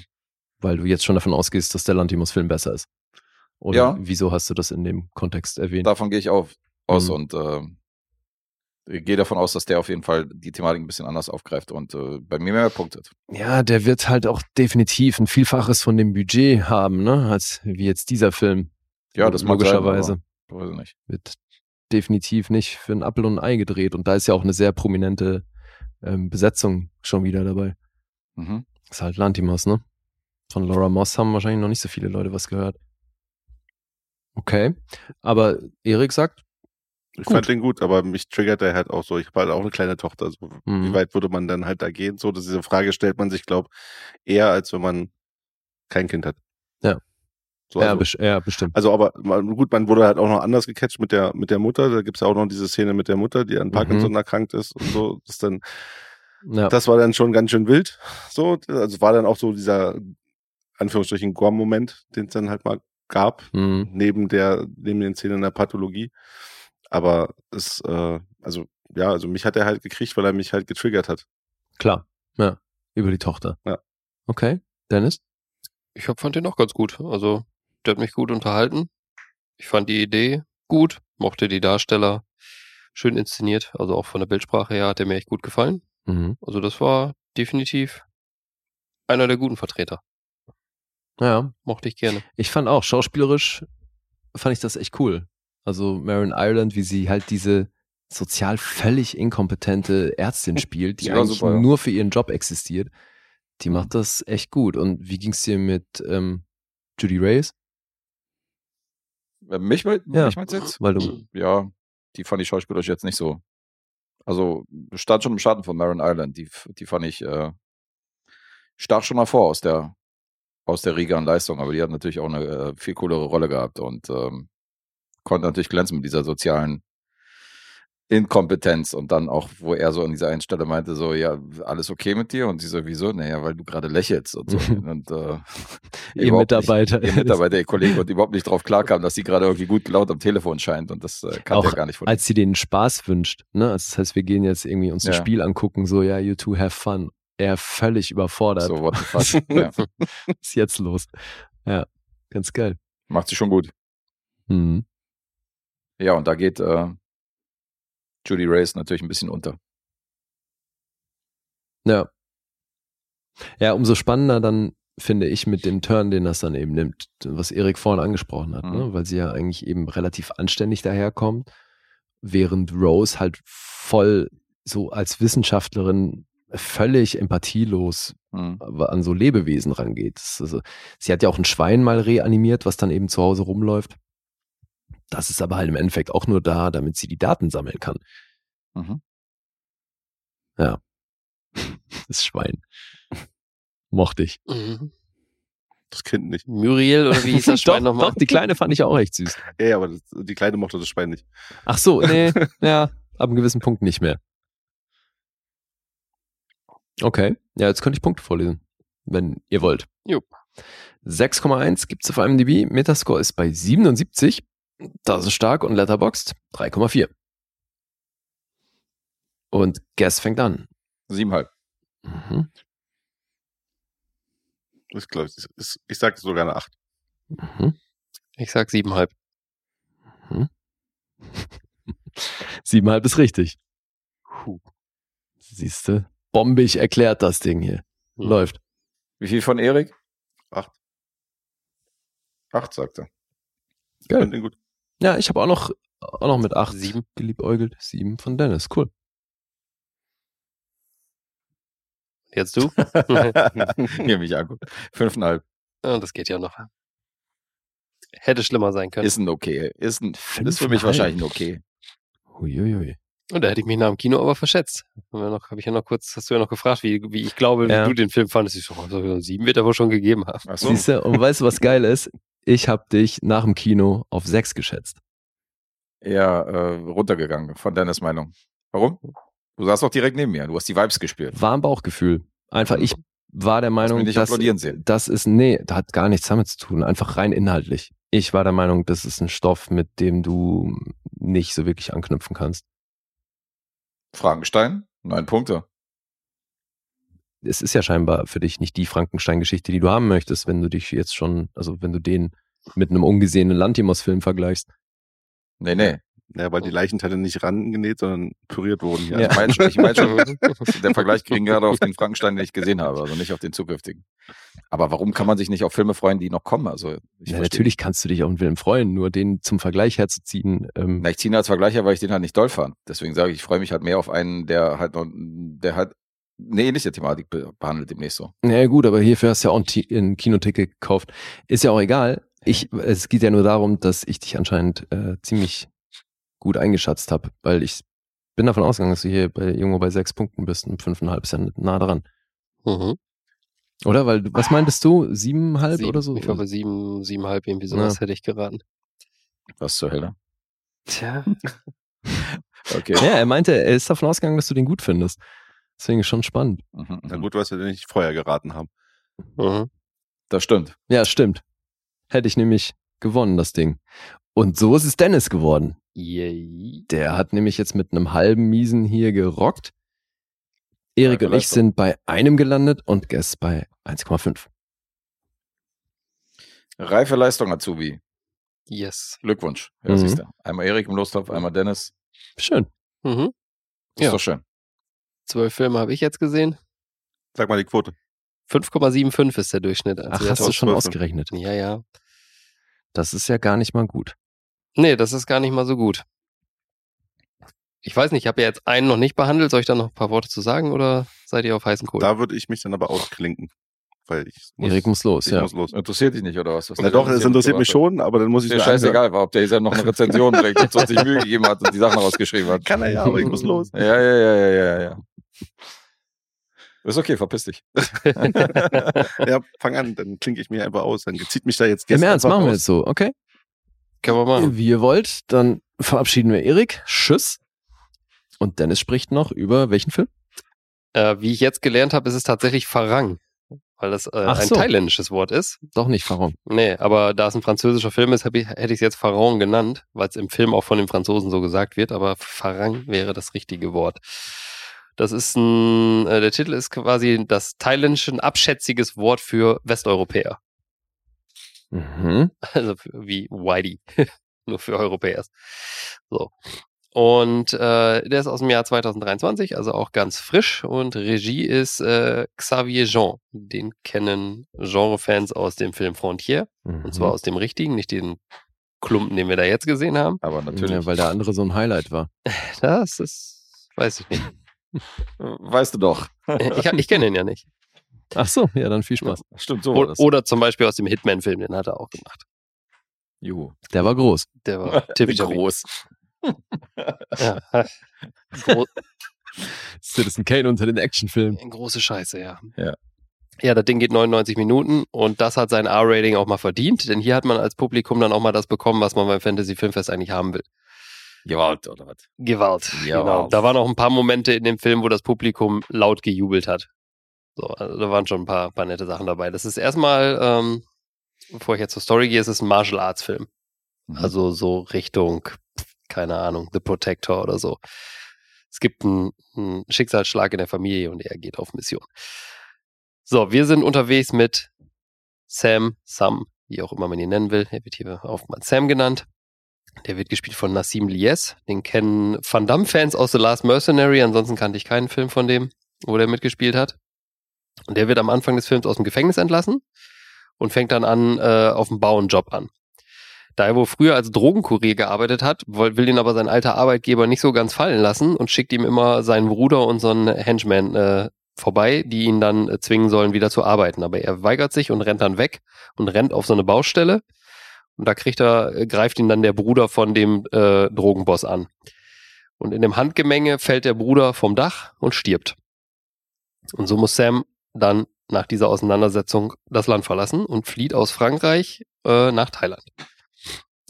Weil du jetzt schon davon ausgehst, dass der Lantimos-Film besser ist. Oder
Ja.
wieso hast du das in dem Kontext erwähnt?
Davon gehe ich auf, aus
Mhm.
und ähm, ich gehe davon aus, dass der auf jeden Fall die Thematik ein bisschen anders aufgreift und äh, bei mir mehr punktet.
Ja, der wird halt auch definitiv ein Vielfaches von dem Budget haben, ne? Als wie jetzt dieser Film.
Ja, das mag sein,
logischerweise.
aber Weiß ich nicht.
wird definitiv nicht für ein Appel und ein Ei gedreht. Und da ist ja auch eine sehr prominente ähm, Besetzung schon wieder dabei.
Mhm.
Ist halt Lantimos, ne? Von Laura Moss haben wahrscheinlich noch nicht so viele Leute was gehört. Okay. Aber Erik sagt,
Ich
Gut.
fand den gut, aber mich triggert er halt auch so. Ich habe halt auch eine kleine Tochter. Also
Mhm.
Wie weit würde man dann halt da gehen? So, dass diese Frage stellt man sich, glaube eher als wenn man kein Kind hat.
Ja.
So,
ja,
also,
best ja, bestimmt.
also, aber man, gut, man wurde halt auch noch anders gecatcht mit der, mit der Mutter. Da gibt's ja auch noch diese Szene mit der Mutter, die an Parkinson erkrankt ist und so. Das, ist dann,
Mhm. Ja.
das war dann schon ganz schön wild. So, also war dann auch so dieser, Anführungsstrichen, Gorm-Moment, den es dann halt mal gab
Mhm.
neben der, neben den Szenen in der Pathologie. Aber es, äh, also, ja, also mich hat er halt gekriegt, weil er mich halt getriggert hat.
Klar. Ja. Über die Tochter.
Ja.
Okay. Dennis?
Ich hab, fand den auch ganz gut. Also, der hat mich gut unterhalten. Ich fand die Idee gut, mochte die Darsteller. Schön inszeniert, also auch von der Bildsprache her hat der mir echt gut gefallen.
Mhm.
Also, das war definitiv einer der guten Vertreter.
Ja,
Mochte ich gerne.
ich fand auch, schauspielerisch fand ich das echt cool. Also Marin Ireland, wie sie halt diese sozial völlig inkompetente Ärztin spielt, die
Ja,
eigentlich
super, ja. Mhm.
nur für ihren Job existiert, die macht das echt gut. Und wie ging's dir mit ähm, Judy Reyes?
Äh, Mich, me-
Ja.
mich meinst du jetzt?
Weil du,
Ja, die fand ich schauspielerisch jetzt nicht so. Also, stand schon im Schatten von Marin Island. Die, f- die fand ich, äh, stach schon mal vor aus der, aus der Riga an Leistung. Aber die hat natürlich auch eine äh, viel coolere Rolle gehabt und ähm, konnte natürlich glänzen mit dieser sozialen Inkompetenz. Und dann auch, wo er so an dieser einen Stelle meinte, so, ja, alles okay mit dir? Und sie so, wieso? Naja, weil du gerade lächelst und so. und, äh,
ihr
überhaupt nicht
Mitarbeiter,
ihr Mitarbeiter, ihr Kollege und überhaupt nicht drauf klarkam, dass sie gerade irgendwie gut gelaunt am Telefon scheint und das äh, kann
Auch
der gar nicht von
als sie den Spaß wünscht, ne? Also das heißt, wir gehen jetzt irgendwie uns ein
Ja.
Spiel angucken, so, ja, you two have fun. Er völlig überfordert.
so what the fuck. ja.
Was ist jetzt los? Ja, ganz geil.
Macht sie schon gut.
Mhm.
Ja, und da geht äh, Judy Reyes natürlich ein bisschen unter.
Ja. Ja, umso spannender dann finde ich mit dem Turn, den das dann eben nimmt, was Erik vorhin angesprochen hat,
Mhm.
ne? weil sie ja eigentlich eben relativ anständig daherkommt, während Rose halt voll so als Wissenschaftlerin völlig empathielos
Hm.
an so Lebewesen rangeht. Das ist Also, sie hat ja auch ein Schwein mal reanimiert, was dann eben zu Hause rumläuft. Das ist aber halt im Endeffekt auch nur da, damit sie die Daten sammeln kann.
Mhm.
Ja. Das Schwein. Mochte ich.
Mhm.
Das Kind nicht.
Muriel oder wie hieß das Schwein
doch,
nochmal?
doch, die Kleine fand ich auch echt süß.
Ja, ja, aber das, die Kleine mochte das Schwein nicht.
Ach so, nee, ja, ab einem gewissen Punkt nicht mehr. Okay, ja, jetzt könnte ich Punkte vorlesen, wenn ihr wollt.
Jo.
6,1 gibt's auf IMDb, Metascore ist bei 77, das ist stark und Letterboxd 3,4. Und Guess fängt an.
Siebenhalb.
Mhm.
Das glaub ich, ist, ich sag sogar eine 8.
Mhm.
Ich sag siebenhalb.
Siebenhalb ist richtig.
Puh.
Siehste, bombig erklärt das Ding hier.
Mhm.
Läuft.
Wie viel von Erik?
Acht.
Acht, sagt er.
Geil.
Fand den gut.
Ja, ich habe auch noch, auch noch mit 8
Sieben.
geliebäugelt. 7 von Dennis. Cool.
Jetzt du?
Hier mich anguckt. Fünfeinhalb.
Ah, das geht ja noch. Hätte schlimmer sein können.
Ist ein okay. Ist, ein, ist für mich
Fünfeinhalb.
wahrscheinlich ein okay.
Huiuiui.
Und da hätte ich mich nach dem Kino aber verschätzt. Haben wir noch, habe ich ja noch kurz, hast du ja noch gefragt, wie, wie ich glaube,
Ja.
wie du den Film fandest. Ich so, oh, so einen sieben wird er wohl schon gegeben haben.
Ach so.
Siehst du, und weißt du, was geil ist? Ich habe dich nach dem Kino auf 6 geschätzt.
Ja, äh, runtergegangen, von Dennis Meinung. Warum? Du saßt doch direkt neben mir. Du hast die Vibes gespielt.
War ein Bauchgefühl. Einfach, ich war der
Also,
Meinung,
mich nicht
dass,
applaudieren sehen.
das ist, nee, da hat gar nichts damit zu tun. Einfach rein inhaltlich. Ich war der Meinung, das ist ein Stoff, mit dem du nicht so wirklich anknüpfen kannst.
Frankenstein? Neun Punkte.
Es ist ja scheinbar für dich nicht die Frankenstein-Geschichte, die du haben möchtest, wenn du dich jetzt schon, also wenn du den mit einem ungesehenen Lantimos-Film vergleichst.
Nee, nee.
Ja, weil die Leichenteile nicht rangenäht, sondern püriert wurden. Ja.
Ja.
Also Ich meine ich mein schon, der Vergleich ging gerade auf den Frankenstein, den ich gesehen habe, also nicht auf den zukünftigen. Aber warum kann man sich nicht auf Filme freuen, die noch kommen? Also ich
Ja,
verstehe-
natürlich kannst du dich auf einen Film freuen, nur den zum Vergleich herzuziehen. Ähm,
Na, ich ziehe ihn als Vergleicher, weil ich den halt nicht doll fand. Deswegen sage ich, ich freue mich halt mehr auf einen, der halt noch, der halt eine ähnliche Thematik be behandelt demnächst so.
naja, gut, aber hierfür hast du ja auch ein, Ti- ein Kinoticket gekauft. Ist ja auch egal. Ich, es geht ja nur darum, dass ich dich anscheinend äh, ziemlich gut eingeschätzt habe, weil ich bin davon ausgegangen, dass du hier bei, irgendwo bei sechs Punkten bist und fünfeinhalb ist ja nah dran.
Mhm.
Oder? Weil, du- was meintest du? Siebeneinhalb
Sieben.
oder so?
Ich war bei sieben, siebenhalb irgendwie sowas hätte ich geraten.
Was zur Hölle?
Tja.
Okay.
Also, ja, er meinte, er ist davon ausgegangen, dass du den gut findest. Deswegen ist schon spannend.
Mhm,
Na
mhm.
gut, was wir denn nicht vorher geraten haben.
Mhm.
Das stimmt.
Ja, stimmt. Hätte ich nämlich gewonnen, das Ding. Und so ist es Dennis geworden.
Yay.
Der hat nämlich jetzt mit einem halben Miesen hier gerockt. Erik
Starke
und ich
Leistung.
sind bei einem gelandet und Guess bei 1,5.
Reife Leistung, Azubi.
Yes.
Glückwunsch. Ja,
Mhm.
siehst du. Einmal Erik im Lostopf, einmal Dennis.
Schön.
Mhm.
Ist
Ja.
doch schön.
Zwölf Filme habe ich jetzt gesehen.
Sag mal die Quote.
5,75 ist der Durchschnitt. also
Ach,
der
hast du schon
Auswürfe.
ausgerechnet.
ja, ja.
Das ist ja gar nicht mal gut.
Nee, das ist gar nicht mal so gut. Ich weiß nicht, ich habe ja jetzt einen noch nicht behandelt. Soll ich da noch ein paar Worte zu sagen oder seid ihr auf heißen Kohlen?
Da würde ich mich dann aber ausklinken. Weil ich muss,
Erik muss los,
ich
ja.
muss los.
Interessiert dich nicht, oder was? was
Na doch, es interessiert mich schon, aber dann muss ich
Ist mir
mir
scheißegal, war, ob der Isam noch eine Rezension bringt und sich Mühe gegeben hat und die Sachen rausgeschrieben
anhören.
hat.
Kann er ja, aber ich muss los.
Ja, ja, ja, ja, ja, ja. Ist okay, verpiss dich.
Ja, fang an, dann klinke ich mich einfach aus. Dann zieht mich da jetzt
Im Ernst,
einfach
machen wir
aus.
jetzt so, okay?
Können wir machen.
Wie ihr wollt, dann verabschieden wir Erik. Tschüss. Und Dennis spricht noch über welchen Film?
Äh, wie ich jetzt gelernt habe, ist es tatsächlich Farang, weil das äh,
Ach
ein
so.
thailändisches Wort ist.
Doch nicht, warum?
Nee, aber da es ein französischer Film ist, hab ich, hätte ich es jetzt Farang genannt, weil es im Film auch von den Franzosen so gesagt wird, aber Farang wäre das richtige Wort. Das ist ein, äh, der Titel ist quasi das thailändische ein abschätziges Wort für Westeuropäer.
Mhm.
Also für- wie Whitey. Nur für Europäer. So. Und äh, der ist aus dem Jahr 2023, also auch ganz frisch. Und Regie ist äh, Xavier Jean. Den kennen Genrefans aus dem Film Frontier.
mhm.
Und
Mhm.
zwar aus dem richtigen, nicht den Klumpen, den wir da jetzt gesehen haben.
Aber natürlich.
Ja, weil der andere so ein Highlight war.
Das ist, weiß ich nicht. Äh,
Weißt du doch.
Ich, ich kenne ihn ja nicht.
Ach so, ja, dann viel Spaß.
Stimmt, so war
O
das.
oder zum Beispiel aus dem Hitman-Film, den hat er auch gemacht.
Juhu.
Der war groß.
Der war tippitoppi. Ja. Gro
Citizen Kane unter den Actionfilmen.
Große Scheiße, ja.
Ja.
Ja, das Ding geht 99 Minuten und das hat sein R-Rating auch mal verdient, denn hier hat man als Publikum dann auch mal das bekommen, was man beim Fantasy Filmfest eigentlich haben will.
Gewalt, oder was?
Gewalt.
Ja.
Genau. Da waren auch ein paar Momente in dem Film, wo das Publikum laut gejubelt hat. So, also da waren schon ein paar, paar nette Sachen dabei. Das ist erstmal, ähm, bevor ich jetzt zur Story gehe, es ist ein Martial Arts Film. Also so Richtung, keine Ahnung, The Protector oder so. Es gibt einen, einen Schicksalsschlag in der Familie und er geht auf Mission. So, wir sind unterwegs mit Sam, Sam, wie auch immer man ihn nennen will. Er wird hier oftmals Sam genannt. Der wird gespielt von Nassim Lies. Den kennen Van Damme-Fans aus The Last Mercenary. Ansonsten kannte ich keinen Film von dem, wo der mitgespielt hat. Und der wird am Anfang des Films aus dem Gefängnis entlassen und fängt dann an, äh, auf dem Bau einen Job an. Da er wohl früher als Drogenkurier gearbeitet hat, woll- will ihn aber sein alter Arbeitgeber nicht so ganz fallen lassen und schickt ihm immer seinen Bruder und so einen Henchman äh, vorbei, die ihn dann äh, zwingen sollen, wieder zu arbeiten. Aber er weigert sich und rennt dann weg und rennt auf so eine Baustelle. Und da kriegt er, äh, greift ihn dann der Bruder von dem äh, Drogenboss an. Und in dem Handgemenge fällt der Bruder vom Dach und stirbt. Und so muss Sam dann nach dieser Auseinandersetzung das Land verlassen und flieht aus Frankreich äh, nach Thailand.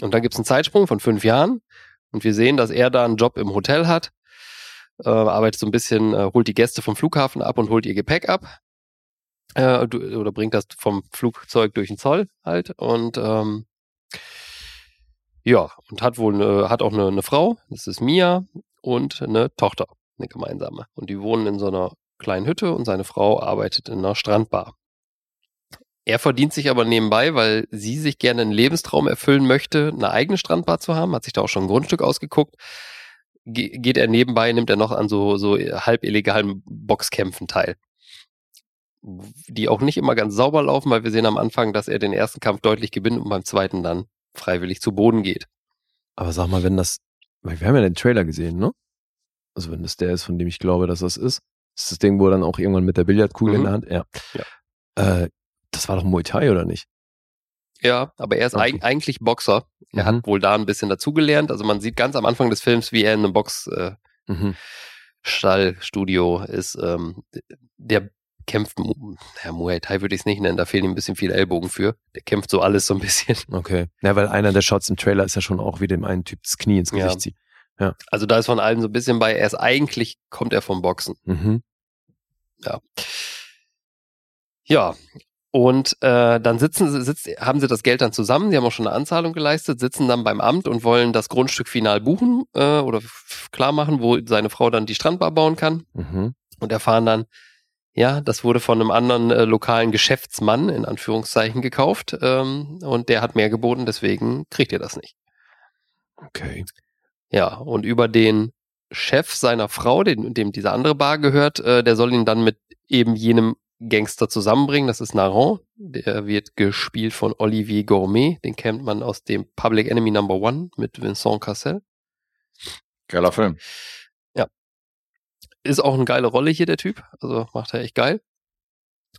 Und dann gibt es einen Zeitsprung von fünf Jahren und wir sehen, dass er da einen Job im Hotel hat, äh, arbeitet so ein bisschen, äh, holt die Gäste vom Flughafen ab und holt ihr Gepäck ab äh, du- oder bringt das vom Flugzeug durch den Zoll halt und ähm, ja, und hat wohl eine, hat auch eine, eine Frau, das ist Mia, und eine Tochter, eine gemeinsame. Und die wohnen in so einer kleinen Hütte und seine Frau arbeitet in einer Strandbar. Er verdient sich aber nebenbei, weil sie sich gerne einen Lebenstraum erfüllen möchte, eine eigene Strandbar zu haben, hat sich da auch schon ein Grundstück ausgeguckt. Ge geht er nebenbei, nimmt er noch an so, so halb illegalen Boxkämpfen teil. Die auch nicht immer ganz sauber laufen, weil wir sehen am Anfang, dass er den ersten Kampf deutlich gewinnt und beim zweiten dann freiwillig zu Boden geht.
Aber sag mal, wenn das, weil wir haben ja den Trailer gesehen, ne? Also wenn das der ist, von dem ich glaube, dass das ist, ist das Ding, wo er dann auch irgendwann mit der Billardkugel in
Mhm.
der Hand, ja.
Ja.
Äh, das war doch Muay Thai, oder nicht?
Ja, aber er ist
Okay.
eig eigentlich Boxer. Er
Mhm.
hat wohl da ein bisschen dazugelernt. Also man sieht ganz am Anfang des Films, wie er in einem Boxstall, äh,
Mhm.
Stallstudio ist. Ähm, der kämpft, Mu- ja, Muay Thai würde ich es nicht nennen, da fehlen ihm ein bisschen viele Ellbogen für. Der kämpft so alles so ein bisschen.
Okay. Ja, weil einer der Shots im Trailer ist ja schon auch, wie dem einen Typ das Knie ins
Ja.
Gesicht zieht.
Also da ist von allem so ein bisschen bei. Er ist eigentlich, kommt er vom Boxen.
Mhm.
Ja. Ja. Und äh, dann sitzen sie, sitzt, haben sie das Geld dann zusammen, sie haben auch schon eine Anzahlung geleistet, sitzen dann beim Amt und wollen das Grundstück final buchen äh, oder f- klar machen, wo seine Frau dann die Strandbar bauen kann
Mhm.
und erfahren dann, ja, das wurde von einem anderen äh, lokalen Geschäftsmann in Anführungszeichen gekauft ähm, und der hat mehr geboten, deswegen kriegt ihr das nicht.
Okay.
Ja, und über den Chef seiner Frau, den, dem dieser andere Bar gehört, äh, der soll ihn dann mit eben jenem Gangster zusammenbringen. Das ist Naran. Der wird gespielt von Olivier Gourmet. Den kennt man aus dem Public Enemy Number One mit Vincent Cassel.
Geiler Film.
Ist auch eine geile Rolle hier, der Typ. Also macht er echt geil.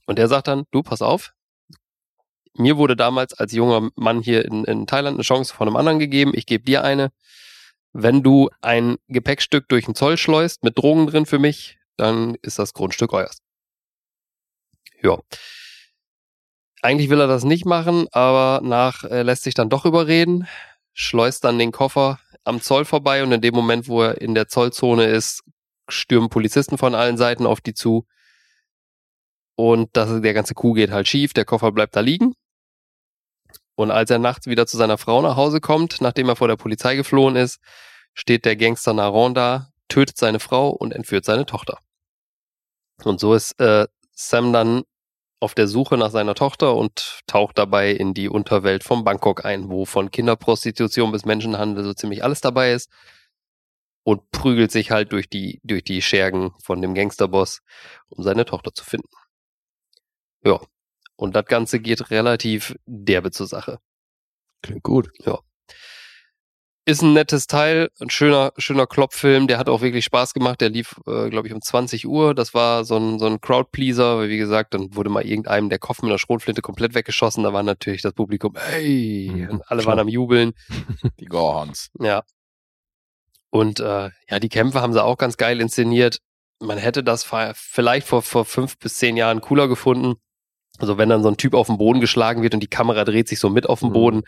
Und der sagt dann, du, pass auf. Mir wurde damals als junger Mann hier in, in Thailand eine Chance von einem anderen gegeben. Ich gebe dir eine. Wenn du ein Gepäckstück durch den Zoll schleust mit Drogen drin für mich, dann ist das Grundstück euers. Ja. Eigentlich will er das nicht machen, aber nach äh, lässt sich dann doch überreden, schleust dann den Koffer am Zoll vorbei und in dem Moment, wo er in der Zollzone ist, stürmen Polizisten von allen Seiten auf die zu. Und das, der ganze Kuh geht halt schief, der Koffer bleibt da liegen. Und als er nachts wieder zu seiner Frau nach Hause kommt, nachdem er vor der Polizei geflohen ist, steht der Gangster Naron da, tötet seine Frau und entführt seine Tochter. Und so ist äh, Sam dann auf der Suche nach seiner Tochter und taucht dabei in die Unterwelt von Bangkok ein, wo von Kinderprostitution bis Menschenhandel so ziemlich alles dabei ist und prügelt sich halt durch die, durch die Schergen von dem Gangsterboss, um seine Tochter zu finden. Ja. Und das Ganze geht relativ derbe zur Sache.
Klingt gut.
Ist ein nettes Teil, ein schöner, schöner Kloppfilm, der hat auch wirklich Spaß gemacht. Der lief, äh, glaube ich, um 20 Uhr. Das war so ein, so ein Crowdpleaser, weil wie gesagt, dann wurde mal irgendeinem der Kopf mit einer Schrotflinte komplett weggeschossen. Da war natürlich das Publikum, hey,
Ja,
und alle
klar.
waren am Jubeln.
Die Gorhans.
Ja. Und äh, ja, die Kämpfe haben sie auch ganz geil inszeniert. Man hätte das fa- vielleicht vor, vor fünf bis zehn Jahren cooler gefunden. Also wenn dann so ein Typ auf den Boden geschlagen wird und die Kamera dreht sich so mit auf den
Mhm.
Boden,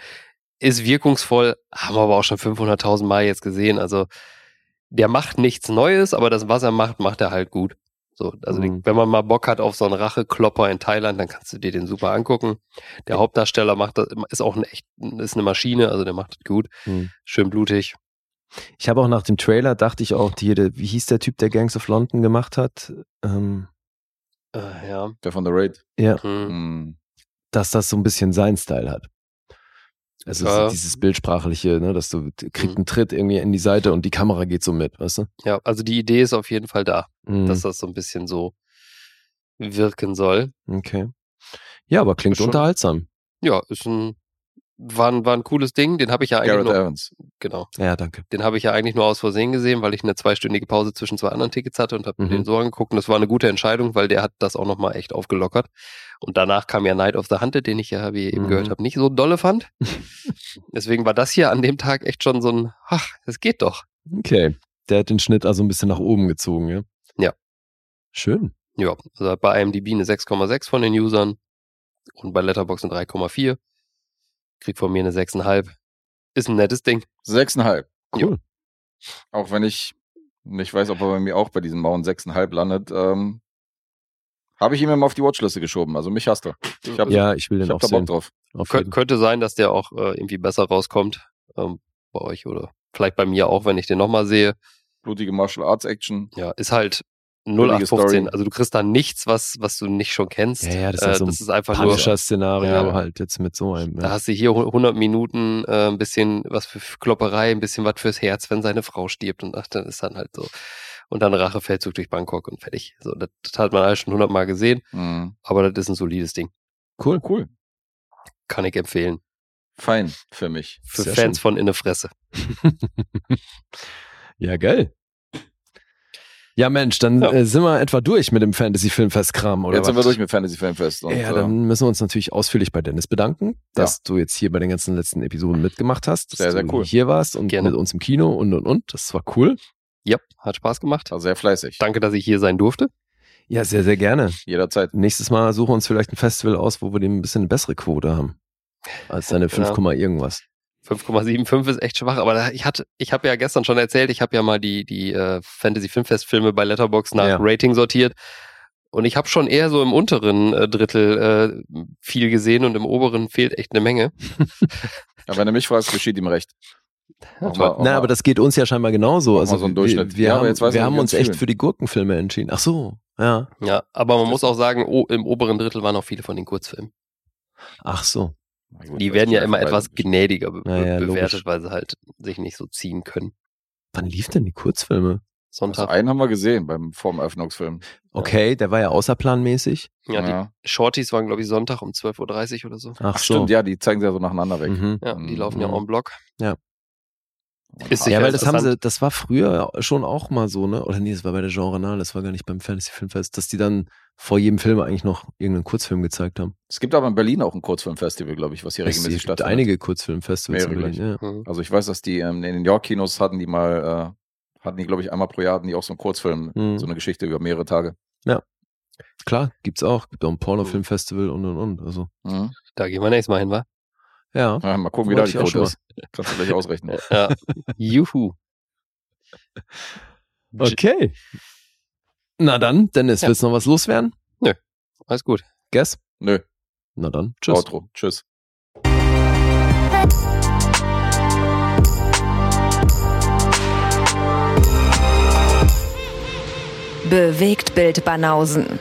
ist wirkungsvoll, haben wir aber auch schon 500.000 Mal jetzt gesehen. Also der macht nichts Neues, aber das, was er macht, macht er halt gut. So, also
Mhm.
den, wenn man mal Bock hat auf so einen Racheklopper in Thailand, dann kannst du dir den super angucken. Der Hauptdarsteller macht das, ist auch ein echt, ist eine Maschine, also der macht das gut.
Mhm.
Schön blutig.
Ich habe auch nach dem Trailer dachte ich auch, die, der, wie hieß der Typ, der Gangs of London gemacht hat, ähm,
Äh, ja.
Der von The Raid.
Mhm.
Hm.
Hm.
dass das so ein bisschen sein Style hat. Also
Ja.
so dieses bildsprachliche, ne, dass du d- kriegt
Mhm.
einen Tritt irgendwie in die Seite und die Kamera geht so mit, weißt du?
ja, also die Idee ist auf jeden Fall da,
Mhm.
dass das so ein bisschen so wirken soll.
okay. Ja, aber klingt
Ist schon-
unterhaltsam.
Ja, ist ein war ein, war ein cooles Ding, den habe ich ja eigentlich
Garrett
nur,
Evans.
genau,
Ja, danke.
den habe ich ja eigentlich nur aus Versehen gesehen, weil ich eine zweistündige Pause zwischen zwei anderen Tickets hatte und habe mir
Mhm.
den so angeguckt und das war eine gute Entscheidung, weil der hat das auch nochmal echt aufgelockert. Und danach kam ja Night of the Hunted, den ich ja, wie ihr eben
Mhm.
gehört habt, nicht so dolle fand. Deswegen war das hier an dem Tag echt schon so ein, ach, es geht doch.
Okay. Der hat den Schnitt also ein bisschen nach oben gezogen, ja?
Ja.
Schön.
Ja, also hat bei IMDb eine 6,6 von den Usern und bei Letterboxd eine 3,4. Kriegt von mir eine 6,5. Ist ein nettes Ding.
Sechseinhalb.
Cool.
Auch wenn ich nicht weiß, ob er bei mir auch bei diesen Mauern sechseinhalb landet, ähm, habe ich ihn immer auf die Watchliste geschoben. Also mich hasst er. Ich habe
Ja, ich will den
ich hab
auch
da Bock
sehen.
drauf.
Auf
Kö
jeden Fall.
könnte sein, dass der auch äh, irgendwie besser rauskommt ähm, bei euch oder vielleicht bei mir auch, wenn ich den nochmal sehe.
Blutige Martial Arts Action.
Ja, ist halt
Billige
0815.
Story.
Also du kriegst da nichts, was, was du nicht schon kennst. Äh,
Ja, ja, das ist halt so ein
das ist einfach nur,
Punisher-Szenario,
Ja.
aber halt jetzt mit so einem.
da
Ja.
hast du hier 100 Minuten äh, ein bisschen was für Klopperei, ein bisschen was fürs Herz, wenn seine Frau stirbt und ach, dann ist dann halt so. Und dann Rachefeldzug durch Bangkok und fertig. So, das, das hat man alles schon 100 Mal gesehen,
Hm.
aber das ist ein solides Ding.
Cool, cool.
Kann ich empfehlen.
Fein für mich.
Für
Sehr
Fans von Inne Fresse.
ja, geil. Ja, Mensch, dann
Ja.
Äh, sind wir etwa durch mit dem Fantasy-Filmfest-Kram, oder?
Jetzt sind wir
was?
durch mit Fantasy Filmfest. Und,
ja,
äh,
dann müssen wir uns natürlich ausführlich bei Dennis bedanken, dass du jetzt hier bei den ganzen letzten Episoden mitgemacht hast, dass
Sehr, sehr
du
cool.
hier warst und
Gerne.
mit uns im Kino und und und. Das war cool.
Ja, hat Spaß gemacht.
war sehr fleißig.
Danke, dass ich hier sein durfte.
Ja, sehr, sehr gerne.
Jederzeit.
Nächstes Mal suchen wir uns vielleicht ein Festival aus, wo wir dem ein bisschen eine bessere Quote haben. Als deine
Genau.
5, irgendwas.
5,75 ist echt schwach, aber da- ich hatte, ich habe ja gestern schon erzählt, ich habe ja mal die, die äh, Fantasy Filmfest Filme bei Letterbox nach
Ja.
Rating sortiert und ich habe schon eher so im unteren äh, Drittel äh, viel gesehen und im oberen fehlt echt eine Menge.
Ja, wenn du mich fragst, geschieht ihm recht. Auch mal- auch
Na,
mal-
aber das geht uns ja scheinbar genauso.
Mach
Also
mal so einen
wir,
Durchschnitt.
wir
Ja,
haben,
aber jetzt weiß
wir
ich
haben
nicht,
uns
wie
echt
vielen.
für die Gurkenfilme entschieden. Ach so, ja.
Ja, aber man muss auch sagen, oh, im oberen Drittel waren auch viele von den Kurzfilmen.
Ach so.
Na gut,
Die
weiß
werden
ich
ja
nicht,
immer
weiß
etwas
ich nicht.
gnädiger be
Ja, ja,
bewertet,
logisch.
weil sie halt sich nicht so ziehen können.
Wann lief denn die Kurzfilme?
Also
Sonntag.
einen haben wir gesehen beim vorm Eröffnungsfilm.
Okay, der war ja außerplanmäßig.
Also,
ja, die Shorties waren, glaube ich, Sonntag um 12.30 Uhr oder so.
Ach
Ach,
so.
stimmt, ja, die zeigen sie ja so nacheinander weg.
Mhm.
Ja, die laufen ja
Mhm.
auch im Block.
Ja.
Oh,
Ist sicher
Ja, weil das haben sie,
interessant.
das war früher schon auch mal so, ne? Oder nee, das war bei der Genre Nahe, das war gar nicht beim Fantasy Filmfest, dass die dann vor jedem Film eigentlich noch irgendeinen Kurzfilm gezeigt haben.
Es gibt aber in Berlin auch ein Kurzfilmfestival, glaube ich, was hier
Es
regelmäßig
gibt
stattfindet.
einige Kurzfilmfestivals in
Mehrere
Berlin, ja.
Mhm.
Also ich weiß, dass die ähm, in den York-Kinos hatten die mal, äh, hatten die, glaube ich, einmal pro Jahr hatten die auch so einen Kurzfilm,
Mhm.
so eine Geschichte über mehrere Tage.
Klar, gibt's auch. Gibt auch ein Pornofilmfestival und und und. Also,
Mhm.
Da gehen wir nächstes Mal hin, wa?
ja.
Ja, mal gucken, wie da
Wollte
die
ich auch
Quote
schon mal.
ist. Kannst du gleich ausrechnen.
Ja. Juhu.
Okay. Na dann, Dennis,
Ja.
willst du noch was loswerden?
Alles gut.
Guess?
Nö,
Na dann, tschüss.
Outro. Tschüss.
Bewegt Bild Banausen.